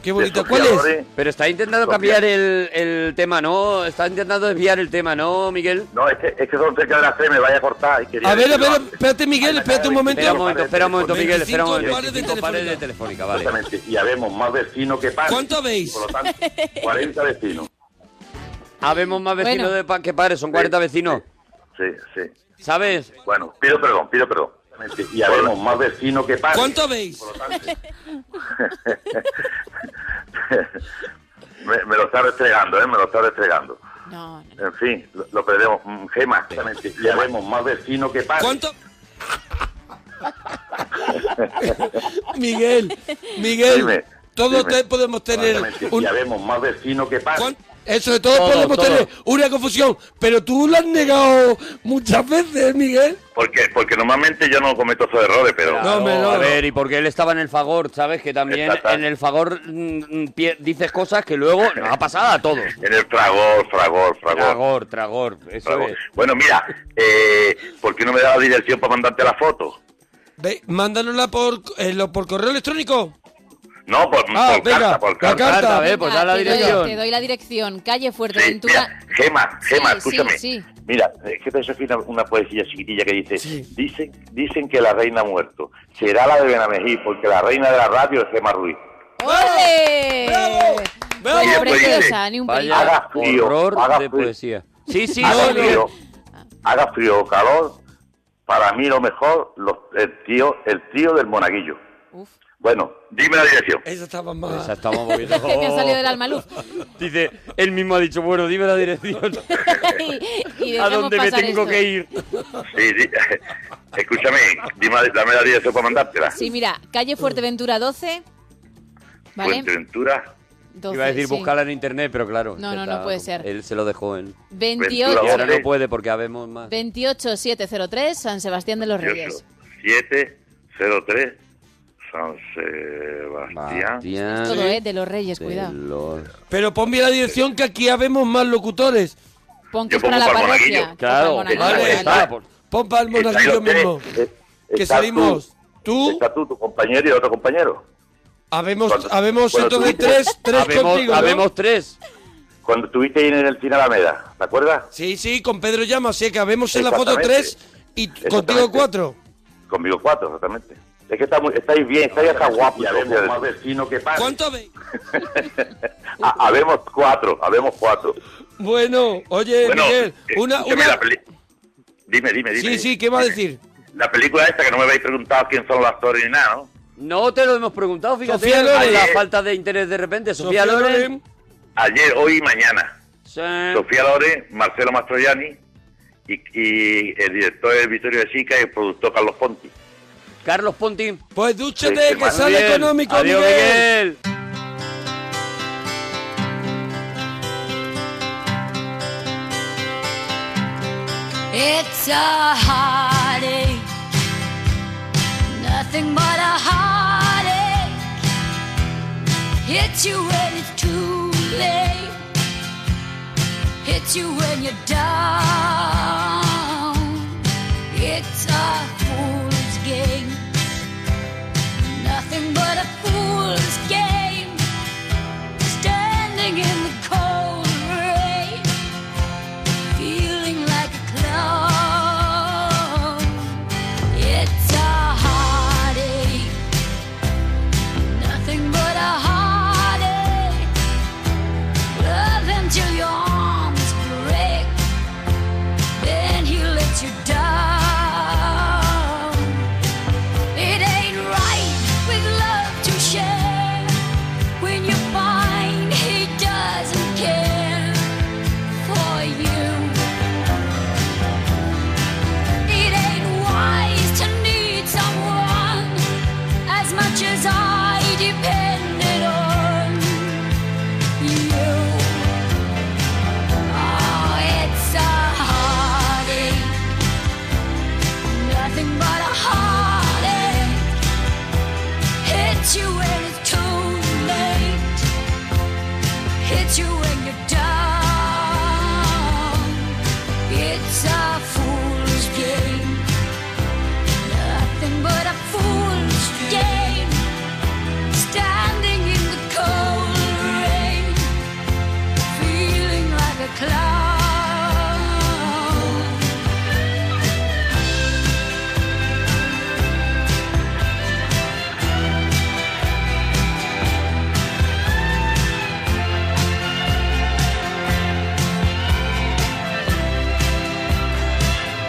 [SPEAKER 1] Qué
[SPEAKER 8] de
[SPEAKER 1] bonita.
[SPEAKER 8] Sofía
[SPEAKER 1] ¿Cuál es?
[SPEAKER 8] Loren.
[SPEAKER 3] Pero está intentando cambiar el, el tema, ¿no? Está intentando desviar el tema, ¿no, Miguel?
[SPEAKER 8] No, es que, es que son cerca de las tres, me vaya a cortar. Y quería
[SPEAKER 1] A ver, a
[SPEAKER 8] decirlo
[SPEAKER 1] ver,
[SPEAKER 8] antes.
[SPEAKER 1] espérate, Miguel,
[SPEAKER 8] Hay una
[SPEAKER 1] espérate un
[SPEAKER 8] caja de
[SPEAKER 1] momento.
[SPEAKER 3] Espera
[SPEAKER 8] 25
[SPEAKER 3] un momento,
[SPEAKER 8] pares de
[SPEAKER 3] espera
[SPEAKER 8] teléfono.
[SPEAKER 3] un momento, Miguel, espera un momento.
[SPEAKER 1] 25
[SPEAKER 3] 25 pares de telefónica, vale.
[SPEAKER 8] Exactamente, y habemos más vecinos que padres.
[SPEAKER 1] ¿Cuánto habéis?
[SPEAKER 8] Por lo tanto, 40 vecinos.
[SPEAKER 3] Habemos más vecinos
[SPEAKER 4] Bueno.
[SPEAKER 3] de pa que padres, son 40
[SPEAKER 8] Sí,
[SPEAKER 3] vecinos.
[SPEAKER 8] Sí, sí.
[SPEAKER 3] ¿Sabes?
[SPEAKER 8] Bueno, pido perdón, pido perdón. Y habemos más vecinos que padres.
[SPEAKER 1] ¿Cuánto habéis?
[SPEAKER 8] Por lo tanto. me, me lo está restregando, ¿eh? Me lo está restregando.
[SPEAKER 4] No, no.
[SPEAKER 8] En fin, lo, lo perdemos. Mm, Gema, exactamente. Y habemos más vecinos que padres.
[SPEAKER 1] ¿Cuánto? Miguel, Miguel,
[SPEAKER 8] Dime,
[SPEAKER 1] todos
[SPEAKER 8] dime.
[SPEAKER 1] te- podemos tener
[SPEAKER 8] Exactamente,
[SPEAKER 1] un,
[SPEAKER 8] Y habemos más vecinos que padres.
[SPEAKER 1] ¿cuán- eso de todos
[SPEAKER 3] Todo,
[SPEAKER 1] podemos
[SPEAKER 3] todo.
[SPEAKER 1] tener una confusión, pero tú lo has negado muchas veces, Miguel.
[SPEAKER 8] Porque, porque normalmente yo no cometo esos errores, pero...
[SPEAKER 1] No, hombre, no,
[SPEAKER 3] a
[SPEAKER 1] no.
[SPEAKER 3] ver, y porque él estaba en el favor, ¿sabes? Que también
[SPEAKER 8] Está, está.
[SPEAKER 3] en el favor mm, mm, pie- dices cosas que luego nos ha pasado a todos.
[SPEAKER 8] En el fragor, fragor, fragor.
[SPEAKER 3] Tragor, tragor, eso
[SPEAKER 8] fragor.
[SPEAKER 3] es.
[SPEAKER 8] Bueno, mira, eh, ¿por qué no me da la dirección para mandarte la foto?
[SPEAKER 1] Ve, mándanosla por, eh, lo- por correo electrónico.
[SPEAKER 8] No, por,
[SPEAKER 1] Ah,
[SPEAKER 8] por
[SPEAKER 1] venga,
[SPEAKER 8] carta, por
[SPEAKER 1] la
[SPEAKER 8] carta.
[SPEAKER 1] carta.
[SPEAKER 3] Carta, a ver, pues da
[SPEAKER 4] Venga,
[SPEAKER 3] la
[SPEAKER 4] te doy-
[SPEAKER 3] dirección.
[SPEAKER 4] Te doy la dirección. Calle
[SPEAKER 8] Sí,
[SPEAKER 4] Fuerteventura.
[SPEAKER 8] mira, Gema, Gema,
[SPEAKER 4] Sí,
[SPEAKER 8] escúchame.
[SPEAKER 4] sí, sí.
[SPEAKER 8] Mira, es que pensé que una, una poesía chiquitilla que dice, dicen, dicen que la reina ha muerto, será la de Benamejí, porque la reina de la radio es Gema Ruiz.
[SPEAKER 4] ¡Ole!
[SPEAKER 1] ¡Bravo! ¡Bravo!
[SPEAKER 4] Bueno,
[SPEAKER 8] Pues,
[SPEAKER 4] preciosa, ni un pelín.
[SPEAKER 3] Vaya
[SPEAKER 8] Haga frío,
[SPEAKER 3] horror
[SPEAKER 8] haga
[SPEAKER 3] de
[SPEAKER 8] frío.
[SPEAKER 3] poesía. Sí, sí,
[SPEAKER 8] haga,
[SPEAKER 3] no, no.
[SPEAKER 8] frío, haga frío o calor, para mí lo mejor, los- el tío el tío del monaguillo.
[SPEAKER 4] Uf.
[SPEAKER 8] Bueno, dime la dirección.
[SPEAKER 1] Esa estaba más.
[SPEAKER 3] Esa estaba un poquito-
[SPEAKER 4] Que me ha salido del
[SPEAKER 3] Oh.
[SPEAKER 4] alma luz.
[SPEAKER 3] Dice, él mismo ha dicho, bueno, dime la dirección.
[SPEAKER 4] y, y
[SPEAKER 3] ¿A
[SPEAKER 4] dejamos
[SPEAKER 3] dónde me
[SPEAKER 4] pasar
[SPEAKER 3] tengo
[SPEAKER 4] esto.
[SPEAKER 3] que ir?
[SPEAKER 8] Sí, di- escúchame, dime, dame la dirección para mandártela.
[SPEAKER 4] Sí, mira, calle Fuerteventura 12. ¿Vale?
[SPEAKER 8] Fuerteventura,
[SPEAKER 4] 12,
[SPEAKER 3] Iba a decir,
[SPEAKER 4] sí.
[SPEAKER 3] buscarla en internet, pero claro.
[SPEAKER 4] No,
[SPEAKER 3] ya
[SPEAKER 4] no, no
[SPEAKER 3] está.
[SPEAKER 4] puede ser.
[SPEAKER 3] Él se lo dejó en...
[SPEAKER 4] 28,
[SPEAKER 3] Y ahora
[SPEAKER 8] Hombre.
[SPEAKER 3] no puede porque habemos más.
[SPEAKER 4] 28703, San Sebastián de los Reyes.
[SPEAKER 8] 703, San Sebastián.
[SPEAKER 3] Bastián
[SPEAKER 4] Todo, ¿eh? De los Reyes,
[SPEAKER 3] de
[SPEAKER 4] cuidado.
[SPEAKER 3] los-
[SPEAKER 1] Pero ponme la dirección que aquí habemos más locutores.
[SPEAKER 4] Pon que
[SPEAKER 8] Yo
[SPEAKER 4] es para
[SPEAKER 8] pongo
[SPEAKER 4] la
[SPEAKER 8] para el
[SPEAKER 4] parroquia.
[SPEAKER 8] monaguillo.
[SPEAKER 3] Claro,
[SPEAKER 4] Para el
[SPEAKER 8] Vale,
[SPEAKER 4] monaguillo,
[SPEAKER 3] ahí
[SPEAKER 4] vale.
[SPEAKER 3] está. por-
[SPEAKER 1] Pon para el
[SPEAKER 8] Estáis
[SPEAKER 1] monaguillo
[SPEAKER 8] los tres,
[SPEAKER 1] mismo.
[SPEAKER 8] eh,
[SPEAKER 1] Que
[SPEAKER 8] estás
[SPEAKER 1] salimos tú,
[SPEAKER 8] Está tú, tu compañero y otro compañero.
[SPEAKER 1] habemos,
[SPEAKER 8] Cuando-
[SPEAKER 1] habemos
[SPEAKER 8] cuando
[SPEAKER 1] entonces
[SPEAKER 8] tuviste-
[SPEAKER 1] tres, tres
[SPEAKER 3] habemos,
[SPEAKER 1] contigo. ¿no?
[SPEAKER 3] habemos tres.
[SPEAKER 8] Cuando estuviste ahí en el cine Alameda, ¿te acuerdas?
[SPEAKER 1] Sí, sí, con Pedro Llama, así que habemos en la foto tres y t- contigo
[SPEAKER 8] Exactamente.
[SPEAKER 1] cuatro.
[SPEAKER 8] Conmigo cuatro, exactamente. Es que está muy- estáis bien, estáis hasta guapos. Habemos más vecinos que padres.
[SPEAKER 1] ¿Cuánto habéis?
[SPEAKER 8] Ah, habemos cuatro, habemos cuatro.
[SPEAKER 1] Bueno, oye, Miguel,
[SPEAKER 8] eh,
[SPEAKER 1] una,
[SPEAKER 8] escúchame,
[SPEAKER 1] una...
[SPEAKER 8] la peli- Dime, dime, dime.
[SPEAKER 1] Sí, sí, ¿qué va a
[SPEAKER 8] Dime.
[SPEAKER 1] decir?
[SPEAKER 8] La película esta que no me habéis preguntado quién son los actores ni nada, ¿no?
[SPEAKER 3] No te lo hemos preguntado, fíjate.
[SPEAKER 1] Sofía Loren.
[SPEAKER 3] La falta de interés de repente. Sofía, Loren.
[SPEAKER 8] Ayer, hoy y mañana.
[SPEAKER 3] Sí.
[SPEAKER 8] Sofía Lore, Marcelo Mastroianni y, y el director es Vittorio De Sica y el productor Carlos Ponti.
[SPEAKER 3] Carlos Ponti.
[SPEAKER 1] Pues dúchate,
[SPEAKER 8] Sí,
[SPEAKER 1] que
[SPEAKER 8] Manuel.
[SPEAKER 1] sale
[SPEAKER 3] Bien.
[SPEAKER 1] económico,
[SPEAKER 3] Adiós,
[SPEAKER 1] Miguel.
[SPEAKER 3] Miguel.
[SPEAKER 5] It's a heartache, nothing but a heartache. Hits you when it's too late, hits you when you're down. It's a fool's game, nothing but a fool's game. Standing in the cold rain feeling like a clown. It's a heartache, nothing but a heartache. Love until your arms break,
[SPEAKER 10] Oh, It's a fool's game. Nothing but a fool's game. Standing in the cold rain. Feeling like a clown.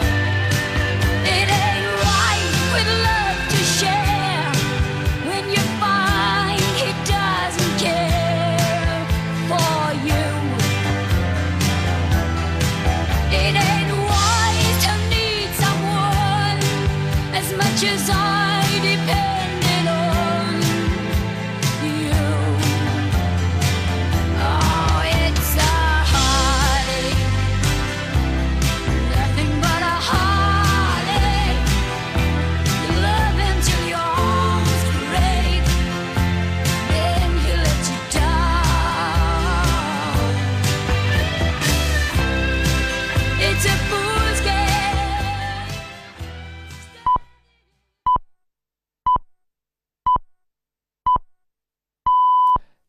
[SPEAKER 10] It ain't right with love to share when you find he doesn't care for you. It ain't wise to need someone as much as I depended on you. Oh, it's a heartache. Nothing but a heartache. Love until your arms break, then he let you down. It's a fool's game.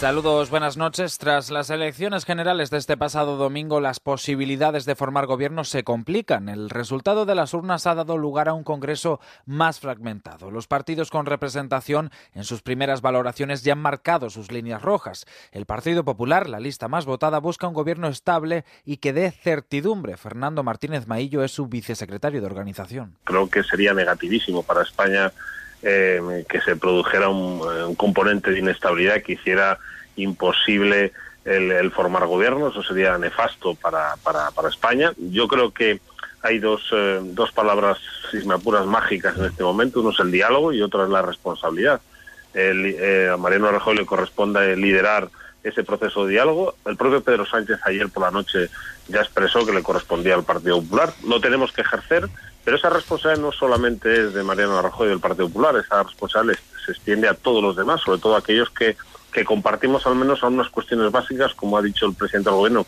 [SPEAKER 11] Saludos, buenas noches. Tras las elecciones generales de este pasado domingo, las posibilidades de formar gobierno se complican. El resultado de las urnas ha dado lugar a un Congreso más fragmentado. Los partidos con representación en sus primeras valoraciones ya han marcado sus líneas rojas. El Partido Popular, la lista más votada, busca un gobierno estable y que dé certidumbre. Fernando Martínez Maillo es su vicesecretario de organización.
[SPEAKER 12] creo que sería negativísimo para España eh, que se produjera un, eh, un componente de inestabilidad que hiciera imposible el, el formar gobierno. Eso sería nefasto para, para, para España. Yo creo que hay dos, eh, dos palabras, si me apuras, mágicas en este momento. Uno es el diálogo y otro es la responsabilidad. El, eh, a Mariano Rajoy le corresponde liderar ese proceso de diálogo. El propio Pedro Sánchez ayer por la noche ya expresó que le correspondía al Partido Popular. Lo tenemos que ejercer, pero esa responsabilidad no solamente es de Mariano Rajoy y del Partido Popular, esa responsabilidad es- se extiende a todos los demás, sobre todo a aquellos que, que compartimos al menos algunas cuestiones básicas, como ha dicho el presidente del Gobierno,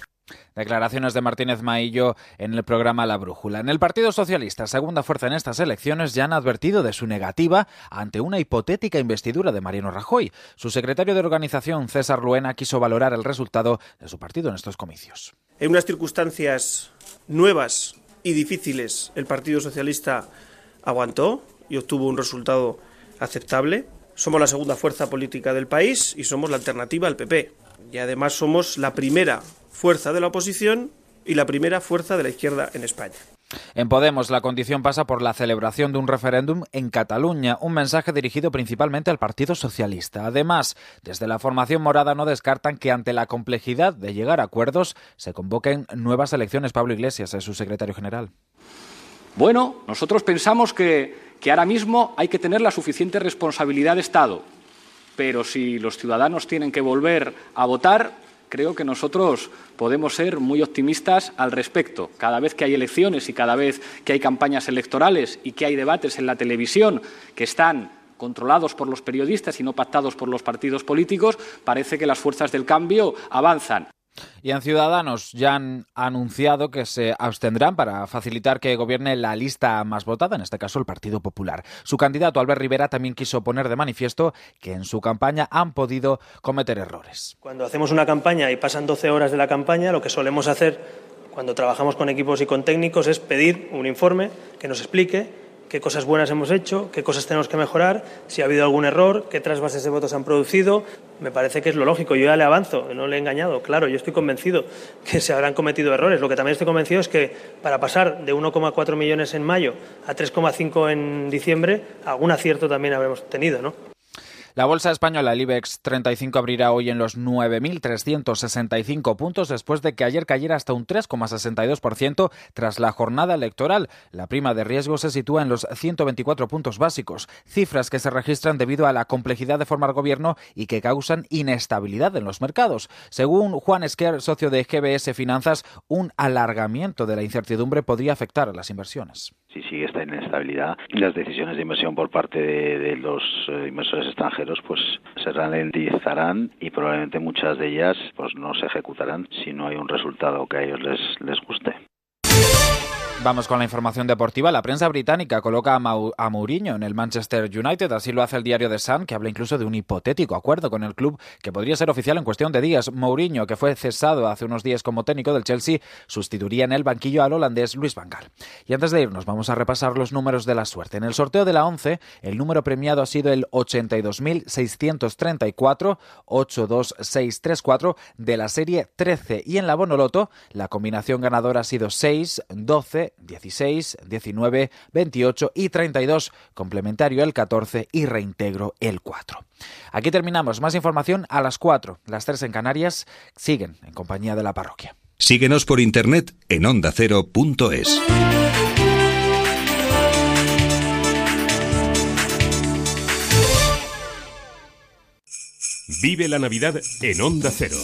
[SPEAKER 11] Declaraciones de Martínez Maillo en el programa La Brújula. En el Partido Socialista, segunda fuerza en estas elecciones, ya han advertido de su negativa ante una hipotética investidura de Mariano Rajoy. Su secretario de organización, César Luena, quiso valorar el resultado de su partido en estos comicios.
[SPEAKER 13] En unas circunstancias nuevas y difíciles, el Partido Socialista aguantó y obtuvo un resultado aceptable. Somos la segunda fuerza política del país y somos la alternativa al PP. Y además somos la primera fuerza de la oposición y la primera fuerza de la izquierda en España.
[SPEAKER 11] En Podemos, la condición pasa por la celebración de un referéndum en Cataluña, un mensaje dirigido principalmente al Partido Socialista. Además, desde la formación morada no descartan que ante la complejidad de llegar a acuerdos se convoquen nuevas elecciones. Pablo Iglesias es su secretario general.
[SPEAKER 14] Bueno, nosotros pensamos que, que ahora mismo hay que tener la suficiente responsabilidad de Estado, pero si los ciudadanos tienen que volver a votar, creo que nosotros podemos ser muy optimistas al respecto. Cada vez que hay elecciones y cada vez que hay campañas electorales y que hay debates en la televisión que están controlados por los periodistas y no pactados por los partidos políticos, parece que las fuerzas del cambio avanzan.
[SPEAKER 11] Y en Ciudadanos ya han anunciado que se abstendrán para facilitar que gobierne la lista más votada, en este caso el Partido Popular. Su candidato, Albert Rivera, también quiso poner de manifiesto que en su campaña han podido cometer errores.
[SPEAKER 13] Cuando hacemos una campaña y pasan 12 horas de la campaña, lo que solemos hacer cuando trabajamos con equipos y con técnicos es pedir un informe que nos explique qué cosas buenas hemos hecho, qué cosas tenemos que mejorar, si ha habido algún error, qué trasvases de votos han producido. Me parece que es lo lógico. Yo ya le avanzo, no le he engañado. Claro, yo estoy convencido que se habrán cometido errores. Lo que también estoy convencido es que para pasar de 1,4 millones en mayo a 3,5 en diciembre, algún acierto también habremos tenido, ¿no?
[SPEAKER 11] La bolsa española, el IBEX 35, abrirá hoy en los 9.365 puntos después de que ayer cayera hasta un 3,62% tras la jornada electoral. La prima de riesgo se sitúa en los 124 puntos básicos, cifras que se registran debido a la complejidad de formar gobierno y que causan inestabilidad en los mercados. Según Juan Esquer, socio de GBS Finanzas, un alargamiento de la incertidumbre podría afectar a las inversiones.
[SPEAKER 15] si sigue esta inestabilidad y las decisiones de inversión por parte de, de los eh, inversores extranjeros pues se ralentizarán y probablemente muchas de ellas pues no se ejecutarán si no hay un resultado que a ellos les, les guste.
[SPEAKER 11] Vamos con la información deportiva. La prensa británica coloca a, Mau- a Mourinho en el Manchester United. Así lo hace el diario The Sun, que habla incluso de un hipotético acuerdo con el club que podría ser oficial en cuestión de días. Mourinho, que fue cesado hace unos días como técnico del Chelsea, sustituiría en el banquillo al holandés Luis Van Gaal. Y antes de irnos, vamos a repasar los números de la suerte. En el sorteo de la 11, el número premiado ha sido el 82.634, 82634 de la serie 13. Y en la Bonoloto, la combinación ganadora ha sido 6, 12, 16, 19, 28 y 32, complementario el 14 y reintegro el 4. Aquí terminamos. Más información a las 4. Las 3 en Canarias siguen en compañía de la parroquia.
[SPEAKER 16] Síguenos por internet en ondacero.es.
[SPEAKER 17] Vive la Navidad en Onda Cero.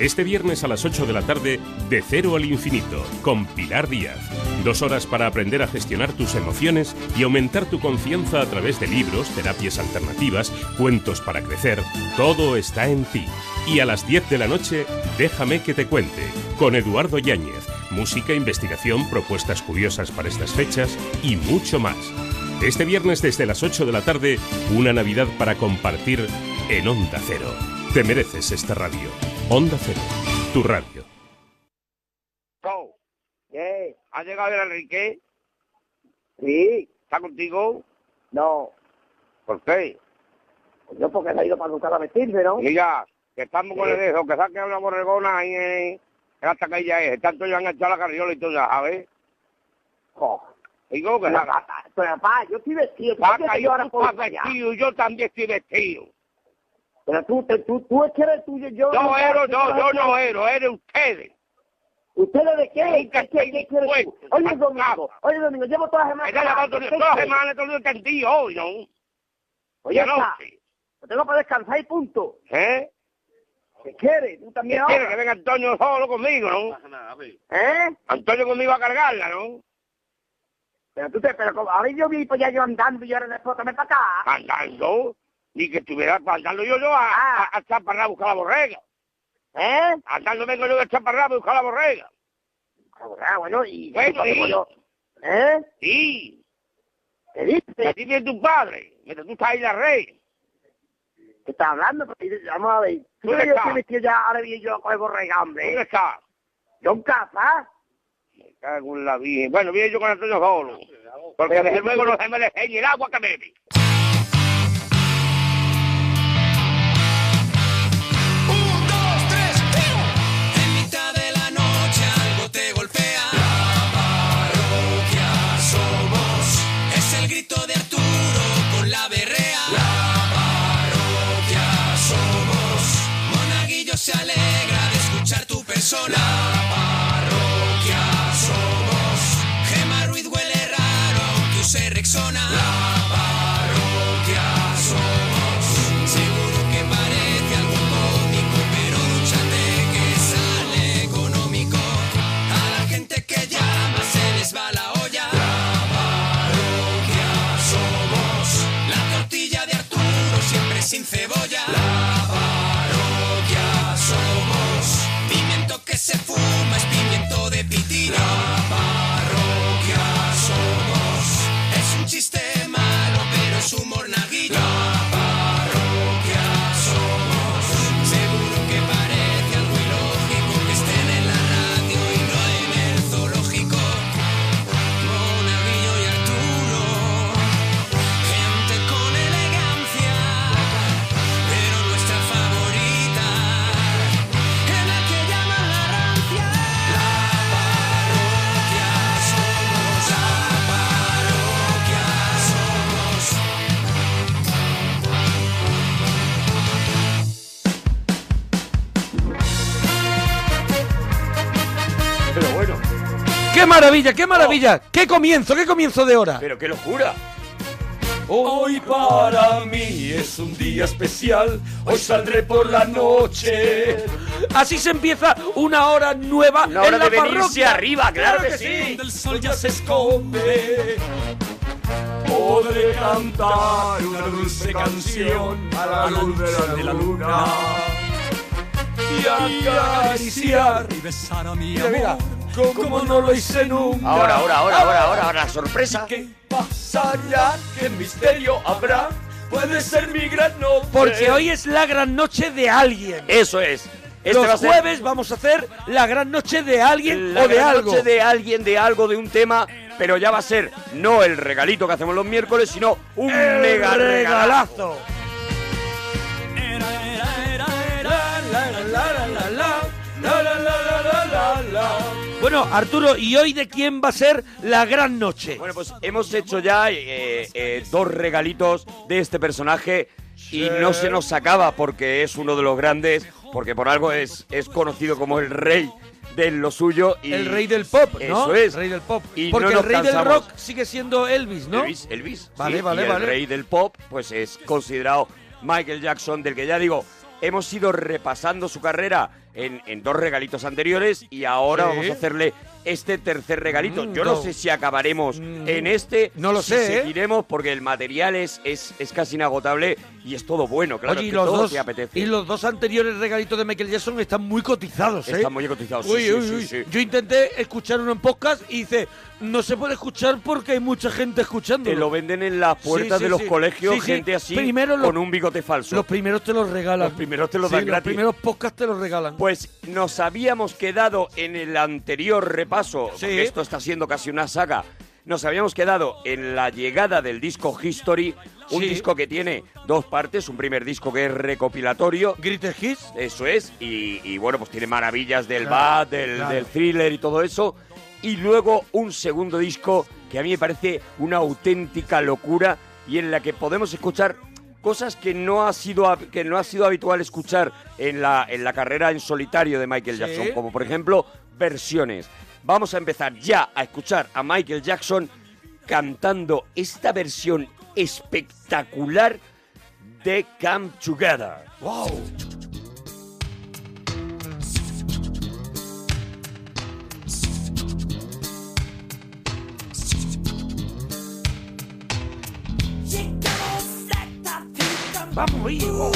[SPEAKER 17] Este viernes a las 8 de la tarde, De Cero al Infinito, con Pilar Díaz. Dos horas para aprender a gestionar tus emociones y aumentar tu confianza a través de libros, terapias alternativas, cuentos para crecer. Todo está en ti. Y a las 10 de la noche, Déjame que te cuente, con Eduardo Yáñez. Música, investigación, propuestas curiosas para estas fechas y mucho más. Este viernes desde las 8 de la tarde, una Navidad para compartir en Onda Cero. Te mereces esta radio. Onda Cero, tu radio.
[SPEAKER 18] Go. ¿Qué? ¿Ha llegado el Enrique? Sí. ¿Está contigo? No. ¿Por qué?
[SPEAKER 19] Pues Yo porque se ha ido para educar a vestirse, ¿no?
[SPEAKER 18] Mira, que estamos con el
[SPEAKER 19] Sí.
[SPEAKER 18] dejo, que saque una borregona ahí en, en la taquilla esa. Tanto ya han echado la carriola y todo ya, ¿sabes? Digo que
[SPEAKER 19] Pero,
[SPEAKER 18] saca.
[SPEAKER 19] Pero papá, yo estoy vestido. ¿tú crees
[SPEAKER 18] Saca,
[SPEAKER 19] que
[SPEAKER 18] yo
[SPEAKER 19] ahora
[SPEAKER 18] tú
[SPEAKER 19] puedo
[SPEAKER 18] estás
[SPEAKER 19] callar?
[SPEAKER 18] vestido, yo también estoy vestido.
[SPEAKER 19] Pero tú, te- tú, tú es que eres tuyo, yo...
[SPEAKER 18] No, ero,
[SPEAKER 19] yo
[SPEAKER 18] no, yo no ero, eres ustedes.
[SPEAKER 19] ¿Ustedes de qué?
[SPEAKER 18] Nunca
[SPEAKER 19] ¿Qué- qué- qué quieres tú? Oye, Domingo, oye, Domingo, llevo todas las semanas...
[SPEAKER 18] Ella la va a tener todas las semanas, todo el tendido hoy, ¿no?
[SPEAKER 19] Oye,
[SPEAKER 18] Ya no
[SPEAKER 19] está, lo tengo para descansar y punto.
[SPEAKER 18] ¿Eh?
[SPEAKER 19] ¿Qué quieres? Tú también
[SPEAKER 18] ¿Qué quieres?
[SPEAKER 19] ahora.
[SPEAKER 18] Que venga Antonio solo conmigo, ¿no?
[SPEAKER 19] ¿Eh?
[SPEAKER 18] Antonio conmigo a cargarla, ¿no?
[SPEAKER 19] Pero tú te... Pero como, ahora yo vi, pues ya yo andando y ahora después también para acá.
[SPEAKER 18] Andando, ni que estuviera andando yo yo a, a, a Chaparra a buscar la borrega.
[SPEAKER 19] Ah. ¿Eh?
[SPEAKER 18] Andando vengo yo de Chaparra a buscar la borrega.
[SPEAKER 19] Ah, bueno, y...
[SPEAKER 18] Bueno,
[SPEAKER 19] y-
[SPEAKER 18] sí.
[SPEAKER 19] ¿Eh?
[SPEAKER 18] Sí.
[SPEAKER 19] ¿Qué dices?
[SPEAKER 18] Así viene tu padre, mientras tú estás ahí la rey.
[SPEAKER 19] ¿Qué estás hablando? Pues, Vamos a ver. ¿Tú crees
[SPEAKER 18] ¿Dónde
[SPEAKER 19] que yo
[SPEAKER 18] está?
[SPEAKER 19] estoy vestido ya ahora bien yo con el borregón, hombre?
[SPEAKER 18] ¿Dónde está?
[SPEAKER 19] Yo en casa.
[SPEAKER 18] Me cago en la virgen. Bueno, viene yo con Antonio solo. Porque
[SPEAKER 19] Pero-
[SPEAKER 18] desde luego no se me deje ni el agua que bebe.
[SPEAKER 9] En mitad de la noche algo te golpea. La parroquia somos. Es el grito de Arturo con la berrea. La parroquia somos. Monaguillo se alegra de escuchar tu persona. La parroquia somos. Gema Ruiz huele raro que use Rexona. La parroquia somos. Seguro que parece algo cómico, pero dúchate que sale económico. A la gente que llama se les va la olla. La parroquia somos. La tortilla de Arturo siempre sin cebolla. La parroquia somos. Pimiento que se fuma es pimiento de pitina. La parroquia somos. Es un chiste malo, pero es humor naguillo. La parroquia somos. Seguro que parece algo ilógico que estén en la radio y no en el zoológico. Monaguillo y Arturo, gente con elegancia, pero nuestra favorita es la que llaman la rancia. La parroquia somos, la parroquia somos.
[SPEAKER 1] Pero bueno. ¡Qué maravilla, qué maravilla! ¡Qué comienzo, qué comienzo de hora!
[SPEAKER 3] Pero qué locura.
[SPEAKER 20] Hoy para mí es un día especial, hoy saldré por la noche.
[SPEAKER 1] Así se empieza una hora nueva
[SPEAKER 20] Una hora
[SPEAKER 1] en la
[SPEAKER 20] de venirse
[SPEAKER 1] parroquia.
[SPEAKER 20] arriba, claro que sí.
[SPEAKER 1] sí.
[SPEAKER 20] Donde el sol ya se esconde. Podré cantar una dulce canción a la luz de la, luna. Y acariciar y besar a mi amor. co- Como no lo hice nunca.
[SPEAKER 3] Ahora, ahora, ahora,
[SPEAKER 1] Ah.
[SPEAKER 3] ahora, ahora, ahora, sorpresa.
[SPEAKER 20] ¿Y ¿Qué pasará? ¿Qué misterio habrá? Puede ser mi gran noche.
[SPEAKER 1] Porque hoy es la gran noche de alguien.
[SPEAKER 3] Eso es. Este
[SPEAKER 1] Los
[SPEAKER 3] va a ser-
[SPEAKER 1] jueves vamos a hacer la gran noche de alguien
[SPEAKER 3] la
[SPEAKER 1] o de
[SPEAKER 3] gran
[SPEAKER 1] algo.
[SPEAKER 3] noche de alguien, de algo, de un tema, pero ya va a ser no el regalito que hacemos los miércoles, sino un
[SPEAKER 1] El
[SPEAKER 3] mega regalazo.
[SPEAKER 1] regalazo. Bueno, Arturo, ¿y hoy de quién va a ser la gran noche?
[SPEAKER 3] Bueno, pues hemos hecho ya eh, eh, dos regalitos de este personaje y no se nos acaba porque es uno de los grandes, porque por algo es, es conocido como el rey de lo suyo. Y
[SPEAKER 1] El rey del pop, ¿no?
[SPEAKER 3] Eso es.
[SPEAKER 1] El rey del pop.
[SPEAKER 3] Y
[SPEAKER 1] Porque
[SPEAKER 3] no nos
[SPEAKER 1] el rey
[SPEAKER 3] cansamos.
[SPEAKER 1] del rock sigue siendo Elvis, ¿no?
[SPEAKER 3] Elvis, Elvis.
[SPEAKER 1] Vale,
[SPEAKER 3] sí,
[SPEAKER 1] vale,
[SPEAKER 3] y
[SPEAKER 1] vale.
[SPEAKER 3] El rey del pop, pues es considerado Michael Jackson, del que ya digo, hemos ido repasando su carrera en, en dos regalitos anteriores y ahora
[SPEAKER 1] Sí.
[SPEAKER 3] vamos a hacerle este tercer regalito.
[SPEAKER 1] Mm,
[SPEAKER 3] Yo no
[SPEAKER 1] no. Mm.
[SPEAKER 3] sé si acabaremos en este.
[SPEAKER 1] No lo
[SPEAKER 3] si
[SPEAKER 1] sé, ¿eh?
[SPEAKER 3] Seguiremos porque el material es, es, es casi inagotable y es todo bueno, claro. es
[SPEAKER 1] Oye, y
[SPEAKER 3] que
[SPEAKER 1] los,
[SPEAKER 3] todo
[SPEAKER 1] dos,
[SPEAKER 3] te apetece.
[SPEAKER 1] y los dos anteriores regalitos de Michael Jackson están muy cotizados, ¿eh?
[SPEAKER 3] Están muy cotizados, sí,
[SPEAKER 1] Uy,
[SPEAKER 3] sí,
[SPEAKER 1] uy,
[SPEAKER 3] sí,
[SPEAKER 1] uy.
[SPEAKER 3] sí.
[SPEAKER 1] Yo intenté escuchar uno en podcast y dice, no se puede escuchar porque hay mucha gente escuchando.
[SPEAKER 3] Te lo venden en las puertas de los colegios, gente así, con un bigote falso.
[SPEAKER 1] Los primeros te los regalan.
[SPEAKER 3] Los primeros te los
[SPEAKER 1] Sí,
[SPEAKER 3] dan gratis.
[SPEAKER 1] Los primeros podcasts te los regalan.
[SPEAKER 3] Pues nos habíamos quedado en el anterior repaso, porque esto está siendo casi una saga. Nos habíamos quedado en la llegada del disco History, un
[SPEAKER 1] Sí.
[SPEAKER 3] disco que tiene dos partes, un primer disco que es recopilatorio.
[SPEAKER 1] Greatest Hits.
[SPEAKER 3] Eso es, y, y bueno, pues tiene maravillas del
[SPEAKER 1] Claro,
[SPEAKER 3] bad, del,
[SPEAKER 1] claro.
[SPEAKER 3] del thriller y todo eso. Y luego un segundo disco que a mí me parece una auténtica locura y en la que podemos escuchar cosas que no ha sido hab- que no ha sido habitual escuchar en la en la carrera en solitario de Michael
[SPEAKER 1] Sí.
[SPEAKER 3] Jackson, como por ejemplo versiones. Vamos a empezar ya a escuchar a Michael Jackson cantando esta versión espectacular de Come Together.
[SPEAKER 1] ¡Wow!
[SPEAKER 9] Vamos, hijo.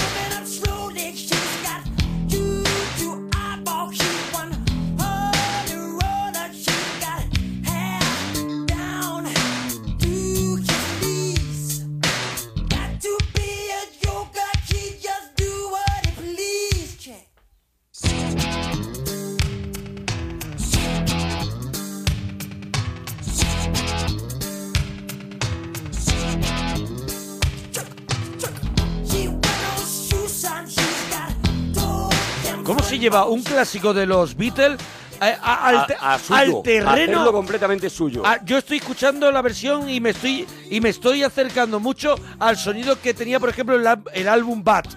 [SPEAKER 1] ¿Cómo se lleva un clásico de los Beatles a- a- al, te-
[SPEAKER 3] a, a suyo,
[SPEAKER 1] al terreno?
[SPEAKER 3] hacerlo completamente suyo.
[SPEAKER 1] Ah, yo estoy escuchando la versión y me estoy y me estoy acercando mucho al sonido que tenía, por ejemplo, el, al- el álbum Bat.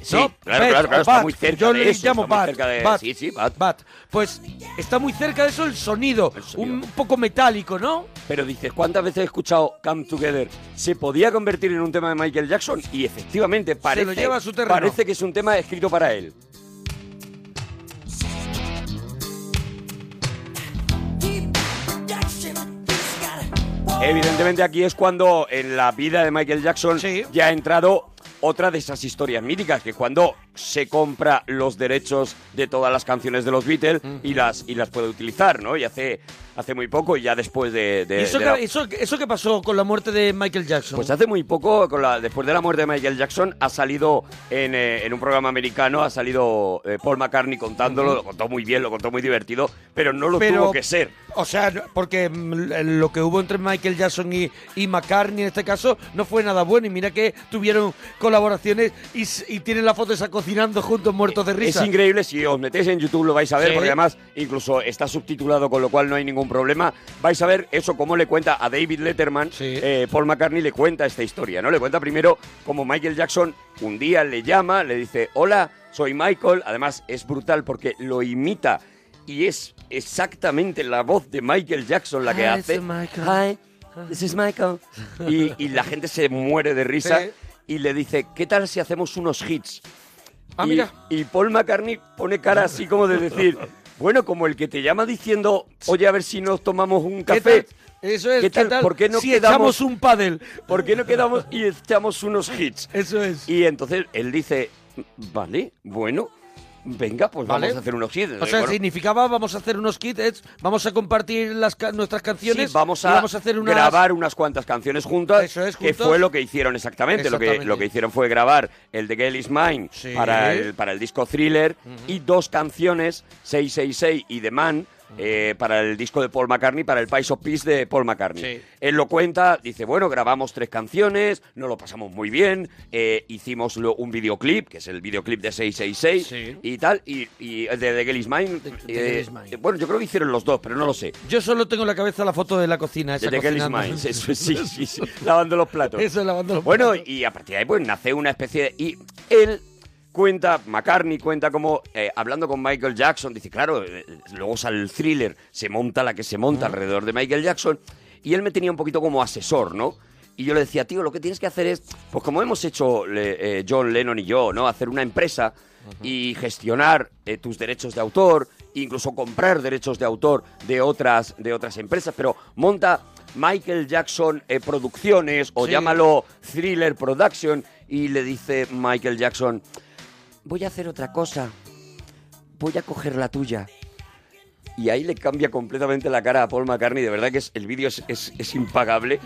[SPEAKER 3] Sí, claro, claro, claro, está muy cerca
[SPEAKER 1] Yo
[SPEAKER 3] de
[SPEAKER 1] le
[SPEAKER 3] eso,
[SPEAKER 1] llamo
[SPEAKER 3] está muy
[SPEAKER 1] Bat,
[SPEAKER 3] cerca de-
[SPEAKER 1] Bat,
[SPEAKER 3] sí, sí,
[SPEAKER 1] Bat. Pues está muy cerca de eso el sonido, un poco metálico, ¿no?
[SPEAKER 3] Pero dices, ¿cuántas veces he escuchado Come Together? Se podía convertir en un tema de Michael Jackson y efectivamente parece,
[SPEAKER 1] lleva a su terreno.
[SPEAKER 3] parece que es un tema escrito para él. Evidentemente aquí es cuando en la vida de Michael Jackson ya ha entrado otra de esas historias míticas, que cuando se compra los derechos de todas las canciones de los Beatles y las y las puede utilizar, ¿no? Y hace hace muy poco y ya después de, de-
[SPEAKER 1] ¿Y eso,
[SPEAKER 3] de
[SPEAKER 1] que,
[SPEAKER 3] la-
[SPEAKER 1] eso, eso que pasó con la muerte de Michael Jackson.
[SPEAKER 3] Pues hace muy poco, con la- después de la muerte de Michael Jackson, ha salido en, eh, en un programa americano, ha salido eh, Paul McCartney contándolo, lo contó muy bien, lo contó muy divertido, pero no lo
[SPEAKER 1] Pero-
[SPEAKER 3] tuvo que ser.
[SPEAKER 1] O sea, no- porque mm, lo que hubo entre Michael Jackson y, y McCartney en este caso no fue nada bueno. Y mira que tuvieron colaboraciones y, s- y tienen la foto esa cocinando juntos muertos de risa.
[SPEAKER 3] Es increíble, si os metéis en YouTube lo vais a ver,
[SPEAKER 1] Sí.
[SPEAKER 3] porque además incluso está subtitulado, con lo cual no hay ningún problema. Vais a ver eso, cómo le cuenta a David Letterman, eh, Paul McCartney le cuenta esta historia, ¿no? Le cuenta primero cómo Michael Jackson un día le llama, le dice, hola, soy Michael. Además es brutal porque lo imita y es exactamente la voz de Michael Jackson la que
[SPEAKER 1] Ah,
[SPEAKER 3] hace.
[SPEAKER 1] ese Michael. This is Michael.
[SPEAKER 3] Y, y la gente se muere de risa
[SPEAKER 1] Sí.
[SPEAKER 3] y le dice, ¿qué tal si hacemos unos hits?
[SPEAKER 1] Ah,
[SPEAKER 3] y,
[SPEAKER 1] mira.
[SPEAKER 3] y Paul McCartney pone cara así como de decir, bueno, como el que te llama diciendo, oye, a ver si nos tomamos un café.
[SPEAKER 1] Eso es,
[SPEAKER 3] ¿Qué tal? ¿Por qué no
[SPEAKER 1] si
[SPEAKER 3] quedamos
[SPEAKER 1] echamos un pádel?
[SPEAKER 3] ¿Por qué no quedamos y echamos unos hits?
[SPEAKER 1] Eso es.
[SPEAKER 3] Y entonces él dice, vale, bueno, venga, pues
[SPEAKER 1] Vale.
[SPEAKER 3] vamos a hacer unos hits.
[SPEAKER 1] O sea,
[SPEAKER 3] Bueno,
[SPEAKER 1] significaba vamos a hacer unos kits, vamos a compartir las ca- nuestras canciones,
[SPEAKER 3] sí, vamos a,
[SPEAKER 1] y vamos a hacer unas...
[SPEAKER 3] grabar unas cuantas canciones juntas, que
[SPEAKER 1] juntos.
[SPEAKER 3] fue lo que hicieron exactamente. Lo que,
[SPEAKER 1] Exactamente.
[SPEAKER 3] lo que hicieron fue grabar el de Girl Is Mine para, el, para el disco Thriller y dos canciones, 666 y The Man, eh, para el disco de Paul McCartney, para el Pies of Peace de Paul McCartney.
[SPEAKER 1] Sí.
[SPEAKER 3] Él lo cuenta, dice, bueno, grabamos tres canciones, nos lo pasamos muy bien, eh, hicimos lo- un videoclip, que es el videoclip de 666 y tal, y, y el de The Girl Is Mine. eh,
[SPEAKER 1] Girl Is Mine.
[SPEAKER 3] Bueno, yo creo que hicieron los dos, pero no lo sé.
[SPEAKER 1] Yo solo tengo en la cabeza la foto de la cocina. Esa
[SPEAKER 3] Desde que él is
[SPEAKER 1] cocinando.
[SPEAKER 3] mine, eso, sí, sí, sí, lavando los platos.
[SPEAKER 1] Eso, lavando los
[SPEAKER 3] bueno, y a partir de ahí, pues nace una especie de. Y él cuenta, McCartney cuenta como, eh, hablando con Michael Jackson, dice, claro, eh, luego sale el thriller, se monta la que se monta alrededor de Michael Jackson, y él me tenía un poquito como asesor, ¿no? Y yo le decía, tío, lo que tienes que hacer es, pues como hemos hecho le- eh, John Lennon y yo, ¿no? Hacer una empresa y gestionar eh, tus derechos de autor, incluso comprar derechos de autor de otras, de otras empresas, pero monta Michael Jackson eh, Producciones o
[SPEAKER 1] Sí.
[SPEAKER 3] llámalo Thriller Production y le dice Michael Jackson, voy a hacer otra cosa, voy a coger la tuya. Y ahí le cambia completamente la cara a Paul McCartney, de verdad que es, el vídeo es, es- es impagable.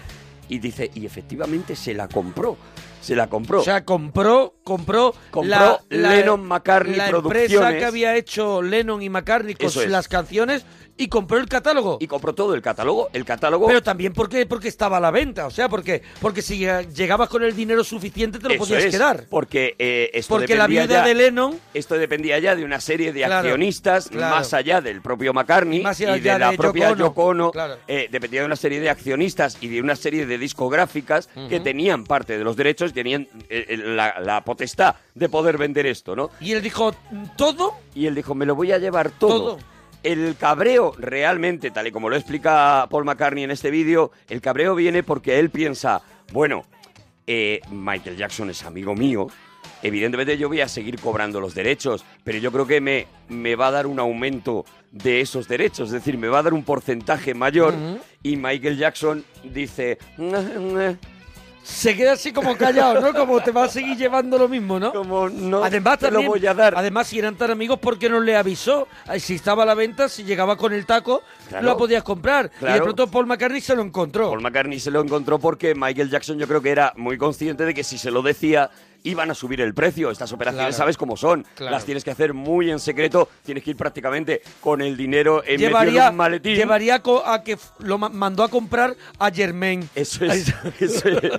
[SPEAKER 3] Y dice, y efectivamente se la compró, se la compró.
[SPEAKER 1] O sea, compró, compró,
[SPEAKER 3] Compró Lennon McCartney
[SPEAKER 1] la empresa
[SPEAKER 3] Producciones.
[SPEAKER 1] que había hecho Lennon y McCartney con
[SPEAKER 3] Eso es.
[SPEAKER 1] las canciones y compró el catálogo.
[SPEAKER 3] Y compró todo el catálogo, el catálogo.
[SPEAKER 1] Pero también porque, porque estaba a la venta, o sea, porque, porque si eh, llegabas con el dinero suficiente te lo
[SPEAKER 3] Eso
[SPEAKER 1] podías
[SPEAKER 3] es,
[SPEAKER 1] quedar.
[SPEAKER 3] Porque, eh, esto
[SPEAKER 1] Porque la
[SPEAKER 3] dependía
[SPEAKER 1] viuda
[SPEAKER 3] ya-
[SPEAKER 1] de Lennon...
[SPEAKER 3] Esto dependía ya de una serie de
[SPEAKER 1] Claro,
[SPEAKER 3] accionistas,
[SPEAKER 1] claro.
[SPEAKER 3] más allá del propio McCartney
[SPEAKER 1] Más
[SPEAKER 3] y
[SPEAKER 1] allá
[SPEAKER 3] de la
[SPEAKER 1] de
[SPEAKER 3] propia
[SPEAKER 1] Yoko Ono.
[SPEAKER 3] Yoko Ono,
[SPEAKER 1] Claro.
[SPEAKER 3] eh, dependía de una serie de accionistas y de una serie de discográficas que
[SPEAKER 1] Ujú.
[SPEAKER 3] tenían parte de los derechos y tenían eh, eh, la, la potestad de poder vender esto, ¿no?
[SPEAKER 1] Y él dijo, ¿todo?
[SPEAKER 3] Y él dijo, me lo voy a llevar todo. El cabreo realmente, tal y como lo explica Paul McCartney en este vídeo, el cabreo viene porque él piensa, bueno, eh, Michael Jackson es amigo mío, evidentemente yo voy a seguir cobrando los derechos, pero yo creo que me, me va a dar un aumento de esos derechos, es decir, me va a dar un porcentaje mayor
[SPEAKER 1] Ujú.
[SPEAKER 3] y Michael Jackson dice... "Mm,
[SPEAKER 1] Se queda así como callado, ¿no? Como te va a seguir llevando lo mismo, ¿no?
[SPEAKER 3] Como no
[SPEAKER 1] además,
[SPEAKER 3] te lo
[SPEAKER 1] también-
[SPEAKER 3] voy a dar.
[SPEAKER 1] Además, si eran tan amigos, ¿por qué no le avisó? Ay, Si estaba a la venta, si llegaba con el taco,
[SPEAKER 3] Claro.
[SPEAKER 1] lo podías comprar. Y de
[SPEAKER 3] Claro.
[SPEAKER 1] pronto Paul McCartney se lo encontró.
[SPEAKER 3] Paul McCartney se lo encontró porque Michael Jackson yo creo que era muy consciente de que si se lo decía iban a subir el precio. Estas operaciones
[SPEAKER 1] Claro.
[SPEAKER 3] sabes cómo son.
[SPEAKER 1] Claro.
[SPEAKER 3] Las tienes que hacer muy en secreto. Tienes que ir prácticamente con el dinero en metido en
[SPEAKER 1] llevaría,
[SPEAKER 3] un maletín.
[SPEAKER 1] llevaría co- a que f- lo ma- mandó a comprar a Germain.
[SPEAKER 3] Eso es. eso es.
[SPEAKER 1] que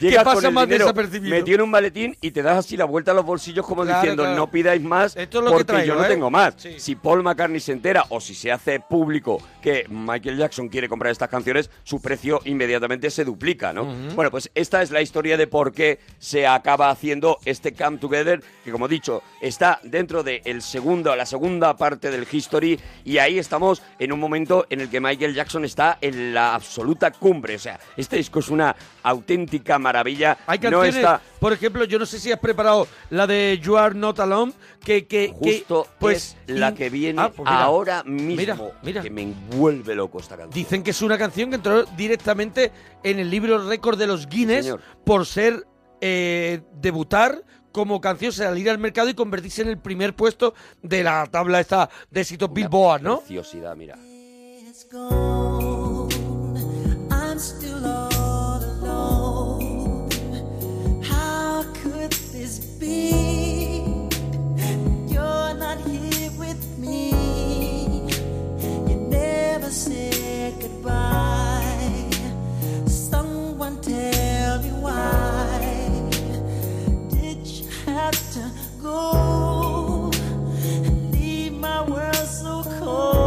[SPEAKER 3] Llegas con
[SPEAKER 1] pasa
[SPEAKER 3] el
[SPEAKER 1] más
[SPEAKER 3] dinero
[SPEAKER 1] desapercibido.
[SPEAKER 3] Metido en un maletín y te das así la vuelta a los bolsillos como
[SPEAKER 1] Claro,
[SPEAKER 3] diciendo
[SPEAKER 1] claro.
[SPEAKER 3] no pidáis más
[SPEAKER 1] Esto es lo que
[SPEAKER 3] porque
[SPEAKER 1] traigo,
[SPEAKER 3] yo no
[SPEAKER 1] ¿eh?".
[SPEAKER 3] tengo más.
[SPEAKER 1] Sí.
[SPEAKER 3] Si Paul McCartney se entera o si se hace público que Michael Jackson quiere comprar estas canciones, su precio inmediatamente se duplica, ¿no?
[SPEAKER 1] Ujú.
[SPEAKER 3] Bueno, pues esta es la historia de por qué se acaba haciendo este Come Together, que como he dicho, está dentro de el segundo, la segunda parte del History, y ahí estamos en un momento en el que Michael Jackson está en la absoluta cumbre. O sea, este disco es una auténtica maravilla.
[SPEAKER 1] Hay
[SPEAKER 3] no
[SPEAKER 1] canciones,
[SPEAKER 3] está
[SPEAKER 1] por ejemplo, yo no sé si has preparado la de You Are Not Alone, que... que que,
[SPEAKER 3] justo
[SPEAKER 1] pues,
[SPEAKER 3] es la
[SPEAKER 1] in-
[SPEAKER 3] que viene
[SPEAKER 1] Ah, pues mira,
[SPEAKER 3] ahora mismo,
[SPEAKER 1] mira,
[SPEAKER 3] que me envuelve loco esta canción.
[SPEAKER 1] Dicen que es una canción que entró directamente en el libro récord de los Guinness por ser eh, debutar como canción, salir al mercado y convertirse en el primer puesto de la tabla esta de éxitos Billboard, ¿no?
[SPEAKER 3] Preciosidad, mira.
[SPEAKER 9] I'm still all alone. How could this be? You're not here with me. You never said goodbye. Someone tell me why. Did you have to go? Leave my world so cold.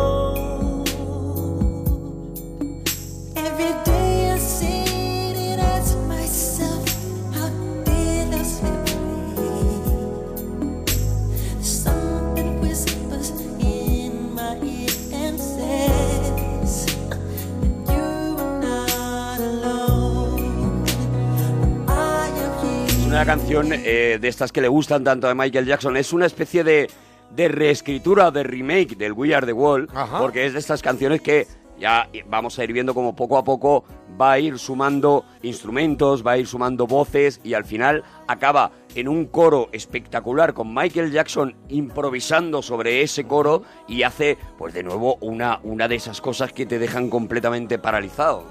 [SPEAKER 3] una canción eh, de estas que le gustan tanto a Michael Jackson. Es una especie de, de reescritura o de remake del We Are the Wall, porque es de estas canciones que ya vamos a ir viendo como poco a poco va a ir sumando instrumentos, va a ir sumando voces y al final acaba en un coro espectacular con Michael Jackson improvisando sobre ese coro y hace pues de nuevo una, una de esas cosas que te dejan completamente paralizado.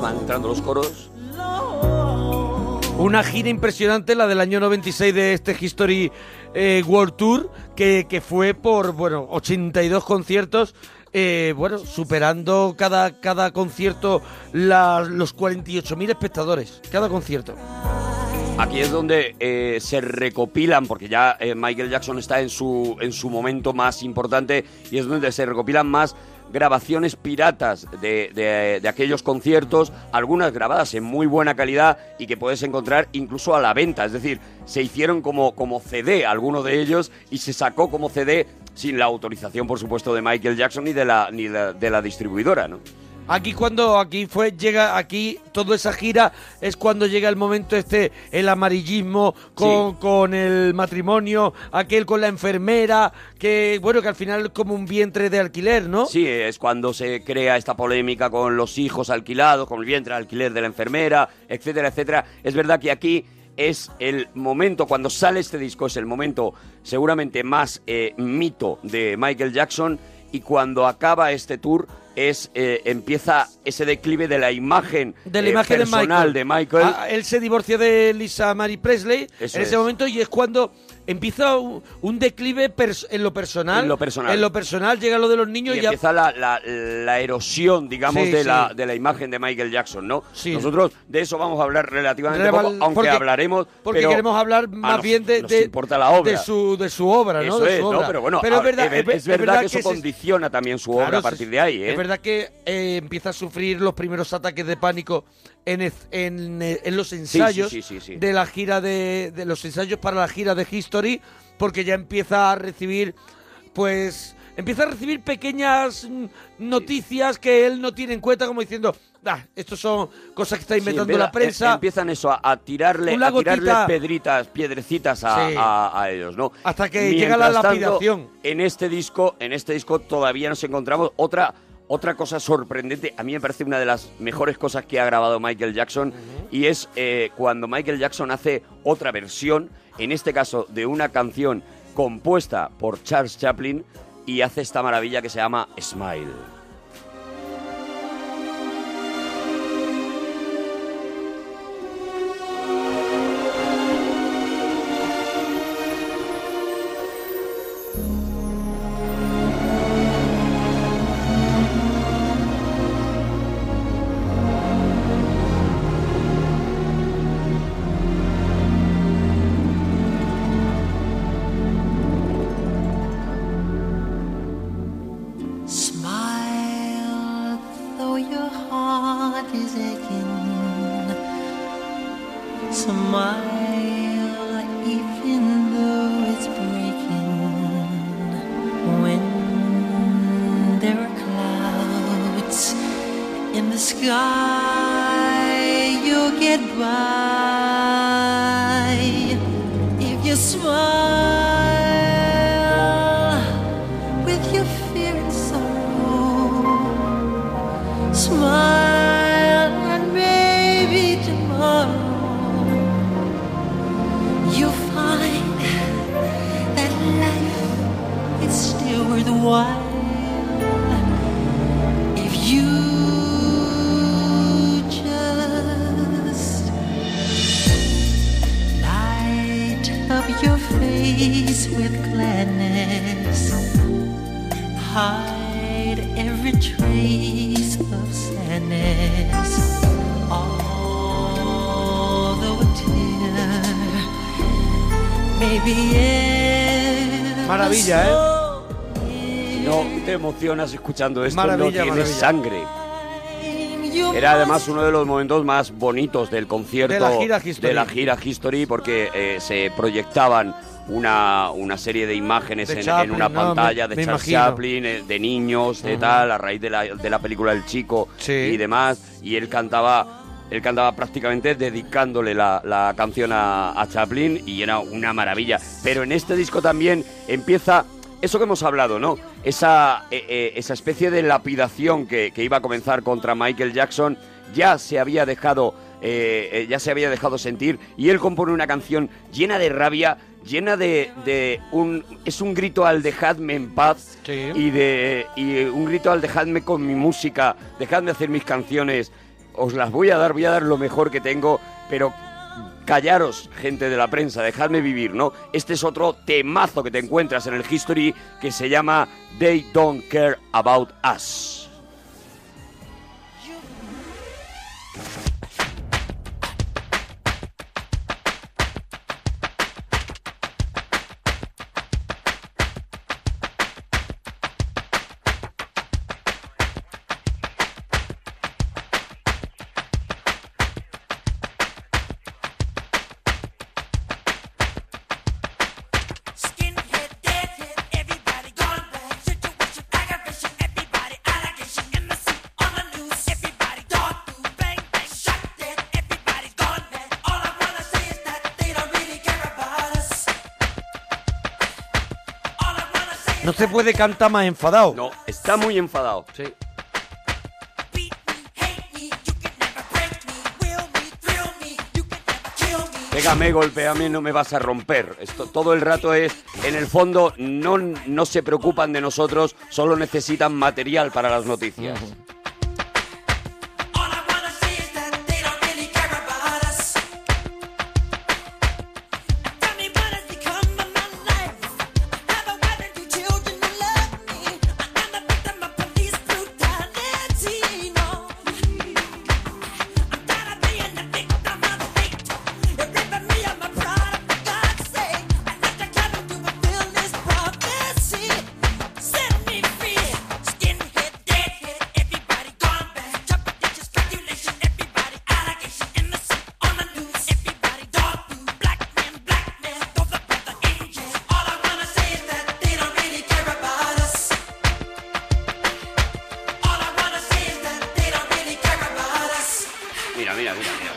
[SPEAKER 3] Van entrando los coros.
[SPEAKER 1] Una gira impresionante, la del año 96 de este History eh, World Tour, que, que fue por, bueno, 82 conciertos, eh, bueno, superando cada, cada concierto la- los 48.000 espectadores, cada concierto.
[SPEAKER 3] Aquí es donde eh, se recopilan, porque ya eh, Michael Jackson está en su, en su momento más importante, y es donde se recopilan más grabaciones piratas de, de- de aquellos conciertos, algunas grabadas en muy buena calidad y que puedes encontrar incluso a la venta. Es decir, se hicieron como, como CD algunos de ellos y se sacó como CD sin la autorización, por supuesto, de Michael Jackson ni de la, ni la- de la distribuidora, ¿no?
[SPEAKER 1] Aquí cuando aquí fue llega aquí toda esa gira es cuando llega el momento este el amarillismo con, con el matrimonio aquel con la enfermera que bueno que al final es como un vientre de alquiler no
[SPEAKER 3] Sí, es cuando se crea esta polémica con los hijos alquilados, con el vientre de alquiler de la enfermera, etcétera, etcétera. Es verdad que aquí es el momento, cuando sale este disco, es el momento seguramente más eh, mito de Michael Jackson y cuando acaba este tour es eh, empieza ese declive de la imagen,
[SPEAKER 1] de la
[SPEAKER 3] eh,
[SPEAKER 1] imagen
[SPEAKER 3] personal
[SPEAKER 1] de
[SPEAKER 3] de
[SPEAKER 1] Michael,
[SPEAKER 3] Michael.
[SPEAKER 1] Ah, él se divorcia de Lisa Mary Presley
[SPEAKER 3] Eso
[SPEAKER 1] en ese
[SPEAKER 3] es.
[SPEAKER 1] momento y es cuando empieza un, un declive pers- en lo personal
[SPEAKER 3] En lo personal.
[SPEAKER 1] en lo personal llega lo de los niños
[SPEAKER 3] y
[SPEAKER 1] y ya-
[SPEAKER 3] empieza la, la- la erosión, digamos,
[SPEAKER 1] Sí,
[SPEAKER 3] de,
[SPEAKER 1] sí.
[SPEAKER 3] La, de la imagen de Michael Jackson, ¿no? Nosotros de eso vamos a hablar relativamente
[SPEAKER 1] Reval-
[SPEAKER 3] poco, aunque
[SPEAKER 1] porque-
[SPEAKER 3] hablaremos.
[SPEAKER 1] porque
[SPEAKER 3] pero
[SPEAKER 1] queremos hablar
[SPEAKER 3] a
[SPEAKER 1] más
[SPEAKER 3] nos-
[SPEAKER 1] bien de,
[SPEAKER 3] nos
[SPEAKER 1] de-
[SPEAKER 3] importa la obra.
[SPEAKER 1] de su de su obra no
[SPEAKER 3] Eso
[SPEAKER 1] De su
[SPEAKER 3] es, ¿no?
[SPEAKER 1] obra.
[SPEAKER 3] Pero bueno,
[SPEAKER 1] Pero es
[SPEAKER 3] a-
[SPEAKER 1] verdad
[SPEAKER 3] es,
[SPEAKER 1] es, ve-
[SPEAKER 3] es verdad que eso
[SPEAKER 1] se-
[SPEAKER 3] condiciona también su
[SPEAKER 1] claro,
[SPEAKER 3] obra a
[SPEAKER 1] se-
[SPEAKER 3] partir de ahí, ¿eh?
[SPEAKER 1] es verdad que eh, empieza a sufrir los primeros ataques de pánico en ez- en, eh, en los ensayos
[SPEAKER 3] sí, sí, sí.
[SPEAKER 1] de la gira de, de los ensayos para la gira de History porque ya empieza a recibir pues empieza a recibir pequeñas mm, noticias que él no tiene en cuenta como diciendo ah, estos son cosas que está
[SPEAKER 3] Sí, en
[SPEAKER 1] inventando
[SPEAKER 3] vez de-
[SPEAKER 1] la prensa
[SPEAKER 3] em- Empiezan eso, a, a tirarle,
[SPEAKER 1] Una
[SPEAKER 3] a tirarle
[SPEAKER 1] gotita.
[SPEAKER 3] pedritas, piedrecitas a,
[SPEAKER 1] Sí.
[SPEAKER 3] a- a ellos, ¿no?
[SPEAKER 1] Hasta que llega la
[SPEAKER 3] tanto,
[SPEAKER 1] lapidación.
[SPEAKER 3] en este disco, en este disco todavía nos encontramos otra otra cosa sorprendente. A mí me parece una de las mejores cosas que ha grabado Michael Jackson y es eh, cuando Michael Jackson hace otra versión, en este caso de una canción compuesta por Charles Chaplin y hace esta maravilla que se llama Smile.
[SPEAKER 21] Smile, though your heart is aching. Smile, even though it's breaking. When there are clouds in the sky, you'll get by. If you smile, with your fear and sorrow. Smile and maybe tomorrow you'll find that life is still worthwhile if you just light up your face with gladness hide every trace of sadness. Although a tear may be ever
[SPEAKER 1] Maravilla, ¿eh?
[SPEAKER 3] Si no te emocionas escuchando esto, no
[SPEAKER 1] Maravilla,
[SPEAKER 3] tienes
[SPEAKER 1] maravilla.
[SPEAKER 3] sangre.
[SPEAKER 21] you
[SPEAKER 3] Era además uno de los momentos más bonitos del concierto
[SPEAKER 1] De la gira History.
[SPEAKER 3] de la gira History, porque eh, se proyectaban una, una serie de imágenes
[SPEAKER 1] De
[SPEAKER 3] en, en
[SPEAKER 1] Chaplin,
[SPEAKER 3] una
[SPEAKER 1] no, me-
[SPEAKER 3] pantalla de
[SPEAKER 1] me
[SPEAKER 3] Charles
[SPEAKER 1] imagino.
[SPEAKER 3] Chaplin, eh, de niños, de
[SPEAKER 1] Ujú.
[SPEAKER 3] tal, a raíz de la, de la película El Chico y demás. Y él cantaba él cantaba prácticamente dedicándole la, la canción a, a Chaplin y era una maravilla. Pero en este disco también empieza eso que hemos hablado, ¿no? Esa, eh, eh, esa especie de lapidación que, que iba a comenzar contra Michael Jackson ya se había dejado. eh, eh, ya se había dejado sentir y él compone una canción llena de rabia, llena de, de un es un grito al dejadme en paz y de y un grito al dejadme con mi música, dejadme hacer mis canciones, os las voy a dar, voy a dar lo mejor que tengo, pero callaros, gente de la prensa, dejadme vivir, ¿no? Este es otro temazo que te encuentras en el History que se llama They Don't Care About Us.
[SPEAKER 7] Skinhead, deadhead, everybody gone bad. Situation, aggravation, everybody allegation. MSC on the news, everybody dog food. Bang, bang, shot dead, everybody's gone mad. All I wanna say is that they don't really care about us.
[SPEAKER 1] No se puede cantar más enfadado.
[SPEAKER 3] No, está muy enfadado.
[SPEAKER 1] Sí.
[SPEAKER 3] Pégame, golpeame, no me vas a romper. Esto todo el rato es, en el fondo, no, no se preocupan de nosotros, solo necesitan material para las noticias.
[SPEAKER 7] They don't really care about us. Tell me what has become of my life. I have a wife and two children who love me. I am a victim of police brutality. No, I'm tired of being the victim of hate. You're ripping me of my pride, for God's sake. I left a cabin to fulfill this prophecy. Set me free, skinhead, deadhead, everybody gone back. Chopper ditches, speculation, everybody allegation, innocent on the news, everybody dog food, black man, black man, those are brother angels. All I wanna say is that they don't really care about us. All I wanna say is that they don't really care about us.
[SPEAKER 3] Mira, mira, mira, mira.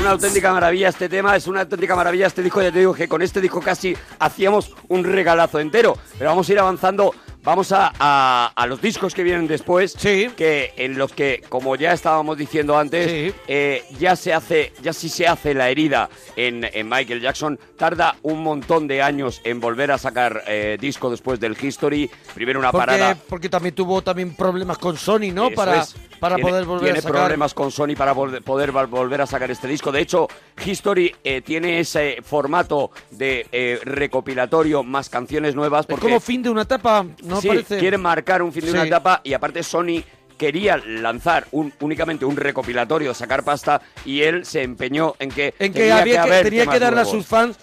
[SPEAKER 3] Una auténtica maravilla este tema, es una auténtica maravilla este disco. Ya te digo que con este disco casi hacíamos un regalazo entero. Pero vamos a ir avanzando, vamos a, a- a los discos que vienen después. Que en los que, como ya estábamos diciendo antes, eh, ya se hace, ya si se hace la herida en, en Michael Jackson, tarda un montón de años en volver a sacar eh, disco después del History. Primero una
[SPEAKER 1] Porque,
[SPEAKER 3] parada.
[SPEAKER 1] porque también tuvo también problemas con Sony, ¿no?
[SPEAKER 3] Eso
[SPEAKER 1] Para,
[SPEAKER 3] es.
[SPEAKER 1] para
[SPEAKER 3] Tiene-
[SPEAKER 1] poder volver
[SPEAKER 3] tiene
[SPEAKER 1] a sacar.
[SPEAKER 3] problemas con Sony para vol- poder val- volver a sacar este disco. De hecho, History eh, tiene ese formato de eh, recopilatorio más canciones nuevas. Porque
[SPEAKER 1] Como fin de una etapa, ¿no?
[SPEAKER 3] sí,
[SPEAKER 1] parece.
[SPEAKER 3] quiere marcar un fin de una
[SPEAKER 1] Sí.
[SPEAKER 3] etapa y aparte Sony quería lanzar un- únicamente un recopilatorio, sacar pasta y él se empeñó en que
[SPEAKER 1] En que, había que- tenía que darle a sus fans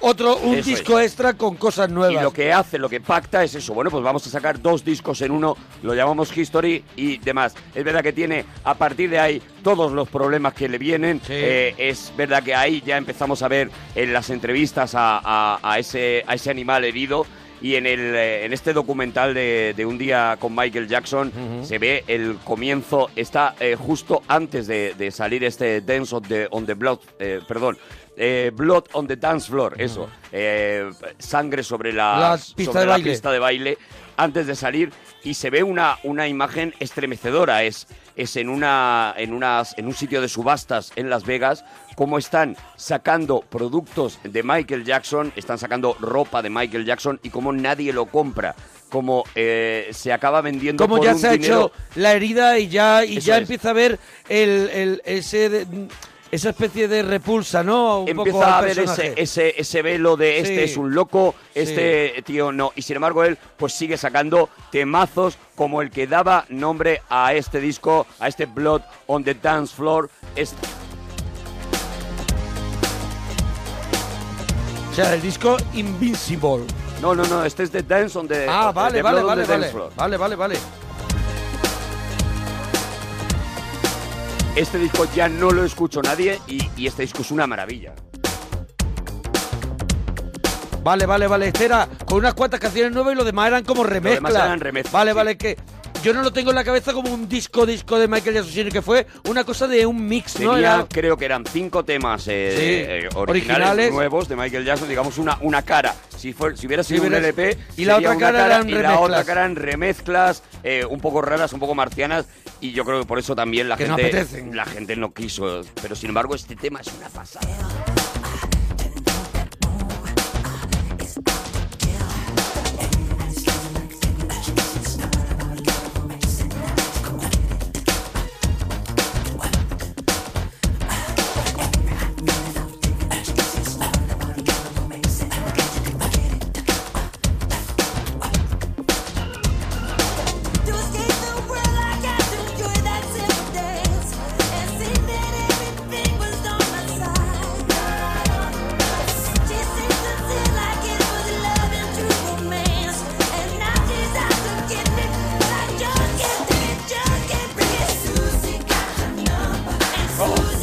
[SPEAKER 1] otro un
[SPEAKER 3] Eso es.
[SPEAKER 1] disco eh, extra con cosas nuevas.
[SPEAKER 3] y lo que hace, lo que pacta es eso. Bueno, pues vamos a sacar dos discos en uno, lo llamamos History y demás. Es verdad que tiene a partir de ahí todos los problemas que le vienen. Eh, es verdad que ahí ya empezamos a ver en las entrevistas a, a- a ese, a ese animal herido. Y en, el, eh, en este documental de, de Un día con Michael Jackson se ve el comienzo, está eh, justo antes de, de salir este Dance on the, on the Blood, eh, perdón, eh, Blood on the Dance Floor, eso, eh, sangre sobre la,
[SPEAKER 1] La
[SPEAKER 3] sobre
[SPEAKER 1] pista de
[SPEAKER 3] la
[SPEAKER 1] baile.
[SPEAKER 3] pista de baile antes de salir y se ve una, una imagen estremecedora. Es, es en, una, en, unas, en un sitio de subastas en Las Vegas cómo están sacando productos de Michael Jackson, están sacando ropa de Michael Jackson y cómo nadie lo compra. Como eh, se acaba vendiendo
[SPEAKER 1] Como
[SPEAKER 3] por
[SPEAKER 1] ya
[SPEAKER 3] un
[SPEAKER 1] se ha
[SPEAKER 3] dinero-
[SPEAKER 1] hecho la herida y ya, y
[SPEAKER 3] Eso
[SPEAKER 1] ya
[SPEAKER 3] es.
[SPEAKER 1] empieza a ver el, el- ese de- esa especie de repulsa, ¿no? Un
[SPEAKER 3] empieza
[SPEAKER 1] poco al
[SPEAKER 3] a ver
[SPEAKER 1] personaje.
[SPEAKER 3] ese, ese, ese velo de este
[SPEAKER 1] Sí.
[SPEAKER 3] es un loco,
[SPEAKER 1] Sí.
[SPEAKER 3] este tío no. Y sin embargo él pues sigue sacando temazos como el que daba nombre a este disco, a este Blood on the Dance Floor. Es-
[SPEAKER 1] O sea, el disco Invincible.
[SPEAKER 3] no, no, no, este es The Dance on the
[SPEAKER 1] Ah, vale,
[SPEAKER 3] the Blood
[SPEAKER 1] vale,
[SPEAKER 3] on
[SPEAKER 1] vale,
[SPEAKER 3] the Dance
[SPEAKER 1] vale.
[SPEAKER 3] Floor.
[SPEAKER 1] Vale, vale, vale.
[SPEAKER 3] Este disco ya no lo escucho nadie y, y este disco es una maravilla.
[SPEAKER 1] Vale, vale, vale. Este era con unas cuantas canciones nuevas y lo demás eran como remezclas.
[SPEAKER 3] eran remezclas,
[SPEAKER 1] Vale, vale, que yo no lo tengo en la cabeza como un disco, disco de Michael Jackson, sino que fue una cosa de un mix, ¿no?
[SPEAKER 3] Tenía,
[SPEAKER 1] Era-
[SPEAKER 3] creo que eran cinco temas eh,
[SPEAKER 1] Sí,
[SPEAKER 3] eh, originales,
[SPEAKER 1] originales.
[SPEAKER 3] nuevos de Michael Jackson, digamos una, una cara. Si, fue- si hubiera
[SPEAKER 1] Sí,
[SPEAKER 3] sido un
[SPEAKER 1] hubieras-
[SPEAKER 3] LP,
[SPEAKER 1] y la
[SPEAKER 3] sería
[SPEAKER 1] otra
[SPEAKER 3] una
[SPEAKER 1] cara eran
[SPEAKER 3] y la otra
[SPEAKER 1] remezclas.
[SPEAKER 3] cara eran remezclas, eh, un poco raras, un poco marcianas, y yo creo que por eso también la
[SPEAKER 1] Que no
[SPEAKER 3] gente
[SPEAKER 1] apetecen.
[SPEAKER 3] la gente no quiso. Pero sin embargo, este tema es una pasada.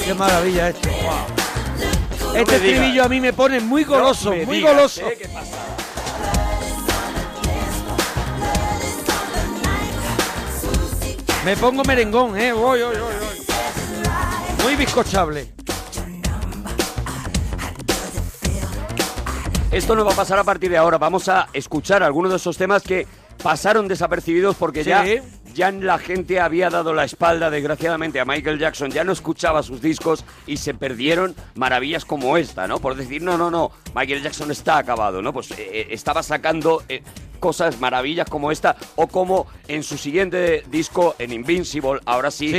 [SPEAKER 1] Qué maravilla esto. Este
[SPEAKER 3] me digas.
[SPEAKER 1] estribillo a mí me pone muy goloso,
[SPEAKER 3] me
[SPEAKER 1] muy
[SPEAKER 3] digas,
[SPEAKER 1] goloso.
[SPEAKER 3] ¿eh?
[SPEAKER 1] Me pongo merengón, eh. Voy, voy, voy, voy. Muy bizcochable.
[SPEAKER 3] Esto nos va a pasar a partir de ahora. Vamos a escuchar algunos de esos temas que pasaron desapercibidos porque ya,
[SPEAKER 1] Sí.
[SPEAKER 3] ya la gente había dado la espalda, desgraciadamente, a Michael Jackson. Ya no escuchaba sus discos y se perdieron maravillas como esta, ¿no? Por decir, no, no, no, Michael Jackson está acabado, ¿no? Pues eh, eh, estaba sacando... eh, cosas maravillas como esta o como en su siguiente disco en Invincible ahora sí,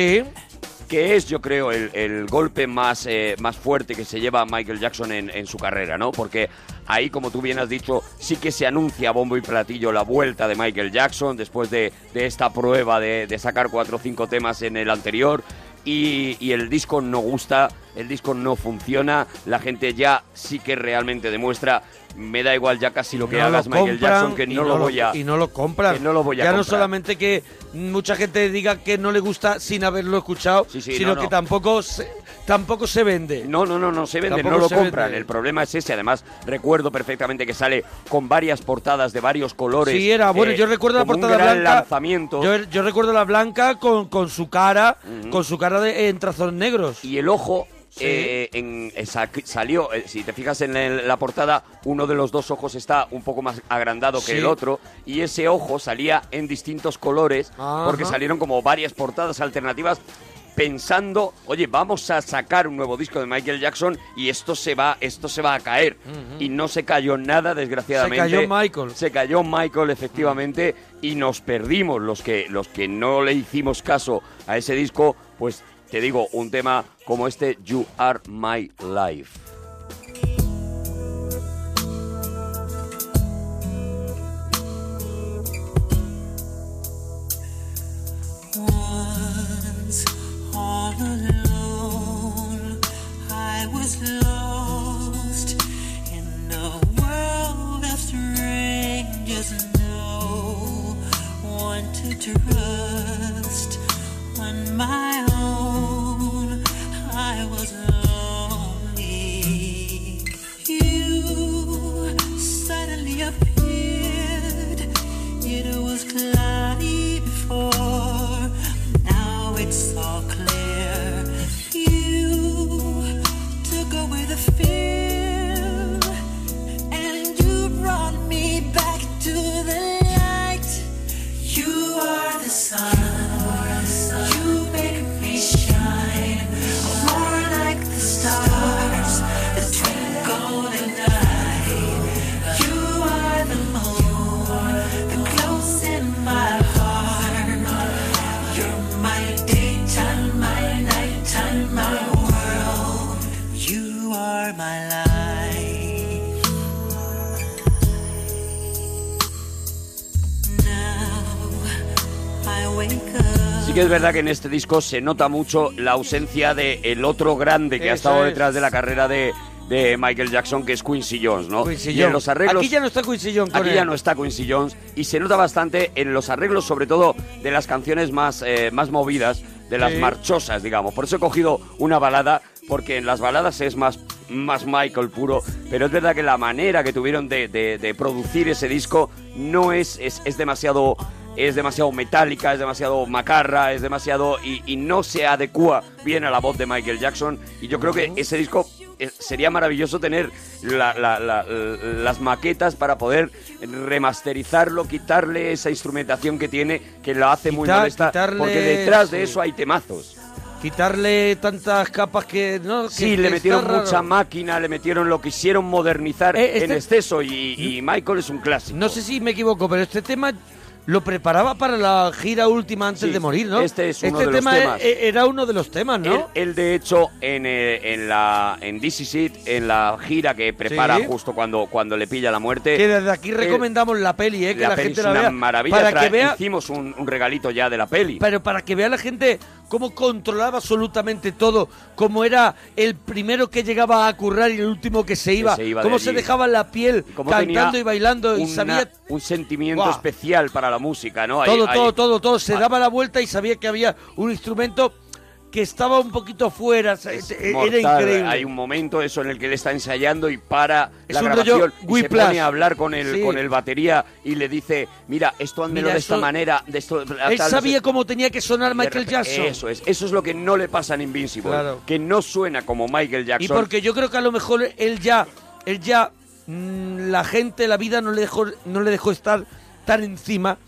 [SPEAKER 3] que es yo creo el, el golpe más, eh, más fuerte que se lleva Michael Jackson en, en su carrera no porque ahí como tú bien has dicho sí que se anuncia a bombo y platillo la vuelta de Michael Jackson después de, de esta prueba de, de sacar cuatro o cinco temas en el anterior y, y el disco no gusta, el disco no funciona, la gente ya sí que realmente demuestra, me da igual ya casi lo que
[SPEAKER 1] No
[SPEAKER 3] hagas
[SPEAKER 1] lo
[SPEAKER 3] Michael
[SPEAKER 1] compran
[SPEAKER 3] Jackson, que
[SPEAKER 1] y
[SPEAKER 3] no, lo voy a...
[SPEAKER 1] Y no lo compran.
[SPEAKER 3] que no lo voy a
[SPEAKER 1] ya no
[SPEAKER 3] comprar.
[SPEAKER 1] solamente que mucha gente diga que no le gusta sin haberlo escuchado,
[SPEAKER 3] sí,
[SPEAKER 1] sino
[SPEAKER 3] no,
[SPEAKER 1] que
[SPEAKER 3] no.
[SPEAKER 1] tampoco se, tampoco se vende.
[SPEAKER 3] No, no, no, no se vende, no lo compran. El problema es ese. Además, recuerdo perfectamente que sale con varias portadas de varios colores.
[SPEAKER 1] Sí, era bueno.
[SPEAKER 3] eh,
[SPEAKER 1] yo recuerdo la
[SPEAKER 3] como un
[SPEAKER 1] portada
[SPEAKER 3] gran
[SPEAKER 1] blanca.
[SPEAKER 3] lanzamiento.
[SPEAKER 1] Yo, yo recuerdo la blanca con, con su cara,
[SPEAKER 3] Ujú.
[SPEAKER 1] con su cara de, en trazos negros.
[SPEAKER 3] Y el ojo
[SPEAKER 1] Sí.
[SPEAKER 3] eh, en, eh, sa- salió, eh, si te fijas en el- la portada, uno de los dos ojos está un poco más agrandado que
[SPEAKER 1] Sí.
[SPEAKER 3] el otro y ese ojo salía en distintos colores
[SPEAKER 1] Ajá.
[SPEAKER 3] porque salieron como varias portadas alternativas pensando, oye, vamos a sacar un nuevo disco de Michael Jackson y esto se va, esto se va a caer. Y no se cayó nada, desgraciadamente.
[SPEAKER 1] Se cayó Michael.
[SPEAKER 3] Se cayó Michael, efectivamente, y nos perdimos los que, los que no le hicimos caso a ese disco, pues te digo, un tema como este, You Are My Life.
[SPEAKER 7] Once all alone, I was lost in a world of strangers. No one to trust on my own. I was lonely. You suddenly appeared. It was cloudy before, now it's all clear. You took away the fear, and you brought me back to the light. You are the sun, you make me shine. More like the stars that twinkle in the night. You are the moon, the close in my heart. You're my daytime, my nighttime, my world. You are my life. I wake up.
[SPEAKER 3] Sí que es verdad que en este disco se nota mucho la ausencia de el otro grande que ha
[SPEAKER 1] Eso
[SPEAKER 3] estado
[SPEAKER 1] es.
[SPEAKER 3] detrás de la carrera de, de Michael Jackson, que es Quincy Jones, ¿no?
[SPEAKER 1] Quincy
[SPEAKER 3] Y en
[SPEAKER 1] Jones.
[SPEAKER 3] los arreglos...
[SPEAKER 1] Aquí ya no está Quincy Jones con
[SPEAKER 3] Aquí
[SPEAKER 1] él.
[SPEAKER 3] ya no está Quincy Jones y se nota bastante en los arreglos, sobre todo de las canciones más, eh, más movidas, de las
[SPEAKER 1] Sí.
[SPEAKER 3] marchosas, digamos. Por eso he cogido una balada, porque en las baladas es más, más Michael puro, pero es verdad que la manera que tuvieron de, de- de producir ese disco no es, es, es demasiado es demasiado metálica, es demasiado macarra, es demasiado y, y no se adecua bien a la voz de Michael Jackson y yo creo que ese disco eh, sería maravilloso tener la- la- la- las maquetas para poder remasterizarlo, quitarle esa instrumentación que tiene que la hace muy
[SPEAKER 1] Quitar-
[SPEAKER 3] molesta
[SPEAKER 1] quitarle-
[SPEAKER 3] porque detrás de
[SPEAKER 1] sí.
[SPEAKER 3] eso hay temazos.
[SPEAKER 1] Quitarle tantas capas que no. que-
[SPEAKER 3] Sí,
[SPEAKER 1] que
[SPEAKER 3] le
[SPEAKER 1] está
[SPEAKER 3] metieron
[SPEAKER 1] raro.
[SPEAKER 3] mucha máquina, le metieron lo quisieron modernizar
[SPEAKER 1] Eh, este-
[SPEAKER 3] en exceso y, y Michael es un clásico.
[SPEAKER 1] No sé si me equivoco, pero este tema lo preparaba para la gira última antes
[SPEAKER 3] Sí,
[SPEAKER 1] de morir, ¿no?
[SPEAKER 3] este es uno de los
[SPEAKER 1] tema e-
[SPEAKER 3] temas.
[SPEAKER 1] e- era uno de los temas, ¿no?
[SPEAKER 3] Él, él, de hecho, en, eh, en la en This Is It, en la gira que prepara
[SPEAKER 1] Sí.
[SPEAKER 3] justo cuando, cuando le pilla la muerte.
[SPEAKER 1] que desde aquí
[SPEAKER 3] él-
[SPEAKER 1] recomendamos la peli, ¿eh? Que la,
[SPEAKER 3] Eh, peli
[SPEAKER 1] gente
[SPEAKER 3] es
[SPEAKER 1] la
[SPEAKER 3] una
[SPEAKER 1] vea.
[SPEAKER 3] maravilla.
[SPEAKER 1] Para
[SPEAKER 3] trae-
[SPEAKER 1] que vea
[SPEAKER 3] Hicimos un, un regalito ya de la peli.
[SPEAKER 1] Pero para que vea la gente cómo controlaba absolutamente todo, cómo era el primero que llegaba a currar y el último que se iba,
[SPEAKER 3] se iba de
[SPEAKER 1] cómo se
[SPEAKER 3] allí.
[SPEAKER 1] dejaba la piel
[SPEAKER 3] Cómo
[SPEAKER 1] cantando
[SPEAKER 3] tenía
[SPEAKER 1] y bailando y
[SPEAKER 3] una-
[SPEAKER 1] sabía
[SPEAKER 3] un sentimiento
[SPEAKER 1] Buah.
[SPEAKER 3] especial para la música, ¿no? Ahí-
[SPEAKER 1] todo,
[SPEAKER 3] ahí- Ah.
[SPEAKER 1] todo, todo, todo. Se daba la vuelta y sabía que había un instrumento que estaba un poquito fuera, se- E-, era
[SPEAKER 3] mortal.
[SPEAKER 1] increíble.
[SPEAKER 3] Hay un momento eso en el que él está ensayando y para
[SPEAKER 1] Es
[SPEAKER 3] la
[SPEAKER 1] un
[SPEAKER 3] grabación
[SPEAKER 1] rollo
[SPEAKER 3] y se
[SPEAKER 1] Whiplash.
[SPEAKER 3] pone a hablar con el
[SPEAKER 1] Sí.
[SPEAKER 3] con el batería y le dice, "Mira, esto házmelo
[SPEAKER 1] Mira,
[SPEAKER 3] de
[SPEAKER 1] eso-
[SPEAKER 3] esta manera, de esto tal,
[SPEAKER 1] Él
[SPEAKER 3] no sé".
[SPEAKER 1] sabía cómo tenía que sonar
[SPEAKER 3] De
[SPEAKER 1] Michael
[SPEAKER 3] repe-
[SPEAKER 1] Jackson.
[SPEAKER 3] Eso es, eso es lo que no le pasa en Invincible,
[SPEAKER 1] Claro.
[SPEAKER 3] que no suena como Michael Jackson.
[SPEAKER 1] Y porque yo creo que a lo mejor él ya, él ya, mm, la gente, la vida no le dejó, no le dejó estar tan encima.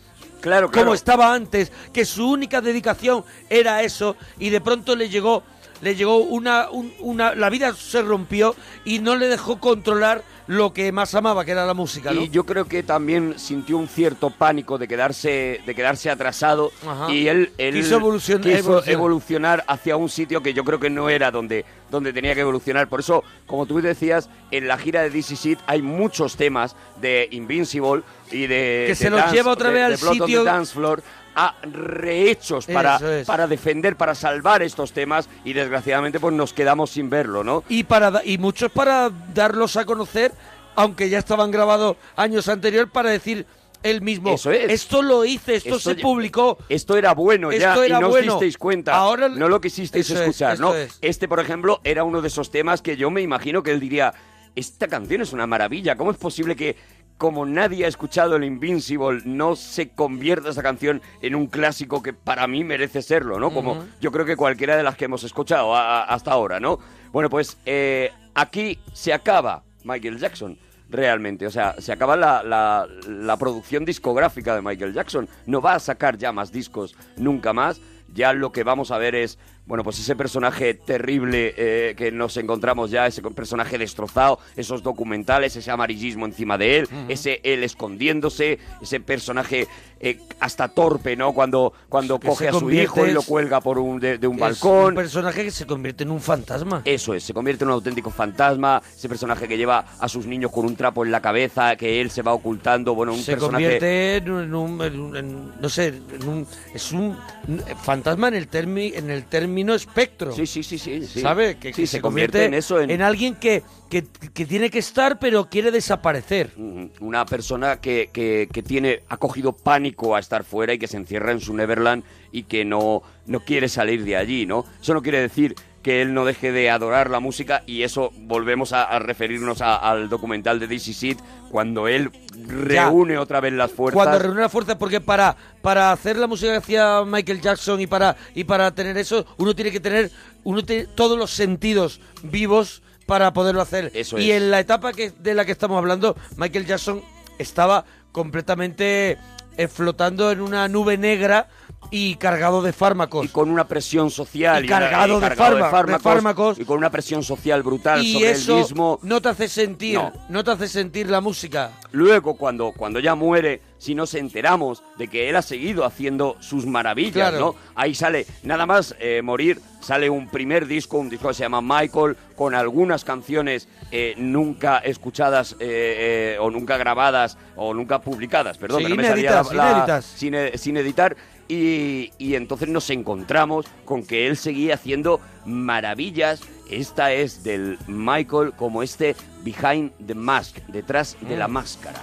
[SPEAKER 3] Claro,
[SPEAKER 1] Como
[SPEAKER 3] claro.
[SPEAKER 1] estaba antes, que su única dedicación era eso, y de pronto le llegó, le llegó una, un- una, la vida se rompió y no le dejó controlar lo que más amaba, que era la música, ¿no?
[SPEAKER 3] Y yo creo que también sintió un cierto pánico de quedarse, de quedarse atrasado
[SPEAKER 1] Ajá.
[SPEAKER 3] y él, él
[SPEAKER 1] Quiso evolucion-
[SPEAKER 3] quiso
[SPEAKER 1] evolucionar.
[SPEAKER 3] evolucionar. hacia un sitio que yo creo que no era donde, donde tenía que evolucionar. Por eso, como tú decías, en la gira de This Is It hay muchos temas de Invincible y de...
[SPEAKER 1] Que
[SPEAKER 3] de
[SPEAKER 1] se los lleva otra
[SPEAKER 3] de-
[SPEAKER 1] vez
[SPEAKER 3] de
[SPEAKER 1] al
[SPEAKER 3] Blood on the
[SPEAKER 1] sitio-
[SPEAKER 3] Dance Floor a rehechos para,
[SPEAKER 1] Eso es.
[SPEAKER 3] para defender, para salvar estos temas y desgraciadamente pues nos quedamos sin verlo, ¿no?
[SPEAKER 1] y para da- y muchos para darlos a conocer, aunque ya estaban grabados años anterior para decir él mismo.
[SPEAKER 3] Eso es.
[SPEAKER 1] Esto lo hice, esto,
[SPEAKER 3] Esto
[SPEAKER 1] se
[SPEAKER 3] ya-
[SPEAKER 1] publicó.
[SPEAKER 3] Esto era bueno ya
[SPEAKER 1] Esto era
[SPEAKER 3] y no
[SPEAKER 1] bueno.
[SPEAKER 3] os disteis cuenta.
[SPEAKER 1] Ahora-
[SPEAKER 3] no lo quisisteis
[SPEAKER 1] Eso es,
[SPEAKER 3] escuchar, ¿no?
[SPEAKER 1] esto es.
[SPEAKER 3] Este, por ejemplo, era uno de esos temas que yo me imagino que él diría, esta canción es una maravilla, ¿cómo es posible que como nadie ha escuchado el Invincible, no se convierta esta canción en un clásico que para mí merece serlo, ¿no? Como
[SPEAKER 1] Ujú.
[SPEAKER 3] yo creo que cualquiera de las que hemos escuchado a- a- hasta ahora, ¿no? Bueno, pues eh, aquí se acaba Michael Jackson, realmente. O sea, se acaba la, la- la producción discográfica de Michael Jackson. No va a sacar ya más discos, nunca más. Ya lo que vamos a ver es, bueno, pues ese personaje terrible eh, que nos encontramos ya, ese personaje destrozado, esos documentales, ese amarillismo encima de él,
[SPEAKER 1] Ujú.
[SPEAKER 3] ese él escondiéndose, ese personaje eh, hasta torpe, ¿no? Cuando, cuando
[SPEAKER 1] Que
[SPEAKER 3] coge
[SPEAKER 1] se
[SPEAKER 3] a su hijo y
[SPEAKER 1] convierte-
[SPEAKER 3] lo cuelga por un, de, de un
[SPEAKER 1] Es
[SPEAKER 3] balcón.
[SPEAKER 1] Un personaje que se convierte en un fantasma.
[SPEAKER 3] Eso es, se convierte en un auténtico fantasma, ese personaje que lleva a sus niños con un trapo en la cabeza, que él se va ocultando, bueno, un
[SPEAKER 1] se
[SPEAKER 3] personaje...
[SPEAKER 1] convierte en un, en un- en un- en- no sé, en un, es un n- fantasma en el termi, en el término espectro.
[SPEAKER 3] Sí, sí, sí, sí. sí.
[SPEAKER 1] ¿Sabe? Que,
[SPEAKER 3] Sí,
[SPEAKER 1] que
[SPEAKER 3] se convierte en eso, en-
[SPEAKER 1] alguien que, que, que tiene que estar pero quiere desaparecer.
[SPEAKER 3] Ujú. Mm, Una persona que, que- que tiene, ha cogido pánico a estar fuera y que se encierra en su Neverland y que no, no quiere salir de allí, ¿no? Eso no quiere decir que él no deje de adorar la música y eso volvemos a, a referirnos a- al documental de This Is It, cuando él
[SPEAKER 1] Ya.
[SPEAKER 3] reúne otra vez las fuerzas.
[SPEAKER 1] Cuando reúne la fuerza, porque para, para hacer la música que hacía Michael Jackson y para, y para tener eso, uno tiene que tener uno tiene todos los sentidos vivos para poderlo hacer.
[SPEAKER 3] Eso
[SPEAKER 1] y
[SPEAKER 3] es.
[SPEAKER 1] en la etapa que, de la que estamos hablando, Michael Jackson estaba completamente eh, flotando en una nube negra y cargado de fármacos. Y
[SPEAKER 3] con una presión social
[SPEAKER 1] Y
[SPEAKER 3] y una-
[SPEAKER 1] cargado,
[SPEAKER 3] y
[SPEAKER 1] de,
[SPEAKER 3] cargado de
[SPEAKER 1] farma- de
[SPEAKER 3] fármacos,
[SPEAKER 1] fármacos.
[SPEAKER 3] y con una presión social brutal
[SPEAKER 1] Y
[SPEAKER 3] sobre
[SPEAKER 1] eso
[SPEAKER 3] él mismo.
[SPEAKER 1] no te hace sentir,
[SPEAKER 3] No.
[SPEAKER 1] no te hace sentir la música.
[SPEAKER 3] Luego, cuando, cuando ya muere, si nos enteramos de que él ha seguido haciendo sus maravillas,
[SPEAKER 1] Claro.
[SPEAKER 3] ¿no? Ahí sale, nada más eh, morir, sale un primer disco, un disco que se llama Michael, con algunas canciones eh, nunca escuchadas eh, eh, o nunca grabadas o nunca publicadas, perdón,
[SPEAKER 1] Sí,
[SPEAKER 3] que no me salía
[SPEAKER 1] inéditas,
[SPEAKER 3] la- la-
[SPEAKER 1] inéditas.
[SPEAKER 3] sin, e- sin editar. Y, y entonces nos encontramos con que él seguía haciendo maravillas. Esta es del Michael como este Behind the Mask, detrás de la
[SPEAKER 1] Mm.
[SPEAKER 3] máscara.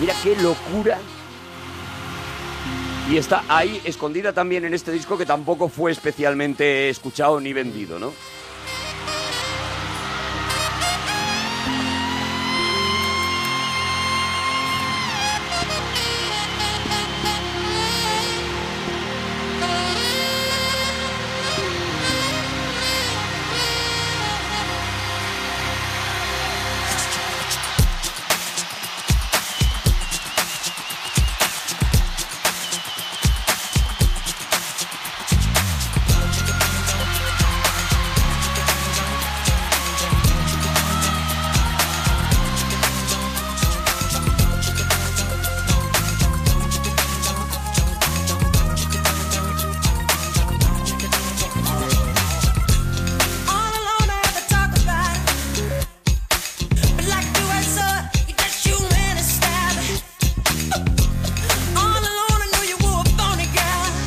[SPEAKER 3] Mira qué locura. Y está ahí escondida también en este disco que tampoco fue especialmente escuchado ni vendido, ¿no?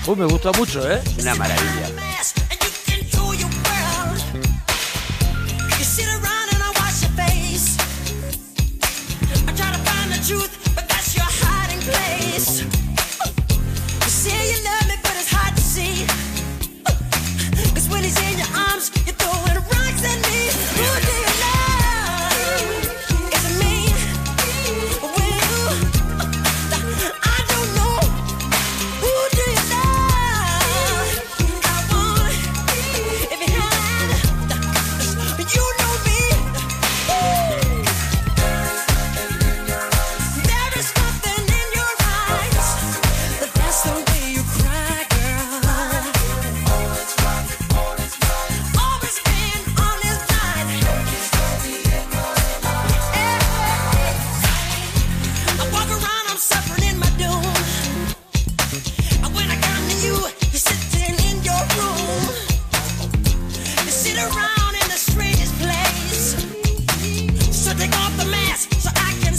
[SPEAKER 1] Uy, me gusta mucho, ¿eh?
[SPEAKER 3] Una maravilla.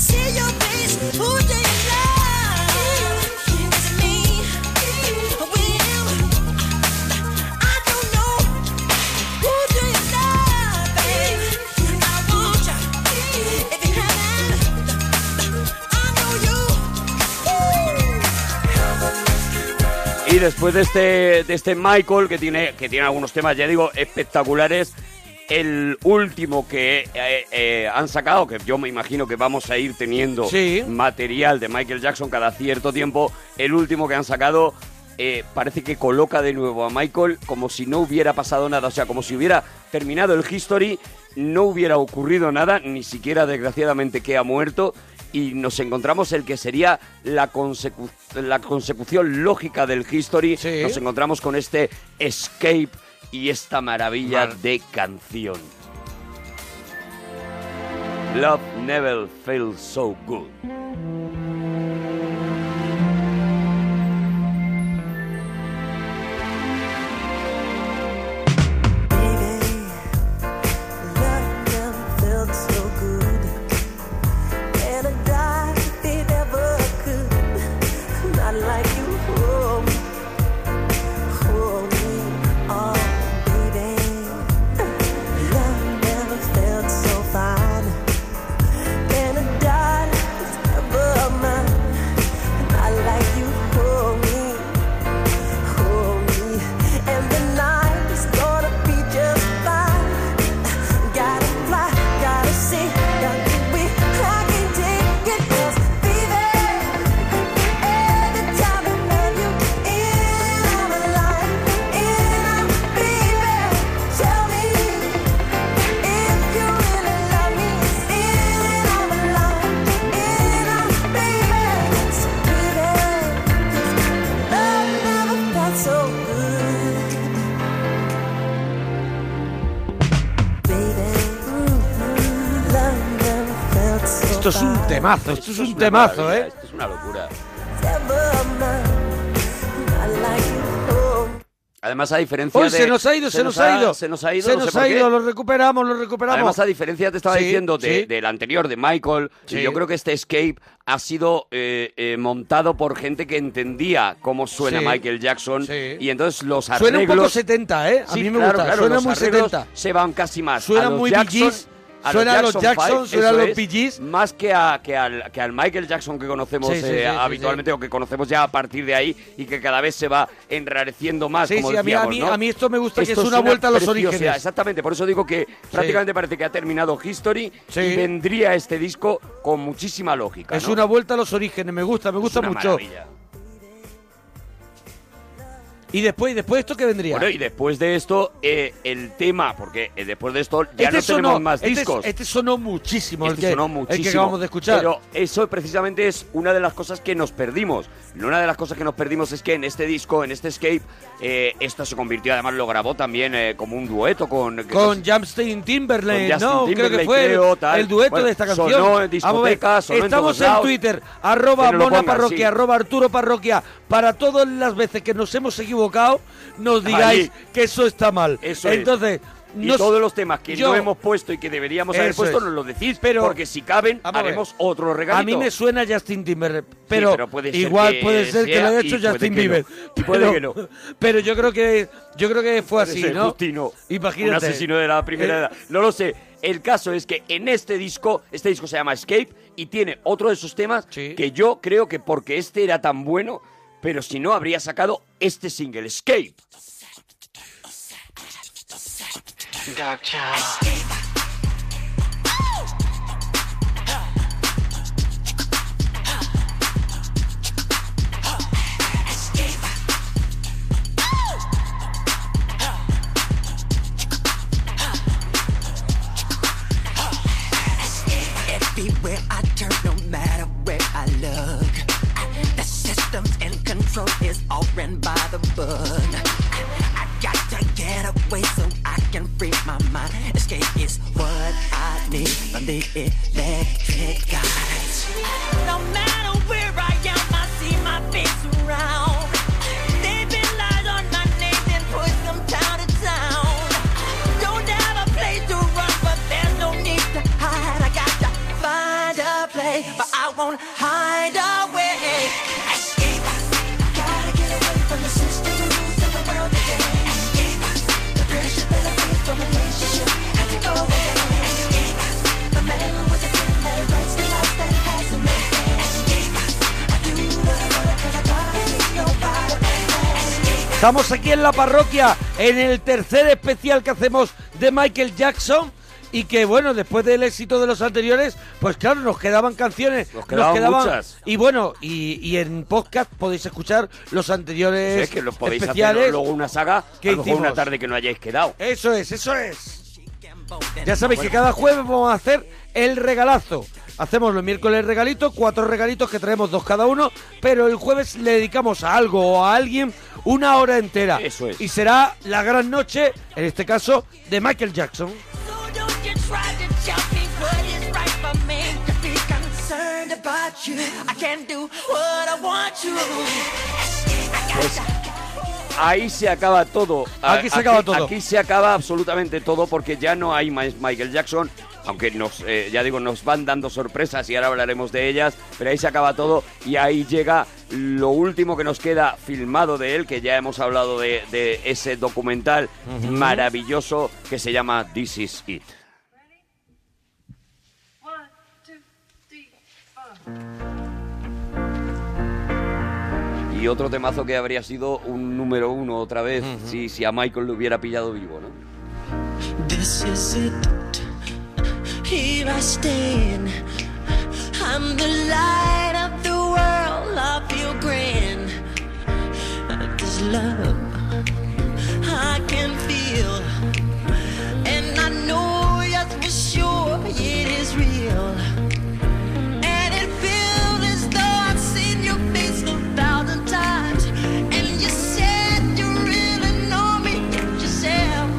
[SPEAKER 7] Who do you love? Is it me? Or will I don't know who do you love, babe? I want ya if you haven't. I know you.
[SPEAKER 3] Y después de este, de este Michael, que tiene, que tiene algunos temas, ya digo, espectaculares, el último que eh, eh, han sacado, que yo me imagino que vamos a ir teniendo
[SPEAKER 1] Sí.
[SPEAKER 3] material de Michael Jackson cada cierto tiempo, el último que han sacado eh, parece que coloca de nuevo a Michael como si no hubiera pasado nada, o sea, como si hubiera terminado el history, no hubiera ocurrido nada, ni siquiera desgraciadamente que ha muerto. Y nos encontramos el que sería la, consecu- la consecución lógica del history. Nos encontramos con este escape y esta maravilla de canción. Love never feels so good.
[SPEAKER 7] Felt so good, and I died it ever could. Not like you oh. hold me, hold me on, baby. Love never felt so fine, and I died it ever mine. Not like you oh, hold me, hold me, and the night is gonna be just fine. Gotta fly, gotta see, gotta be I can take it cause fever Every time I let you in I'm alive, in I'm fever Tell me if you really love me In and I'm alive, in I'm fever So fever Love never felt so good Mm-hmm.
[SPEAKER 1] Esto es un temazo, esto es un temazo, ¿eh?
[SPEAKER 3] Esto es una locura. Además, a diferencia
[SPEAKER 1] Hoy
[SPEAKER 3] de-
[SPEAKER 1] se nos ha ido, se, nos, ha ido.
[SPEAKER 3] Se nos ha ido,
[SPEAKER 1] Se
[SPEAKER 3] no sé
[SPEAKER 1] nos
[SPEAKER 3] por
[SPEAKER 1] ha
[SPEAKER 3] qué.
[SPEAKER 1] ido, lo recuperamos, lo recuperamos.
[SPEAKER 3] Además, a diferencia, te estaba
[SPEAKER 1] Sí,
[SPEAKER 3] diciendo, de-
[SPEAKER 1] sí.
[SPEAKER 3] del anterior, de Michael,
[SPEAKER 1] Sí.
[SPEAKER 3] y yo creo que este escape ha sido eh, eh, montado por gente que entendía cómo suena
[SPEAKER 1] Sí.
[SPEAKER 3] Michael Jackson. Y entonces los arreglos...
[SPEAKER 1] Suena un poco 70, ¿eh? A
[SPEAKER 3] Sí,
[SPEAKER 1] mí me
[SPEAKER 3] claro,
[SPEAKER 1] gusta,
[SPEAKER 3] claro,
[SPEAKER 1] suena
[SPEAKER 3] los
[SPEAKER 1] muy
[SPEAKER 3] arreglos
[SPEAKER 1] 70.
[SPEAKER 3] se van casi más.
[SPEAKER 1] Suena
[SPEAKER 3] a los
[SPEAKER 1] muy Bee
[SPEAKER 3] Jackson,
[SPEAKER 1] Gees, suena a los Jackson,
[SPEAKER 3] Five,
[SPEAKER 1] suena a
[SPEAKER 3] eso
[SPEAKER 1] los
[SPEAKER 3] es,
[SPEAKER 1] Bee
[SPEAKER 3] Más que, a- que al, que al Michael Jackson que conocemos
[SPEAKER 1] Sí, sí,
[SPEAKER 3] eh,
[SPEAKER 1] sí, sí,
[SPEAKER 3] habitualmente o que conocemos ya a partir de ahí y que cada vez se va enrareciendo más.
[SPEAKER 1] Sí,
[SPEAKER 3] como
[SPEAKER 1] sí, a mí, a,
[SPEAKER 3] decíamos,
[SPEAKER 1] mí,
[SPEAKER 3] ¿no?
[SPEAKER 1] a mí esto me gusta
[SPEAKER 3] Esto
[SPEAKER 1] que es una
[SPEAKER 3] suena
[SPEAKER 1] vuelta a los
[SPEAKER 3] preciosidad,
[SPEAKER 1] orígenes.
[SPEAKER 3] Exactamente, por eso digo que prácticamente parece que ha terminado History y vendría este disco con muchísima lógica.
[SPEAKER 1] Es
[SPEAKER 3] ¿no?
[SPEAKER 1] una vuelta a los orígenes, me gusta, me gusta
[SPEAKER 3] una
[SPEAKER 1] mucho.
[SPEAKER 3] maravilla.
[SPEAKER 1] Y después, ¿y después esto qué vendría?
[SPEAKER 3] Bueno, y después de esto, eh, el tema, porque eh, después de esto ya
[SPEAKER 1] este
[SPEAKER 3] no
[SPEAKER 1] sonó,
[SPEAKER 3] tenemos más
[SPEAKER 1] este-
[SPEAKER 3] discos.
[SPEAKER 1] Este, sonó muchísimo,
[SPEAKER 3] Este
[SPEAKER 1] el, que,
[SPEAKER 3] sonó
[SPEAKER 1] el que
[SPEAKER 3] muchísimo.
[SPEAKER 1] acabamos de escuchar.
[SPEAKER 3] Pero eso precisamente es una de las cosas que nos perdimos. Una de las cosas que nos perdimos es que en este disco, en este escape, eh, esto se convirtió, además lo grabó también eh, como un dueto con...
[SPEAKER 1] con este Justin Timberlake,
[SPEAKER 3] Con Justin
[SPEAKER 1] ¿no? creo
[SPEAKER 3] Timberlake,
[SPEAKER 1] que fue el-
[SPEAKER 3] creo, tal.
[SPEAKER 1] el dueto
[SPEAKER 3] Bueno,
[SPEAKER 1] de esta canción.
[SPEAKER 3] sonó en
[SPEAKER 1] Vamos a ver,
[SPEAKER 3] discotecas, sonó en
[SPEAKER 1] Estamos
[SPEAKER 3] todos
[SPEAKER 1] en
[SPEAKER 3] lados.
[SPEAKER 1] Twitter, arroba
[SPEAKER 3] Que no lo
[SPEAKER 1] Mona
[SPEAKER 3] pongan,
[SPEAKER 1] Parroquia,
[SPEAKER 3] sí.
[SPEAKER 1] arroba Arturo Parroquia. Para todas las veces que nos hemos equivocado, nos digáis
[SPEAKER 3] Ahí.
[SPEAKER 1] que eso está mal.
[SPEAKER 3] es.
[SPEAKER 1] Entonces,
[SPEAKER 3] Y
[SPEAKER 22] no-
[SPEAKER 3] todos los temas que
[SPEAKER 22] yo-
[SPEAKER 3] no hemos puesto y que deberíamos haber
[SPEAKER 1] Eso
[SPEAKER 3] puesto
[SPEAKER 1] es.
[SPEAKER 3] nos los decís,
[SPEAKER 1] Pero-
[SPEAKER 3] porque si caben,
[SPEAKER 1] Vamos a ver.
[SPEAKER 3] haremos otro regalito.
[SPEAKER 1] A mí me suena Justin Timberlake, pero,
[SPEAKER 3] pero puede ser
[SPEAKER 1] igual
[SPEAKER 3] que
[SPEAKER 1] puede ser que lo
[SPEAKER 3] sea
[SPEAKER 1] haya
[SPEAKER 3] y
[SPEAKER 1] hecho
[SPEAKER 3] puede que
[SPEAKER 1] Justin
[SPEAKER 3] no.
[SPEAKER 1] Bieber. Pero,
[SPEAKER 3] Puede que no.
[SPEAKER 1] Pero yo creo que yo creo que fue
[SPEAKER 3] Puede
[SPEAKER 1] así,
[SPEAKER 3] ser
[SPEAKER 1] ¿no?
[SPEAKER 3] Justino,
[SPEAKER 1] Imagínate.
[SPEAKER 3] Un asesino de la primera
[SPEAKER 1] Eh,
[SPEAKER 3] edad. No lo sé. El caso es que en este disco, este disco se llama Escape y tiene otro de esos temas que yo creo que porque este era tan bueno, pero si no habría sacado este single, Escape.
[SPEAKER 7] Everywhere I turn, no matter where I look, the systems in control is all ran by the book. I got to get away so I can free my mind. Escape is what I need from the electric guys.
[SPEAKER 21] No matter where I am, I see my face around. They've been lies on my name and pushed from town to town. Don't have a place to run, but there's no need to hide. I got to find a place, but I won't hide away. Escape. Gotta get away from the system, the rules, and the world today. Escape. The pressure that I feel from a relationship had to go away. Escape. The man was a friend that writes the life that has a man. Escape. I do what I wanna 'cause I gotta leave nobody.
[SPEAKER 1] Estamos aquí en la parroquia, en el tercer especial que hacemos de Michael Jackson. Y que bueno, después del éxito de los anteriores, pues claro, nos quedaban canciones. Nos
[SPEAKER 3] quedaban muchas.
[SPEAKER 1] Y bueno, y, y en podcast podéis escuchar los anteriores
[SPEAKER 3] Es que lo podéis
[SPEAKER 1] especiales.
[SPEAKER 3] hacer luego una saga,
[SPEAKER 1] que
[SPEAKER 3] a lo mejor
[SPEAKER 1] hicimos.
[SPEAKER 3] una tarde que no hayáis quedado.
[SPEAKER 1] Eso es, eso es. Ya sabéis que cada jueves vamos a hacer el regalazo. Hacemos los miércoles el regalito, cuatro regalitos que traemos dos cada uno, pero el jueves le dedicamos a algo o a alguien una hora entera. Eso es. Y será la gran noche, en este caso, de Michael Jackson.
[SPEAKER 7] Don't you try to tell me what is right for me to be concerned about you. I can't do what I want to.
[SPEAKER 3] Pues ahí se acaba todo. A-
[SPEAKER 1] Aquí se acaba todo.
[SPEAKER 3] Aquí se acaba absolutamente todo porque ya no hay más Michael Jackson. Aunque nos, eh, ya digo, nos van dando sorpresas y ahora hablaremos de ellas, pero ahí se acaba todo y ahí llega lo último que nos queda filmado de él, que ya hemos hablado de, de ese documental
[SPEAKER 1] Ujú.
[SPEAKER 3] maravilloso que se llama This Is It. Y otro temazo que habría sido un número uno otra vez si, si a Michael lo hubiera pillado vivo, ¿no?
[SPEAKER 7] This is it.
[SPEAKER 21] Here I stand. I'm the light of the world. I feel grand. This love I can feel. And I know yes for sure it is real. And it feels as though I've seen your face a thousand times. And you said you really know me yourself.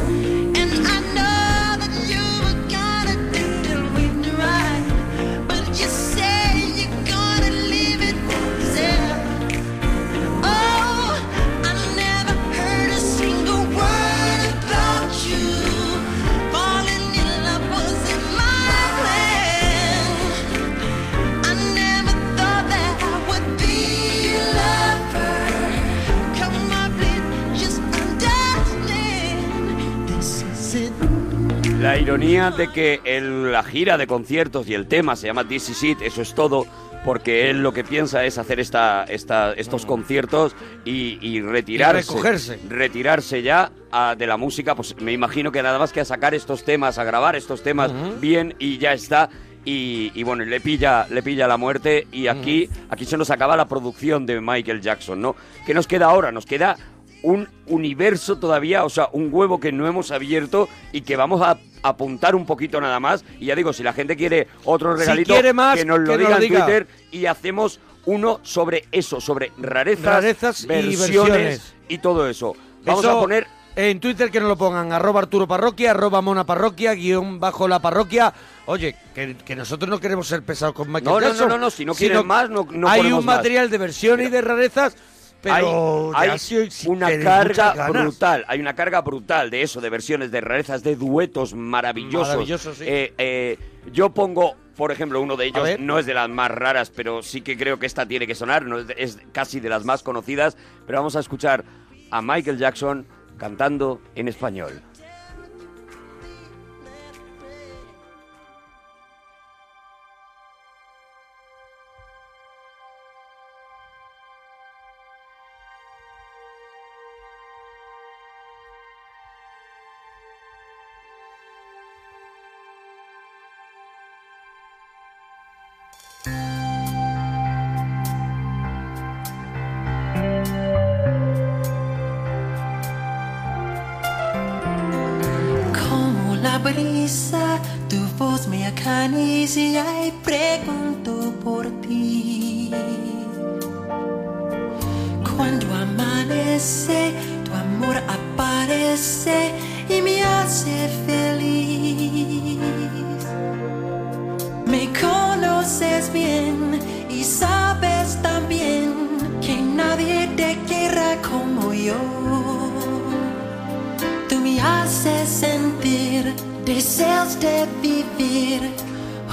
[SPEAKER 21] And I know that you were gonna do the winter right. But you say you're gonna leave it there. Oh, I never heard a single word about you. Falling in love wasn't my plan. I never thought that I would be your lover. Come on, please, just understand. This is it.
[SPEAKER 3] La ironía de que el- la gira de conciertos y el tema se llama This Is It, eso es todo, porque él lo que piensa es hacer esta, esta, estos conciertos y, y retirarse.
[SPEAKER 1] Y recogerse.
[SPEAKER 3] Retirarse ya ah, de la música, pues me imagino que nada más que a sacar estos temas, a grabar estos temas bien y ya está. Y, y bueno, le pilla, le pilla la muerte y aquí, aquí se nos acaba la producción de Michael Jackson, ¿no? ¿Qué nos queda ahora? Nos queda un universo todavía, o sea, un huevo que no hemos abierto y que vamos a apuntar un poquito nada más. Y ya digo, si la gente quiere otro
[SPEAKER 1] Si
[SPEAKER 3] regalito,
[SPEAKER 1] quiere más,
[SPEAKER 3] que nos lo
[SPEAKER 1] que nos
[SPEAKER 3] diga
[SPEAKER 1] lo
[SPEAKER 3] en
[SPEAKER 1] diga.
[SPEAKER 3] Twitter y hacemos uno sobre eso, sobre rarezas,
[SPEAKER 1] Rarezas y versiones.
[SPEAKER 3] y todo eso. Vamos
[SPEAKER 1] Eso
[SPEAKER 3] a poner
[SPEAKER 1] En Twitter que nos lo pongan, arroba Arturo Parroquia, arroba Mona Parroquia, guión bajo la parroquia. Oye, que, que nosotros no queremos ser pesados con Michael
[SPEAKER 3] No, no,
[SPEAKER 1] Jackson.
[SPEAKER 3] no, no, no, si no quieren más, no- no
[SPEAKER 1] Hay
[SPEAKER 3] ponemos
[SPEAKER 1] un
[SPEAKER 3] más.
[SPEAKER 1] material de versiones y de rarezas Pero
[SPEAKER 3] hay,
[SPEAKER 1] ya
[SPEAKER 3] hay
[SPEAKER 1] si- si
[SPEAKER 3] una
[SPEAKER 1] tenéis muchas
[SPEAKER 3] carga
[SPEAKER 1] ganas.
[SPEAKER 3] brutal, hay una carga brutal de eso, de versiones, de rarezas, de duetos maravillosos.
[SPEAKER 1] Maravillosos, sí.
[SPEAKER 3] Eh, eh, yo pongo, por ejemplo, uno de ellos,
[SPEAKER 1] ver.
[SPEAKER 3] no es de las más raras, pero sí que creo que esta tiene que sonar, no es, de- es casi de las más conocidas, pero vamos a escuchar a Michael Jackson cantando en español.
[SPEAKER 21] Como la brisa, tu voz me acaricia y pregunto por ti. Cuando amanece, tu amor aparece y me hace feliz. Me conoces bien y sabes también que nadie te quiera como yo. Tú me haces sentir deseos de vivir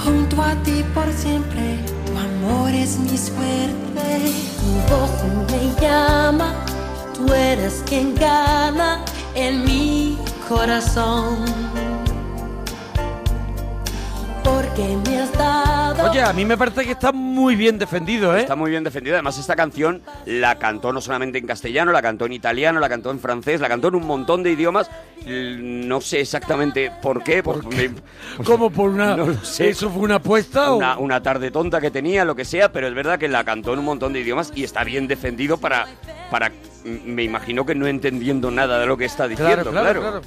[SPEAKER 21] junto a ti por siempre. Tu amor es mi suerte. Tu voz me llama, tú eres quien gana en mi corazón. Porque me has dado.
[SPEAKER 1] Oye, a mí me parece que está muy bien defendido, ¿eh?
[SPEAKER 3] Está muy bien defendido. Además, esta canción la cantó no solamente en castellano, la cantó en italiano, la cantó en francés, la cantó en un montón de idiomas. L- No sé exactamente por qué.
[SPEAKER 1] ¿Cómo por una.?
[SPEAKER 3] ¿Eso fue una apuesta una, Una tarde tonta que tenía, lo que sea, pero es verdad que la cantó en un montón de idiomas y está bien defendido para. para m- me imagino que no entendiendo nada de lo que está diciendo, claro.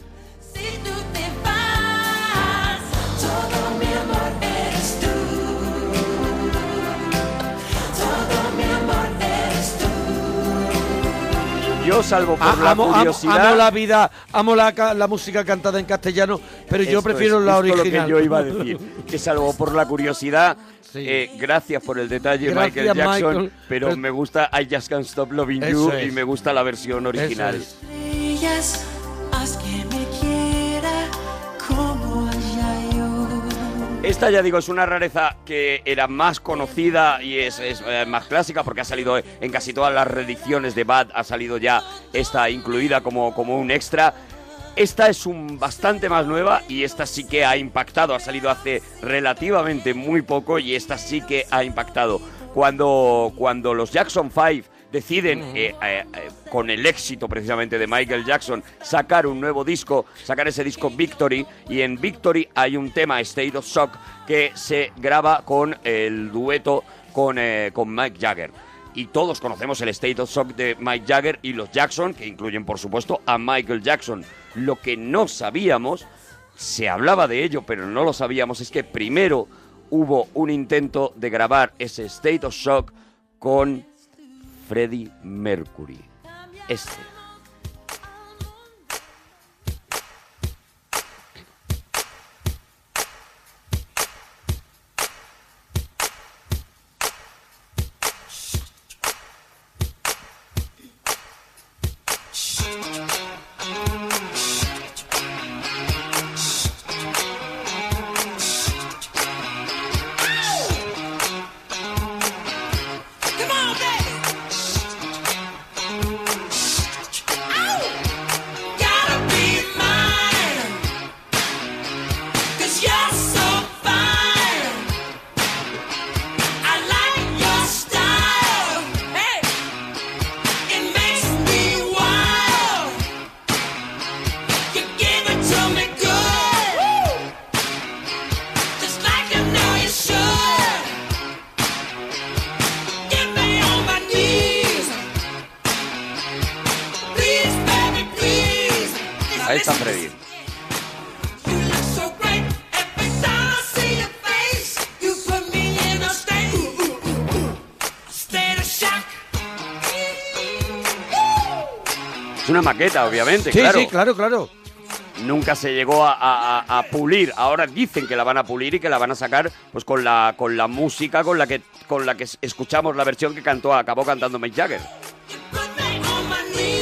[SPEAKER 21] Todo mi amor eres tú. Todo mi amor eres tú.
[SPEAKER 3] Yo, salvo por
[SPEAKER 1] Ah,
[SPEAKER 3] la
[SPEAKER 1] amo, amo-
[SPEAKER 3] curiosidad.
[SPEAKER 1] amo la vida, amo la, ca- la música cantada en castellano, pero yo
[SPEAKER 3] Esto
[SPEAKER 1] prefiero
[SPEAKER 3] es
[SPEAKER 1] la
[SPEAKER 3] justo lo
[SPEAKER 1] original.
[SPEAKER 3] que yo iba a decir. Que salvo por la curiosidad, eh, gracias por el detalle,
[SPEAKER 1] Gracias,
[SPEAKER 3] Michael Jackson.
[SPEAKER 1] Michael,
[SPEAKER 3] pero,
[SPEAKER 1] pero-
[SPEAKER 3] me gusta I Just Can't Stop Loving You
[SPEAKER 1] Eso es.
[SPEAKER 3] y me gusta la versión original.
[SPEAKER 1] Eso
[SPEAKER 21] Ellas, haz que me quiera como allá yo.
[SPEAKER 3] Esta, ya digo, es una rareza que era más conocida y es, es, eh, más clásica porque ha salido en casi todas las reediciones de Bad, ha salido ya esta incluida como, como un extra. Esta es un bastante más nueva y esta sí que ha impactado, ha salido hace relativamente muy poco y esta sí que ha impactado. Cuando, cuando los Jackson 5 deciden, eh, eh, eh, con el éxito precisamente de Michael Jackson, sacar un nuevo disco, sacar ese disco Victory, y en Victory hay un tema, State of Shock, que se graba con el dueto con, eh, con Mike Jagger y todos conocemos el State of Shock de Mike Jagger y los Jackson, que incluyen por supuesto a Michael Jackson. Lo que no sabíamos, se hablaba de ello, pero no lo sabíamos, es que primero hubo un intento de grabar ese State of Shock con Freddie Mercury. Este.
[SPEAKER 7] Come on, baby. Ow. Gotta be mine. 'Cause you're so fine. I like your style. Hey. It makes me wild. You give it to me good. Just like you know you should. Get me on my knees. Please, baby, please.
[SPEAKER 3] Ahí está Freddie.
[SPEAKER 7] So great. Every time I see your face, you put me in a state. Ooh, ooh, ooh, ooh. A state of shock.
[SPEAKER 3] Es una maqueta, obviamente,
[SPEAKER 1] Sí,
[SPEAKER 3] claro.
[SPEAKER 1] sí, claro, claro.
[SPEAKER 3] Nunca se llegó a, a- a- a pulir. Ahora dicen que la van a pulir y que la van a sacar pues con la con la música con la que con la que escuchamos la versión que cantó acabó cantando Mick Jagger.
[SPEAKER 7] Baby,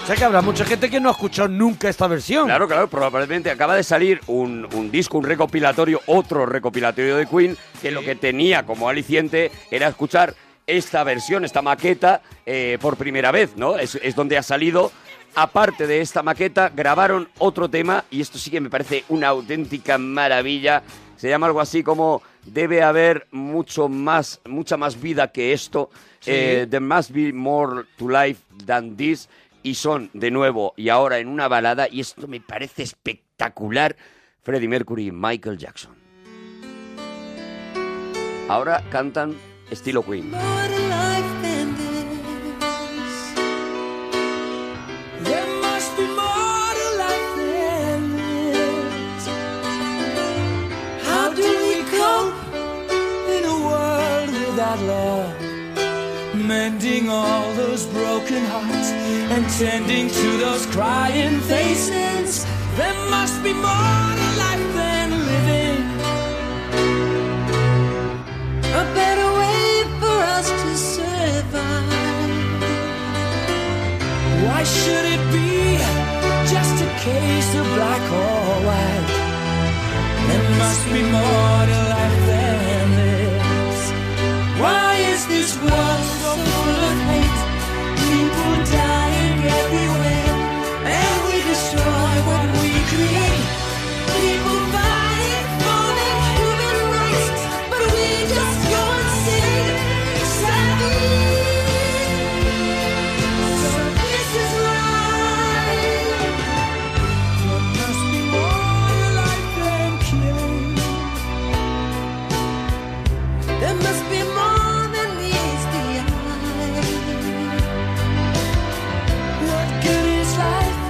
[SPEAKER 1] pasa es que habrá mucha gente que no ha escuchado nunca esta versión.
[SPEAKER 3] Claro, claro, probablemente acaba de salir un, un disco, un recopilatorio, otro recopilatorio de Queen, que lo que tenía como aliciente era escuchar esta versión, esta maqueta, eh, por primera vez, ¿no? Es, es donde ha salido. Aparte de esta maqueta, grabaron otro tema, y esto sí que me parece una auténtica maravilla. Se llama algo así como Debe haber mucho más, mucha más vida que esto.
[SPEAKER 23] Sí.
[SPEAKER 3] Eh, There must be more to life than this. Y son de nuevo y ahora en una balada. Y esto me parece espectacular. Freddie Mercury y Michael Jackson. Ahora cantan estilo Queen.
[SPEAKER 7] There must be more to life than this. How do we cope in a world without love? Mending all those broken hearts and tending to those crying faces. There must be more to life than living. A better way for us to survive. Why should it be just a case of black or white? There must be more to life than this. Why is this world so full of hate? People dying everywhere, and we destroy what we create. People fighting for their human rights, but we just go insane. Savage. So this is life. There must be more to life than killing. There must be more than meets the eye. What good is life?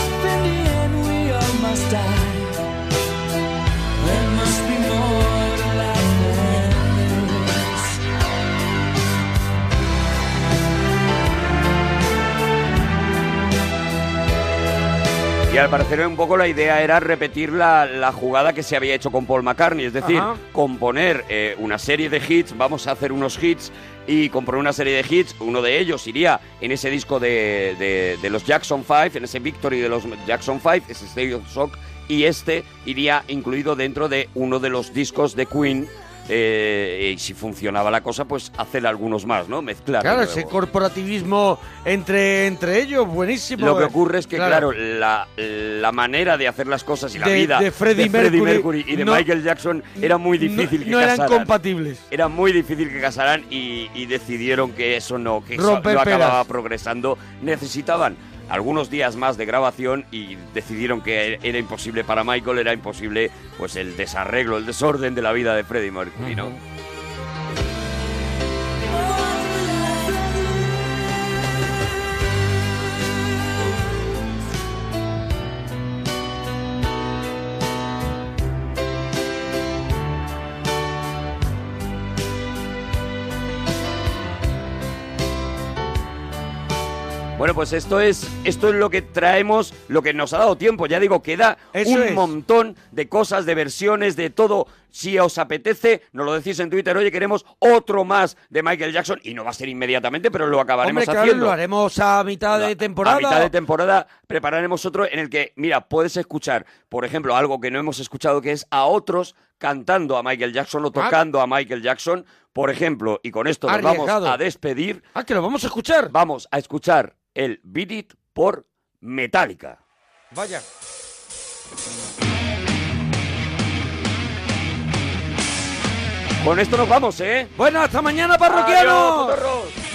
[SPEAKER 7] In the end, we all must die. There must be more to life than this.
[SPEAKER 3] Y al parecer un poco la idea era repetir la, la jugada que se había hecho con Paul McCartney, es decir,
[SPEAKER 23] Ajá.
[SPEAKER 3] componer eh, una serie de hits, vamos a hacer unos hits y componer una serie de hits, uno de ellos iría en ese disco de, de- de los Jackson 5, en ese Victory de los Jackson 5, ese State of Shock, y este iría incluido dentro de uno de los discos de Queen. eh, y si funcionaba la cosa, pues hacer algunos más, ¿no? Mezclar. de
[SPEAKER 1] Claro,
[SPEAKER 3] nuevo.
[SPEAKER 1] ese corporativismo entre, entre ellos, buenísimo.
[SPEAKER 3] Lo que
[SPEAKER 1] eh.
[SPEAKER 3] ocurre es que, claro, la, la manera de hacer las cosas y la
[SPEAKER 1] De-
[SPEAKER 3] vida
[SPEAKER 1] de Freddie Mercury
[SPEAKER 3] y de
[SPEAKER 1] no-
[SPEAKER 3] Michael Jackson era muy difícil que
[SPEAKER 1] no eran
[SPEAKER 3] casaran.
[SPEAKER 1] compatibles.
[SPEAKER 3] Era muy difícil que casaran y, y decidieron que eso no, que eso
[SPEAKER 1] Romper
[SPEAKER 3] no acababa
[SPEAKER 1] peras.
[SPEAKER 3] progresando. Necesitaban algunos días más de grabación y decidieron que er- era imposible para Michael, era imposible pues el desarreglo, el desorden de la vida de Freddie Mercury, ¿no? Bueno, pues esto es, esto es lo que traemos, lo que nos ha dado tiempo. Ya digo, queda
[SPEAKER 1] Eso
[SPEAKER 3] un
[SPEAKER 1] es.
[SPEAKER 3] montón de cosas, de versiones, de todo. Si os apetece, nos lo decís en Twitter, oye, queremos otro más de Michael Jackson. Y no va a ser inmediatamente, pero lo acabaremos
[SPEAKER 1] Hombre, claro,
[SPEAKER 3] haciendo.
[SPEAKER 1] lo haremos a mitad de temporada.
[SPEAKER 3] A mitad de temporada prepararemos otro en el que, mira, puedes escuchar, por ejemplo, algo que no hemos escuchado, que es a otros cantando a Michael Jackson o tocando a Michael Jackson, por ejemplo. Y con esto nos
[SPEAKER 1] Arriesgado.
[SPEAKER 3] vamos a despedir.
[SPEAKER 1] Ah, que lo vamos a escuchar.
[SPEAKER 3] Vamos a escuchar el Beat It por Metallica.
[SPEAKER 1] Vaya.
[SPEAKER 3] Con esto nos vamos, ¿eh?
[SPEAKER 1] Bueno, hasta mañana,
[SPEAKER 3] parroquianos.
[SPEAKER 1] parroquianos.
[SPEAKER 3] Adiós,